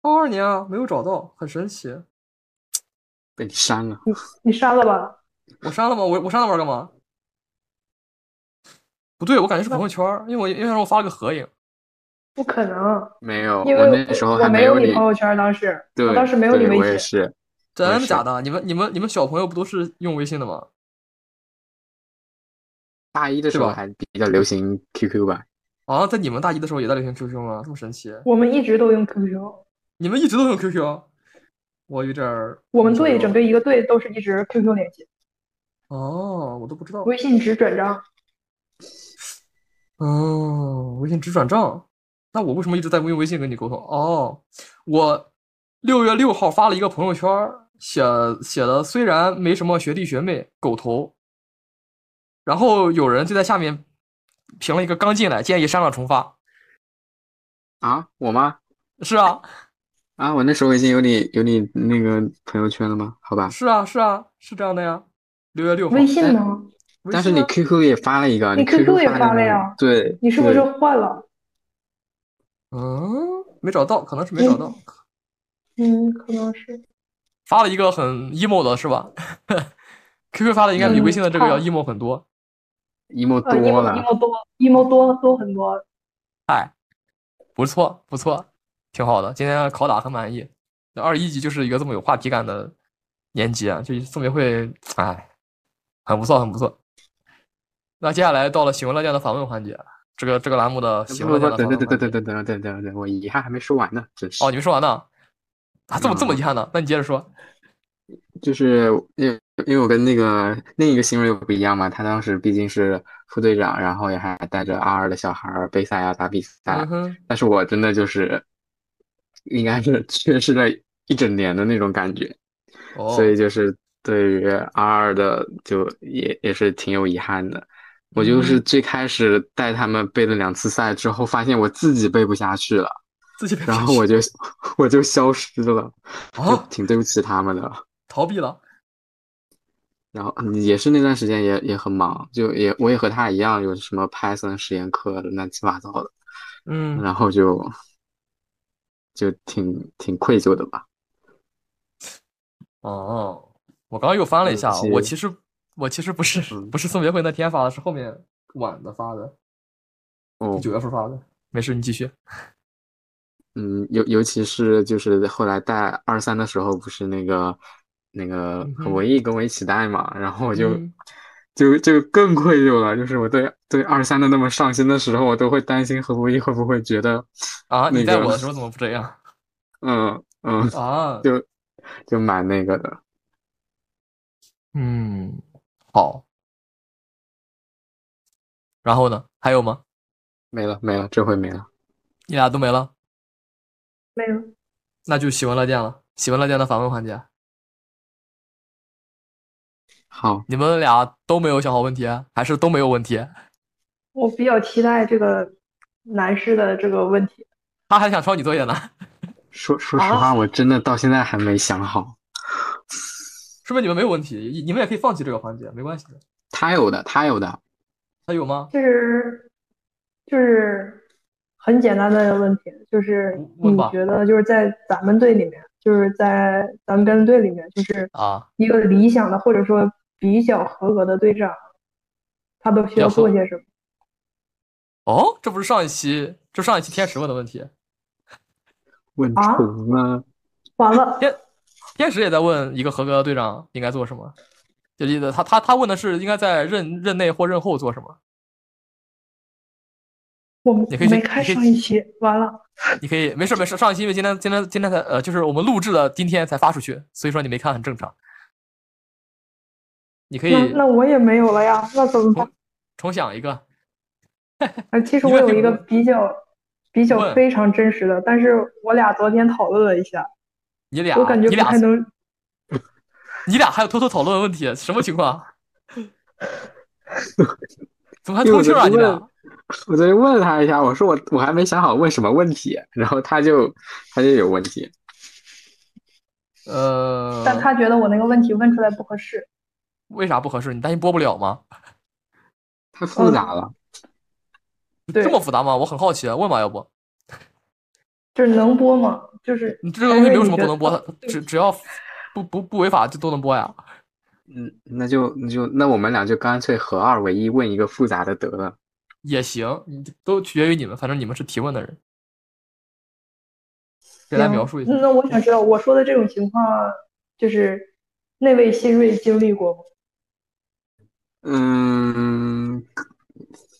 Speaker 1: 二二年啊，没有找到，很神奇。
Speaker 2: 被你删了。
Speaker 3: 你删了吧？
Speaker 1: 我删了吗？我我删那玩意儿干嘛？不对，我感觉是朋友圈儿，因为我因为那时候我发了个合影，
Speaker 3: 不可能，
Speaker 2: 没有，
Speaker 3: 因
Speaker 2: 哦我
Speaker 3: 为
Speaker 2: 那时候
Speaker 3: 我
Speaker 2: 还
Speaker 3: 没
Speaker 2: 有
Speaker 3: 你
Speaker 2: 你。
Speaker 3: 朋友圈，当时
Speaker 2: 对，
Speaker 3: 我当时没有你
Speaker 2: 对
Speaker 3: 微
Speaker 2: 我也
Speaker 3: 信。
Speaker 2: 是。
Speaker 1: 真
Speaker 2: 我
Speaker 1: 的
Speaker 2: 是
Speaker 1: 假的？你们你们你们小朋友不都是用微信的吗？
Speaker 2: 大一的时
Speaker 1: 对
Speaker 2: 候
Speaker 1: 吧
Speaker 2: 还比较流行 QQ 吧？
Speaker 1: 好啊像在你们大一的时候也在流行 QQ 吗？这么神奇？
Speaker 3: 我们一直都用 QQ，
Speaker 1: 你们一直都用 QQ？我有点儿
Speaker 3: 我们
Speaker 1: 不知
Speaker 3: 队
Speaker 1: 道
Speaker 3: 整个一个队都是一直 QQ 联系，
Speaker 1: 哦，我都不知道
Speaker 3: 微信只转账。
Speaker 1: 哦，微信只转账，那我为什么一直在用微信跟你沟通？哦，我六月六号发了一个朋友圈儿，写写的虽然没什么学弟学妹，狗头，然后有人就在下面评了一个刚进来，建议删了重发。
Speaker 2: 啊，我吗？
Speaker 1: 是啊，
Speaker 2: 啊，我那时候已经有你有你那个朋友圈了吗？好吧，
Speaker 1: 是啊，是啊，是这样的呀。六月六号，
Speaker 3: 微信呢？
Speaker 1: 微
Speaker 2: 但是
Speaker 1: 信
Speaker 2: 你
Speaker 1: 啊
Speaker 2: QQ 也发了一个，
Speaker 3: 你
Speaker 2: QQ
Speaker 3: QQ 也
Speaker 2: 发
Speaker 3: 发
Speaker 2: 了
Speaker 3: 了
Speaker 2: 一个
Speaker 3: 呀
Speaker 2: 对，
Speaker 3: 你是不是
Speaker 2: 对
Speaker 3: 换了？
Speaker 1: 嗯，没找到，可能是没找到，
Speaker 3: 嗯，可能是。
Speaker 1: 发了一个很 emo 的是吧 ？QQ 发的应该比微信的这个要
Speaker 3: 嗯
Speaker 1: emo 很多。
Speaker 2: emo
Speaker 3: 呃
Speaker 2: 多
Speaker 3: ，emo
Speaker 2: 了？
Speaker 3: emo 多，emo 多多很多。
Speaker 1: 不错，不错，挺好的。今天拷打很满意。二一级就是一个这么有话题感的年级啊，就送别会，哎，很不错，很不错。那接下来到了喜闻乐见的访问环节，这个这个栏目的喜
Speaker 2: 不
Speaker 1: 闻乐
Speaker 2: 不
Speaker 1: 见
Speaker 2: 不，
Speaker 1: 的
Speaker 2: 等
Speaker 1: 访问
Speaker 2: 等等
Speaker 1: 环
Speaker 2: 等
Speaker 1: 节。
Speaker 2: 等等等等等，我遗憾还没说完呢，真是
Speaker 1: 哦，。你没说完呢？啊，这么这么
Speaker 2: 嗯
Speaker 1: 遗憾呢？那你接着说。
Speaker 2: 就是因为因为我跟那个另一个新锐不一样嘛，他当时毕竟是副队长，然后也还带着二二的小孩儿备赛啊、打比赛
Speaker 1: 嗯，哼，
Speaker 2: 但是我真的就是应该是缺失了一整年的那种感觉。
Speaker 1: 哦
Speaker 2: 所，以就是对于 R 的就也也是挺有遗憾的。我就是
Speaker 1: 嗯
Speaker 2: 最开始带他们背了两次赛之后，发现我自己背不下去了，
Speaker 1: 自己被
Speaker 2: 然
Speaker 1: 骗
Speaker 2: 后
Speaker 1: 去
Speaker 2: 我就我就消失了，就
Speaker 1: 啊，
Speaker 2: 挺对不起他们的。
Speaker 1: 逃避了。
Speaker 2: 然后嗯也是那段时间也也很忙，就也我也和他一样有什么 Python 实验课乱七八糟的，
Speaker 1: 嗯，
Speaker 2: 然后就就挺挺愧疚的吧。
Speaker 1: 哦，我刚刚又翻了一
Speaker 2: 对不
Speaker 1: 下，我
Speaker 2: 起
Speaker 1: 其实我其实不是
Speaker 2: 呃嗯
Speaker 1: 不是送别会那天发的，是后面晚的发的，
Speaker 2: 哦，
Speaker 1: 九月份发的。没事，你继续。
Speaker 2: 嗯，尤尤其是就是后来带二三的时候，不是那个那个
Speaker 1: 嗯哼
Speaker 2: 文艺跟我一起带嘛，然后我就
Speaker 1: 嗯
Speaker 2: 就就更愧疚了。就是我对对二三的那么上心的时候，我都会担心何不一会不会觉得
Speaker 1: 啊！你
Speaker 2: 那
Speaker 1: 在
Speaker 2: 个
Speaker 1: 我的时候怎么不这 样
Speaker 2: 嗯嗯，
Speaker 1: 啊？
Speaker 2: 就就蛮那个的。
Speaker 1: 嗯，好。然后呢？还有吗？
Speaker 2: 没了没了，这回没了。
Speaker 1: 你俩都没了，
Speaker 3: 没有，
Speaker 1: 那就喜闻乐见了。喜闻乐见的反问环节，
Speaker 2: 好，
Speaker 1: 你们俩都没有想好问题，还是都没有问题？
Speaker 3: 我比较期待这个男士的这个问题。
Speaker 1: 他还想抄你作业呢，
Speaker 2: 说说实
Speaker 1: 哦
Speaker 2: 话，我真的到现在还没想好。
Speaker 1: 说明你们没有问题，你们也可以放弃这个环节，没关系的。
Speaker 2: 他有的，他有的，
Speaker 1: 他有吗？
Speaker 3: 就是就是很简单的问题，就是
Speaker 1: 问
Speaker 3: 你
Speaker 1: 吧
Speaker 3: 觉得就是在咱们队里面，就是在咱们辩论队里面，就是
Speaker 1: 啊，
Speaker 3: 一个理想的或者说比较合格的队长，他都需要做些什么？
Speaker 1: 哦，这不是上一期，这上一期天使问的问题，
Speaker 2: 问
Speaker 1: 哦
Speaker 3: 啊
Speaker 2: 成了。
Speaker 3: 完了，
Speaker 1: 天使也在问一个合格的队长应该做什么，就记得他他他问的是应该在任任内或任后做什么，
Speaker 3: 我
Speaker 1: 你可以去
Speaker 3: 没看
Speaker 1: 你可以
Speaker 3: 上一期，完了，
Speaker 1: 你可以没事没事，上一期因为今天今天今天才呃就是我们录制的今天才发出去，所以说你没看很正常，你可以
Speaker 3: 那那我也没有了呀，那怎么办？
Speaker 1: 重想一个，
Speaker 3: 呃，其实
Speaker 1: 你
Speaker 3: 我
Speaker 1: 问
Speaker 3: 有
Speaker 1: 题
Speaker 3: 一个
Speaker 1: 不
Speaker 3: 比较比较
Speaker 1: 问
Speaker 3: 非常真实的，但是我俩昨天讨论了一下，
Speaker 1: 你俩
Speaker 3: 我感觉
Speaker 1: 你
Speaker 3: 不
Speaker 1: 俩
Speaker 3: 太能，
Speaker 1: 你俩还有偷偷讨论问题，什么情况？ 怎么还
Speaker 2: 因
Speaker 1: 偷
Speaker 2: 为我
Speaker 1: 听啊？
Speaker 2: 就
Speaker 1: 你俩
Speaker 2: 问我昨天问了他一下，我说我我还没想好问什么问题，然后他就他就有问题。
Speaker 1: 呃，
Speaker 3: 但他觉得我那个问题问出来不合适，
Speaker 1: 为啥不合适？你担心播不了吗？
Speaker 2: 太复杂了，
Speaker 3: 对
Speaker 1: 这，么复杂吗？我很好奇，啊问吧，要不
Speaker 3: 就是能播吗？就是
Speaker 1: 你这个东西没有什么不能播
Speaker 3: 哎
Speaker 1: 的，只只要不不不违法就都能播呀。
Speaker 2: 嗯，那就那就那我们俩就干脆合二为一，问一个复杂的得了。
Speaker 1: 也行，你都取决于你们，反正你们是提问的人。给大家
Speaker 3: 行
Speaker 1: 描述一下，
Speaker 3: 那我想知道，我说的这种情况，就是那位新锐经历过吗？
Speaker 2: 嗯，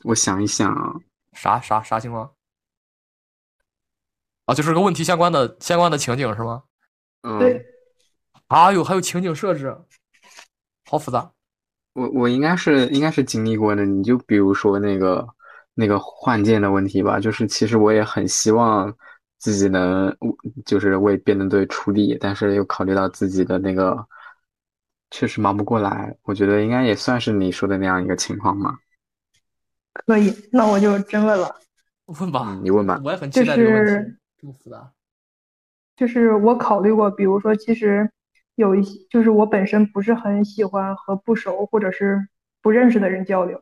Speaker 2: 我想一想啊，
Speaker 1: 啥啥啥情况？啊，就是跟问题相关的相关的情景是吗？
Speaker 2: 嗯
Speaker 3: 对，，
Speaker 1: 哎呦，还有情景设置，好复杂。
Speaker 2: 我我应该是应该是经历过的。你就比如说那个那个换届的问题吧，就是其实我也很希望自己能就是为辩论队出力，但是又考虑到自己的那个确实忙不过来，我觉得应该也算是你说的那样一个情况吧。
Speaker 3: 可以，那我就真问了。
Speaker 1: 问吧
Speaker 2: 嗯，，你问吧。
Speaker 1: 我也很
Speaker 3: 就
Speaker 1: 期待这个问题
Speaker 3: 是，
Speaker 1: 这么复杂。
Speaker 3: 就是我考虑过，比如说，其实有一些，就是我本身不是很喜欢和不熟或者是不认识的人交流，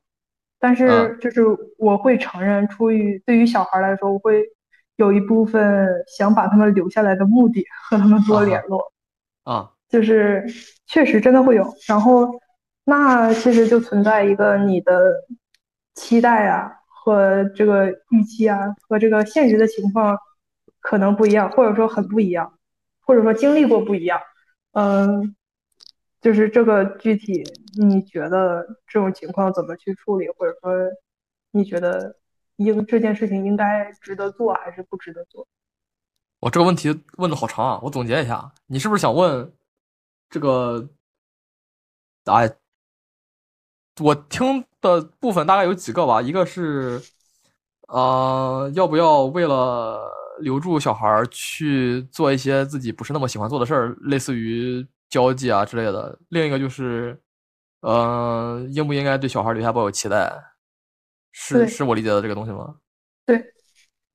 Speaker 3: 但是
Speaker 2: 嗯
Speaker 3: 就是我会承认，出于对于小孩来说，我会有一部分想把他们留下来的目的和他们多联络，
Speaker 1: 啊，
Speaker 3: 就是确实真的会有。然后，那其实就存在一个你的期待啊和这个预期啊和这个现实的情况可能不一样，或者说很不一样，或者说经历过不一样。嗯，就是这个具体你觉得这种情况怎么去处理，或者说你觉得应这件事情应该值得做还是不值得做？
Speaker 1: 我这个问题问的好长啊，我总结一下，你是不是想问这个？哎，我听的部分大概有几个吧，一个是，呃，要不要为了留住小孩儿去做一些自己不是那么喜欢做的事儿，类似于交际啊之类的；另一个就是，呃，应不应该对小孩儿留下抱有期待？是
Speaker 3: 对
Speaker 1: 是我理解的这个东西吗？
Speaker 3: 对，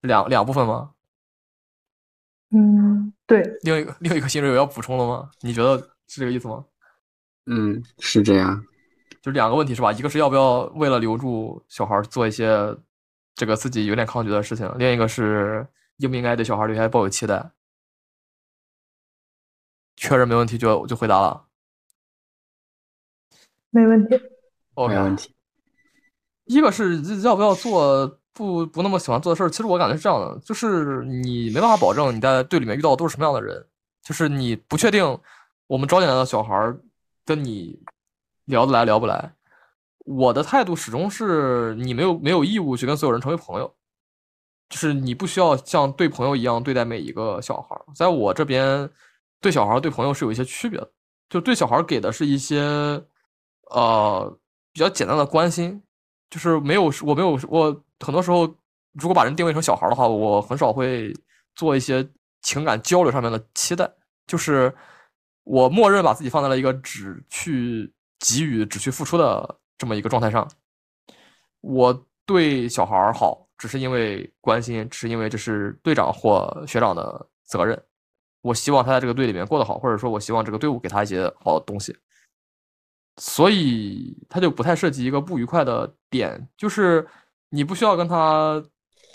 Speaker 1: 两两部分吗？
Speaker 3: 嗯，对，
Speaker 1: 另一个 另一个新锐有要补充的吗？你觉得是这个意思吗？
Speaker 2: 嗯，是这样。
Speaker 1: 就两个问题是吧？一个是要不要为了留住小孩儿做一些这个自己有点抗拒的事情，另一个是应不应该对小孩儿留下抱有期待。确认没问题就就回答了。
Speaker 3: 没问题。
Speaker 1: OK，
Speaker 2: 没问题。
Speaker 1: 一个是要不要做不不那么喜欢做的事儿。其实我感觉是这样的，就是你没办法保证你在队里面遇到的都是什么样的人，就是你不确定我们招进来的小孩儿跟你聊得来聊不来，我的态度始终是你没有没有义务去跟所有人成为朋友，就是你不需要像对朋友一样对待每一个小孩儿。在我这边，对小孩儿对朋友是有一些区别的，就对小孩儿给的是一些呃比较简单的关心，就是没有我没有我很多时候如果把人定位成小孩儿的话，我很少会做一些情感交流上面的期待，就是我默认把自己放在了一个只去给予、只去付出的。这么一个状态上，我对小孩儿好，只是因为关心，只是因为这是队长或学长的责任。我希望他在这个队里面过得好，或者说我希望这个队伍给他一些好的东西。所以他就不太涉及一个不愉快的点，就是你不需要跟他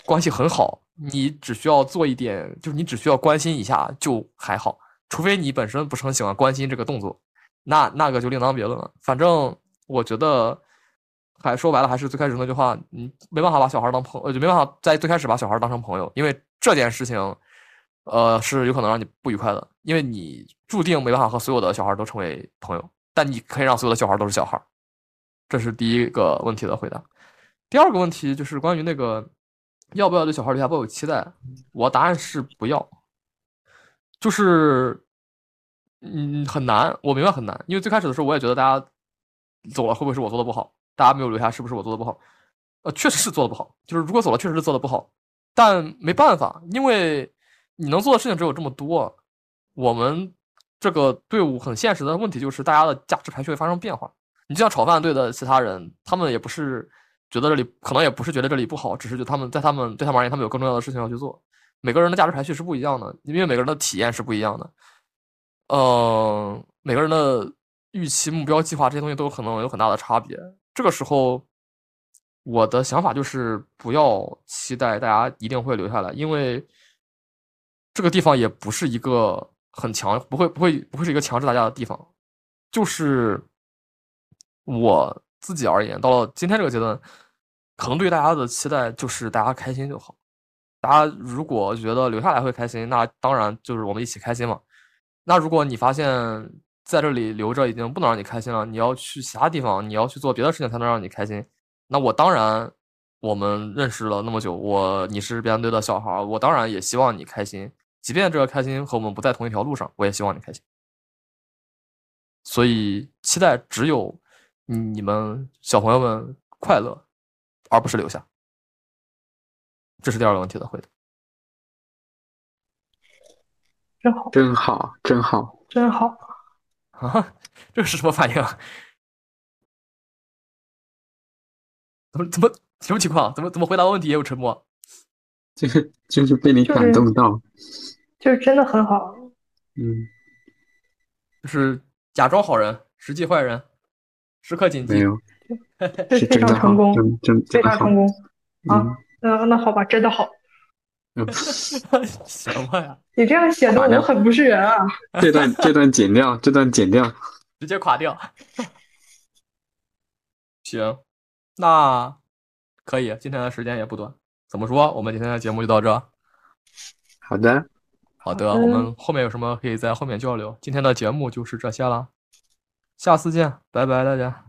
Speaker 1: 关系很好，你只需要做一点，就是你只需要关心一下就还好，除非你本身不是很喜欢关心这个动作，那那个就另当别论了。反正。我觉得，还说白了还是最开始那句话，你没办法把小孩当朋呃友，就没办法在最开始把小孩当成朋友，因为这件事情，呃，是有可能让你不愉快的，因为你注定没办法和所有的小孩都成为朋友，但你可以让所有的小孩都是小孩，这是第一个问题的回答。第二个问题就是关于那个要不要对小孩留下抱有期待，我答案是不要，就是嗯很难，我明白很难，因为最开始的时候我也觉得大家。走了会不会是我做的不好？大家没有留下，是不是我做的不好？呃，确实是做的不好。就是如果走了，确实是做的不好，但没办法，因为你能做的事情只有这么多。我们这个队伍很现实的问题就是大家的价值排序会发生变化。你就像炒饭队的其他人，他们也不是觉得这里可能也不是觉得这里不好，只是觉得他们在他们对他们而言，他们有更重要的事情要去做。每个人的价值排序是不一样的，因为每个人的体验是不一样的。嗯、呃，每个人的。预期、目标、计划这些东西都可能有很大的差别。这个时候，我的想法就是不要期待大家一定会留下来，因为这个地方也不是一个很强，不会、不会、不会是一个强制大家的地方。就是我自己而言，到了今天这个阶段，可能对大家的期待就是大家开心就好。大家如果觉得留下来会开心，那当然就是我们一起开心嘛。那如果你发现，在这里留着已经不能让你开心了，你要去其他地方，你要去做别的事情才能让你开心。那我当然，我们认识了那么久，我你是别人队的小孩，我当然也希望你开心，即便这个开心和我们不在同一条路上，我也希望你开心。所以，期待只有你们小朋友们快乐，而不是留下。这是第二个问题的回答。
Speaker 3: 真好，
Speaker 2: 真好，真好，
Speaker 3: 真好。
Speaker 1: 啊，这是什么反应、啊？怎么怎么什么情况？怎么怎么回答问题也有沉默？
Speaker 2: 就是就是被你感动到、
Speaker 3: 就是，就是真的很好。
Speaker 2: 嗯，
Speaker 1: 就是假装好人，实际坏人，时刻谨记。
Speaker 2: 没 有，
Speaker 3: 是非常成功，
Speaker 2: 真真
Speaker 3: 非常成功啊！那、
Speaker 2: 嗯
Speaker 3: 呃、那好吧，真的好。
Speaker 1: 什么呀？
Speaker 3: 你这样显得我很不是人啊！
Speaker 2: 呃这段这段剪掉，这段剪掉，
Speaker 1: 直接垮掉。行，那可以，今天的时间也不短。怎么说？我们今天的节目就到这。
Speaker 2: 好的，
Speaker 1: 好的。我们后面有什么可以在后面交流。今天的节目就是这些了，下次见，拜拜，大家。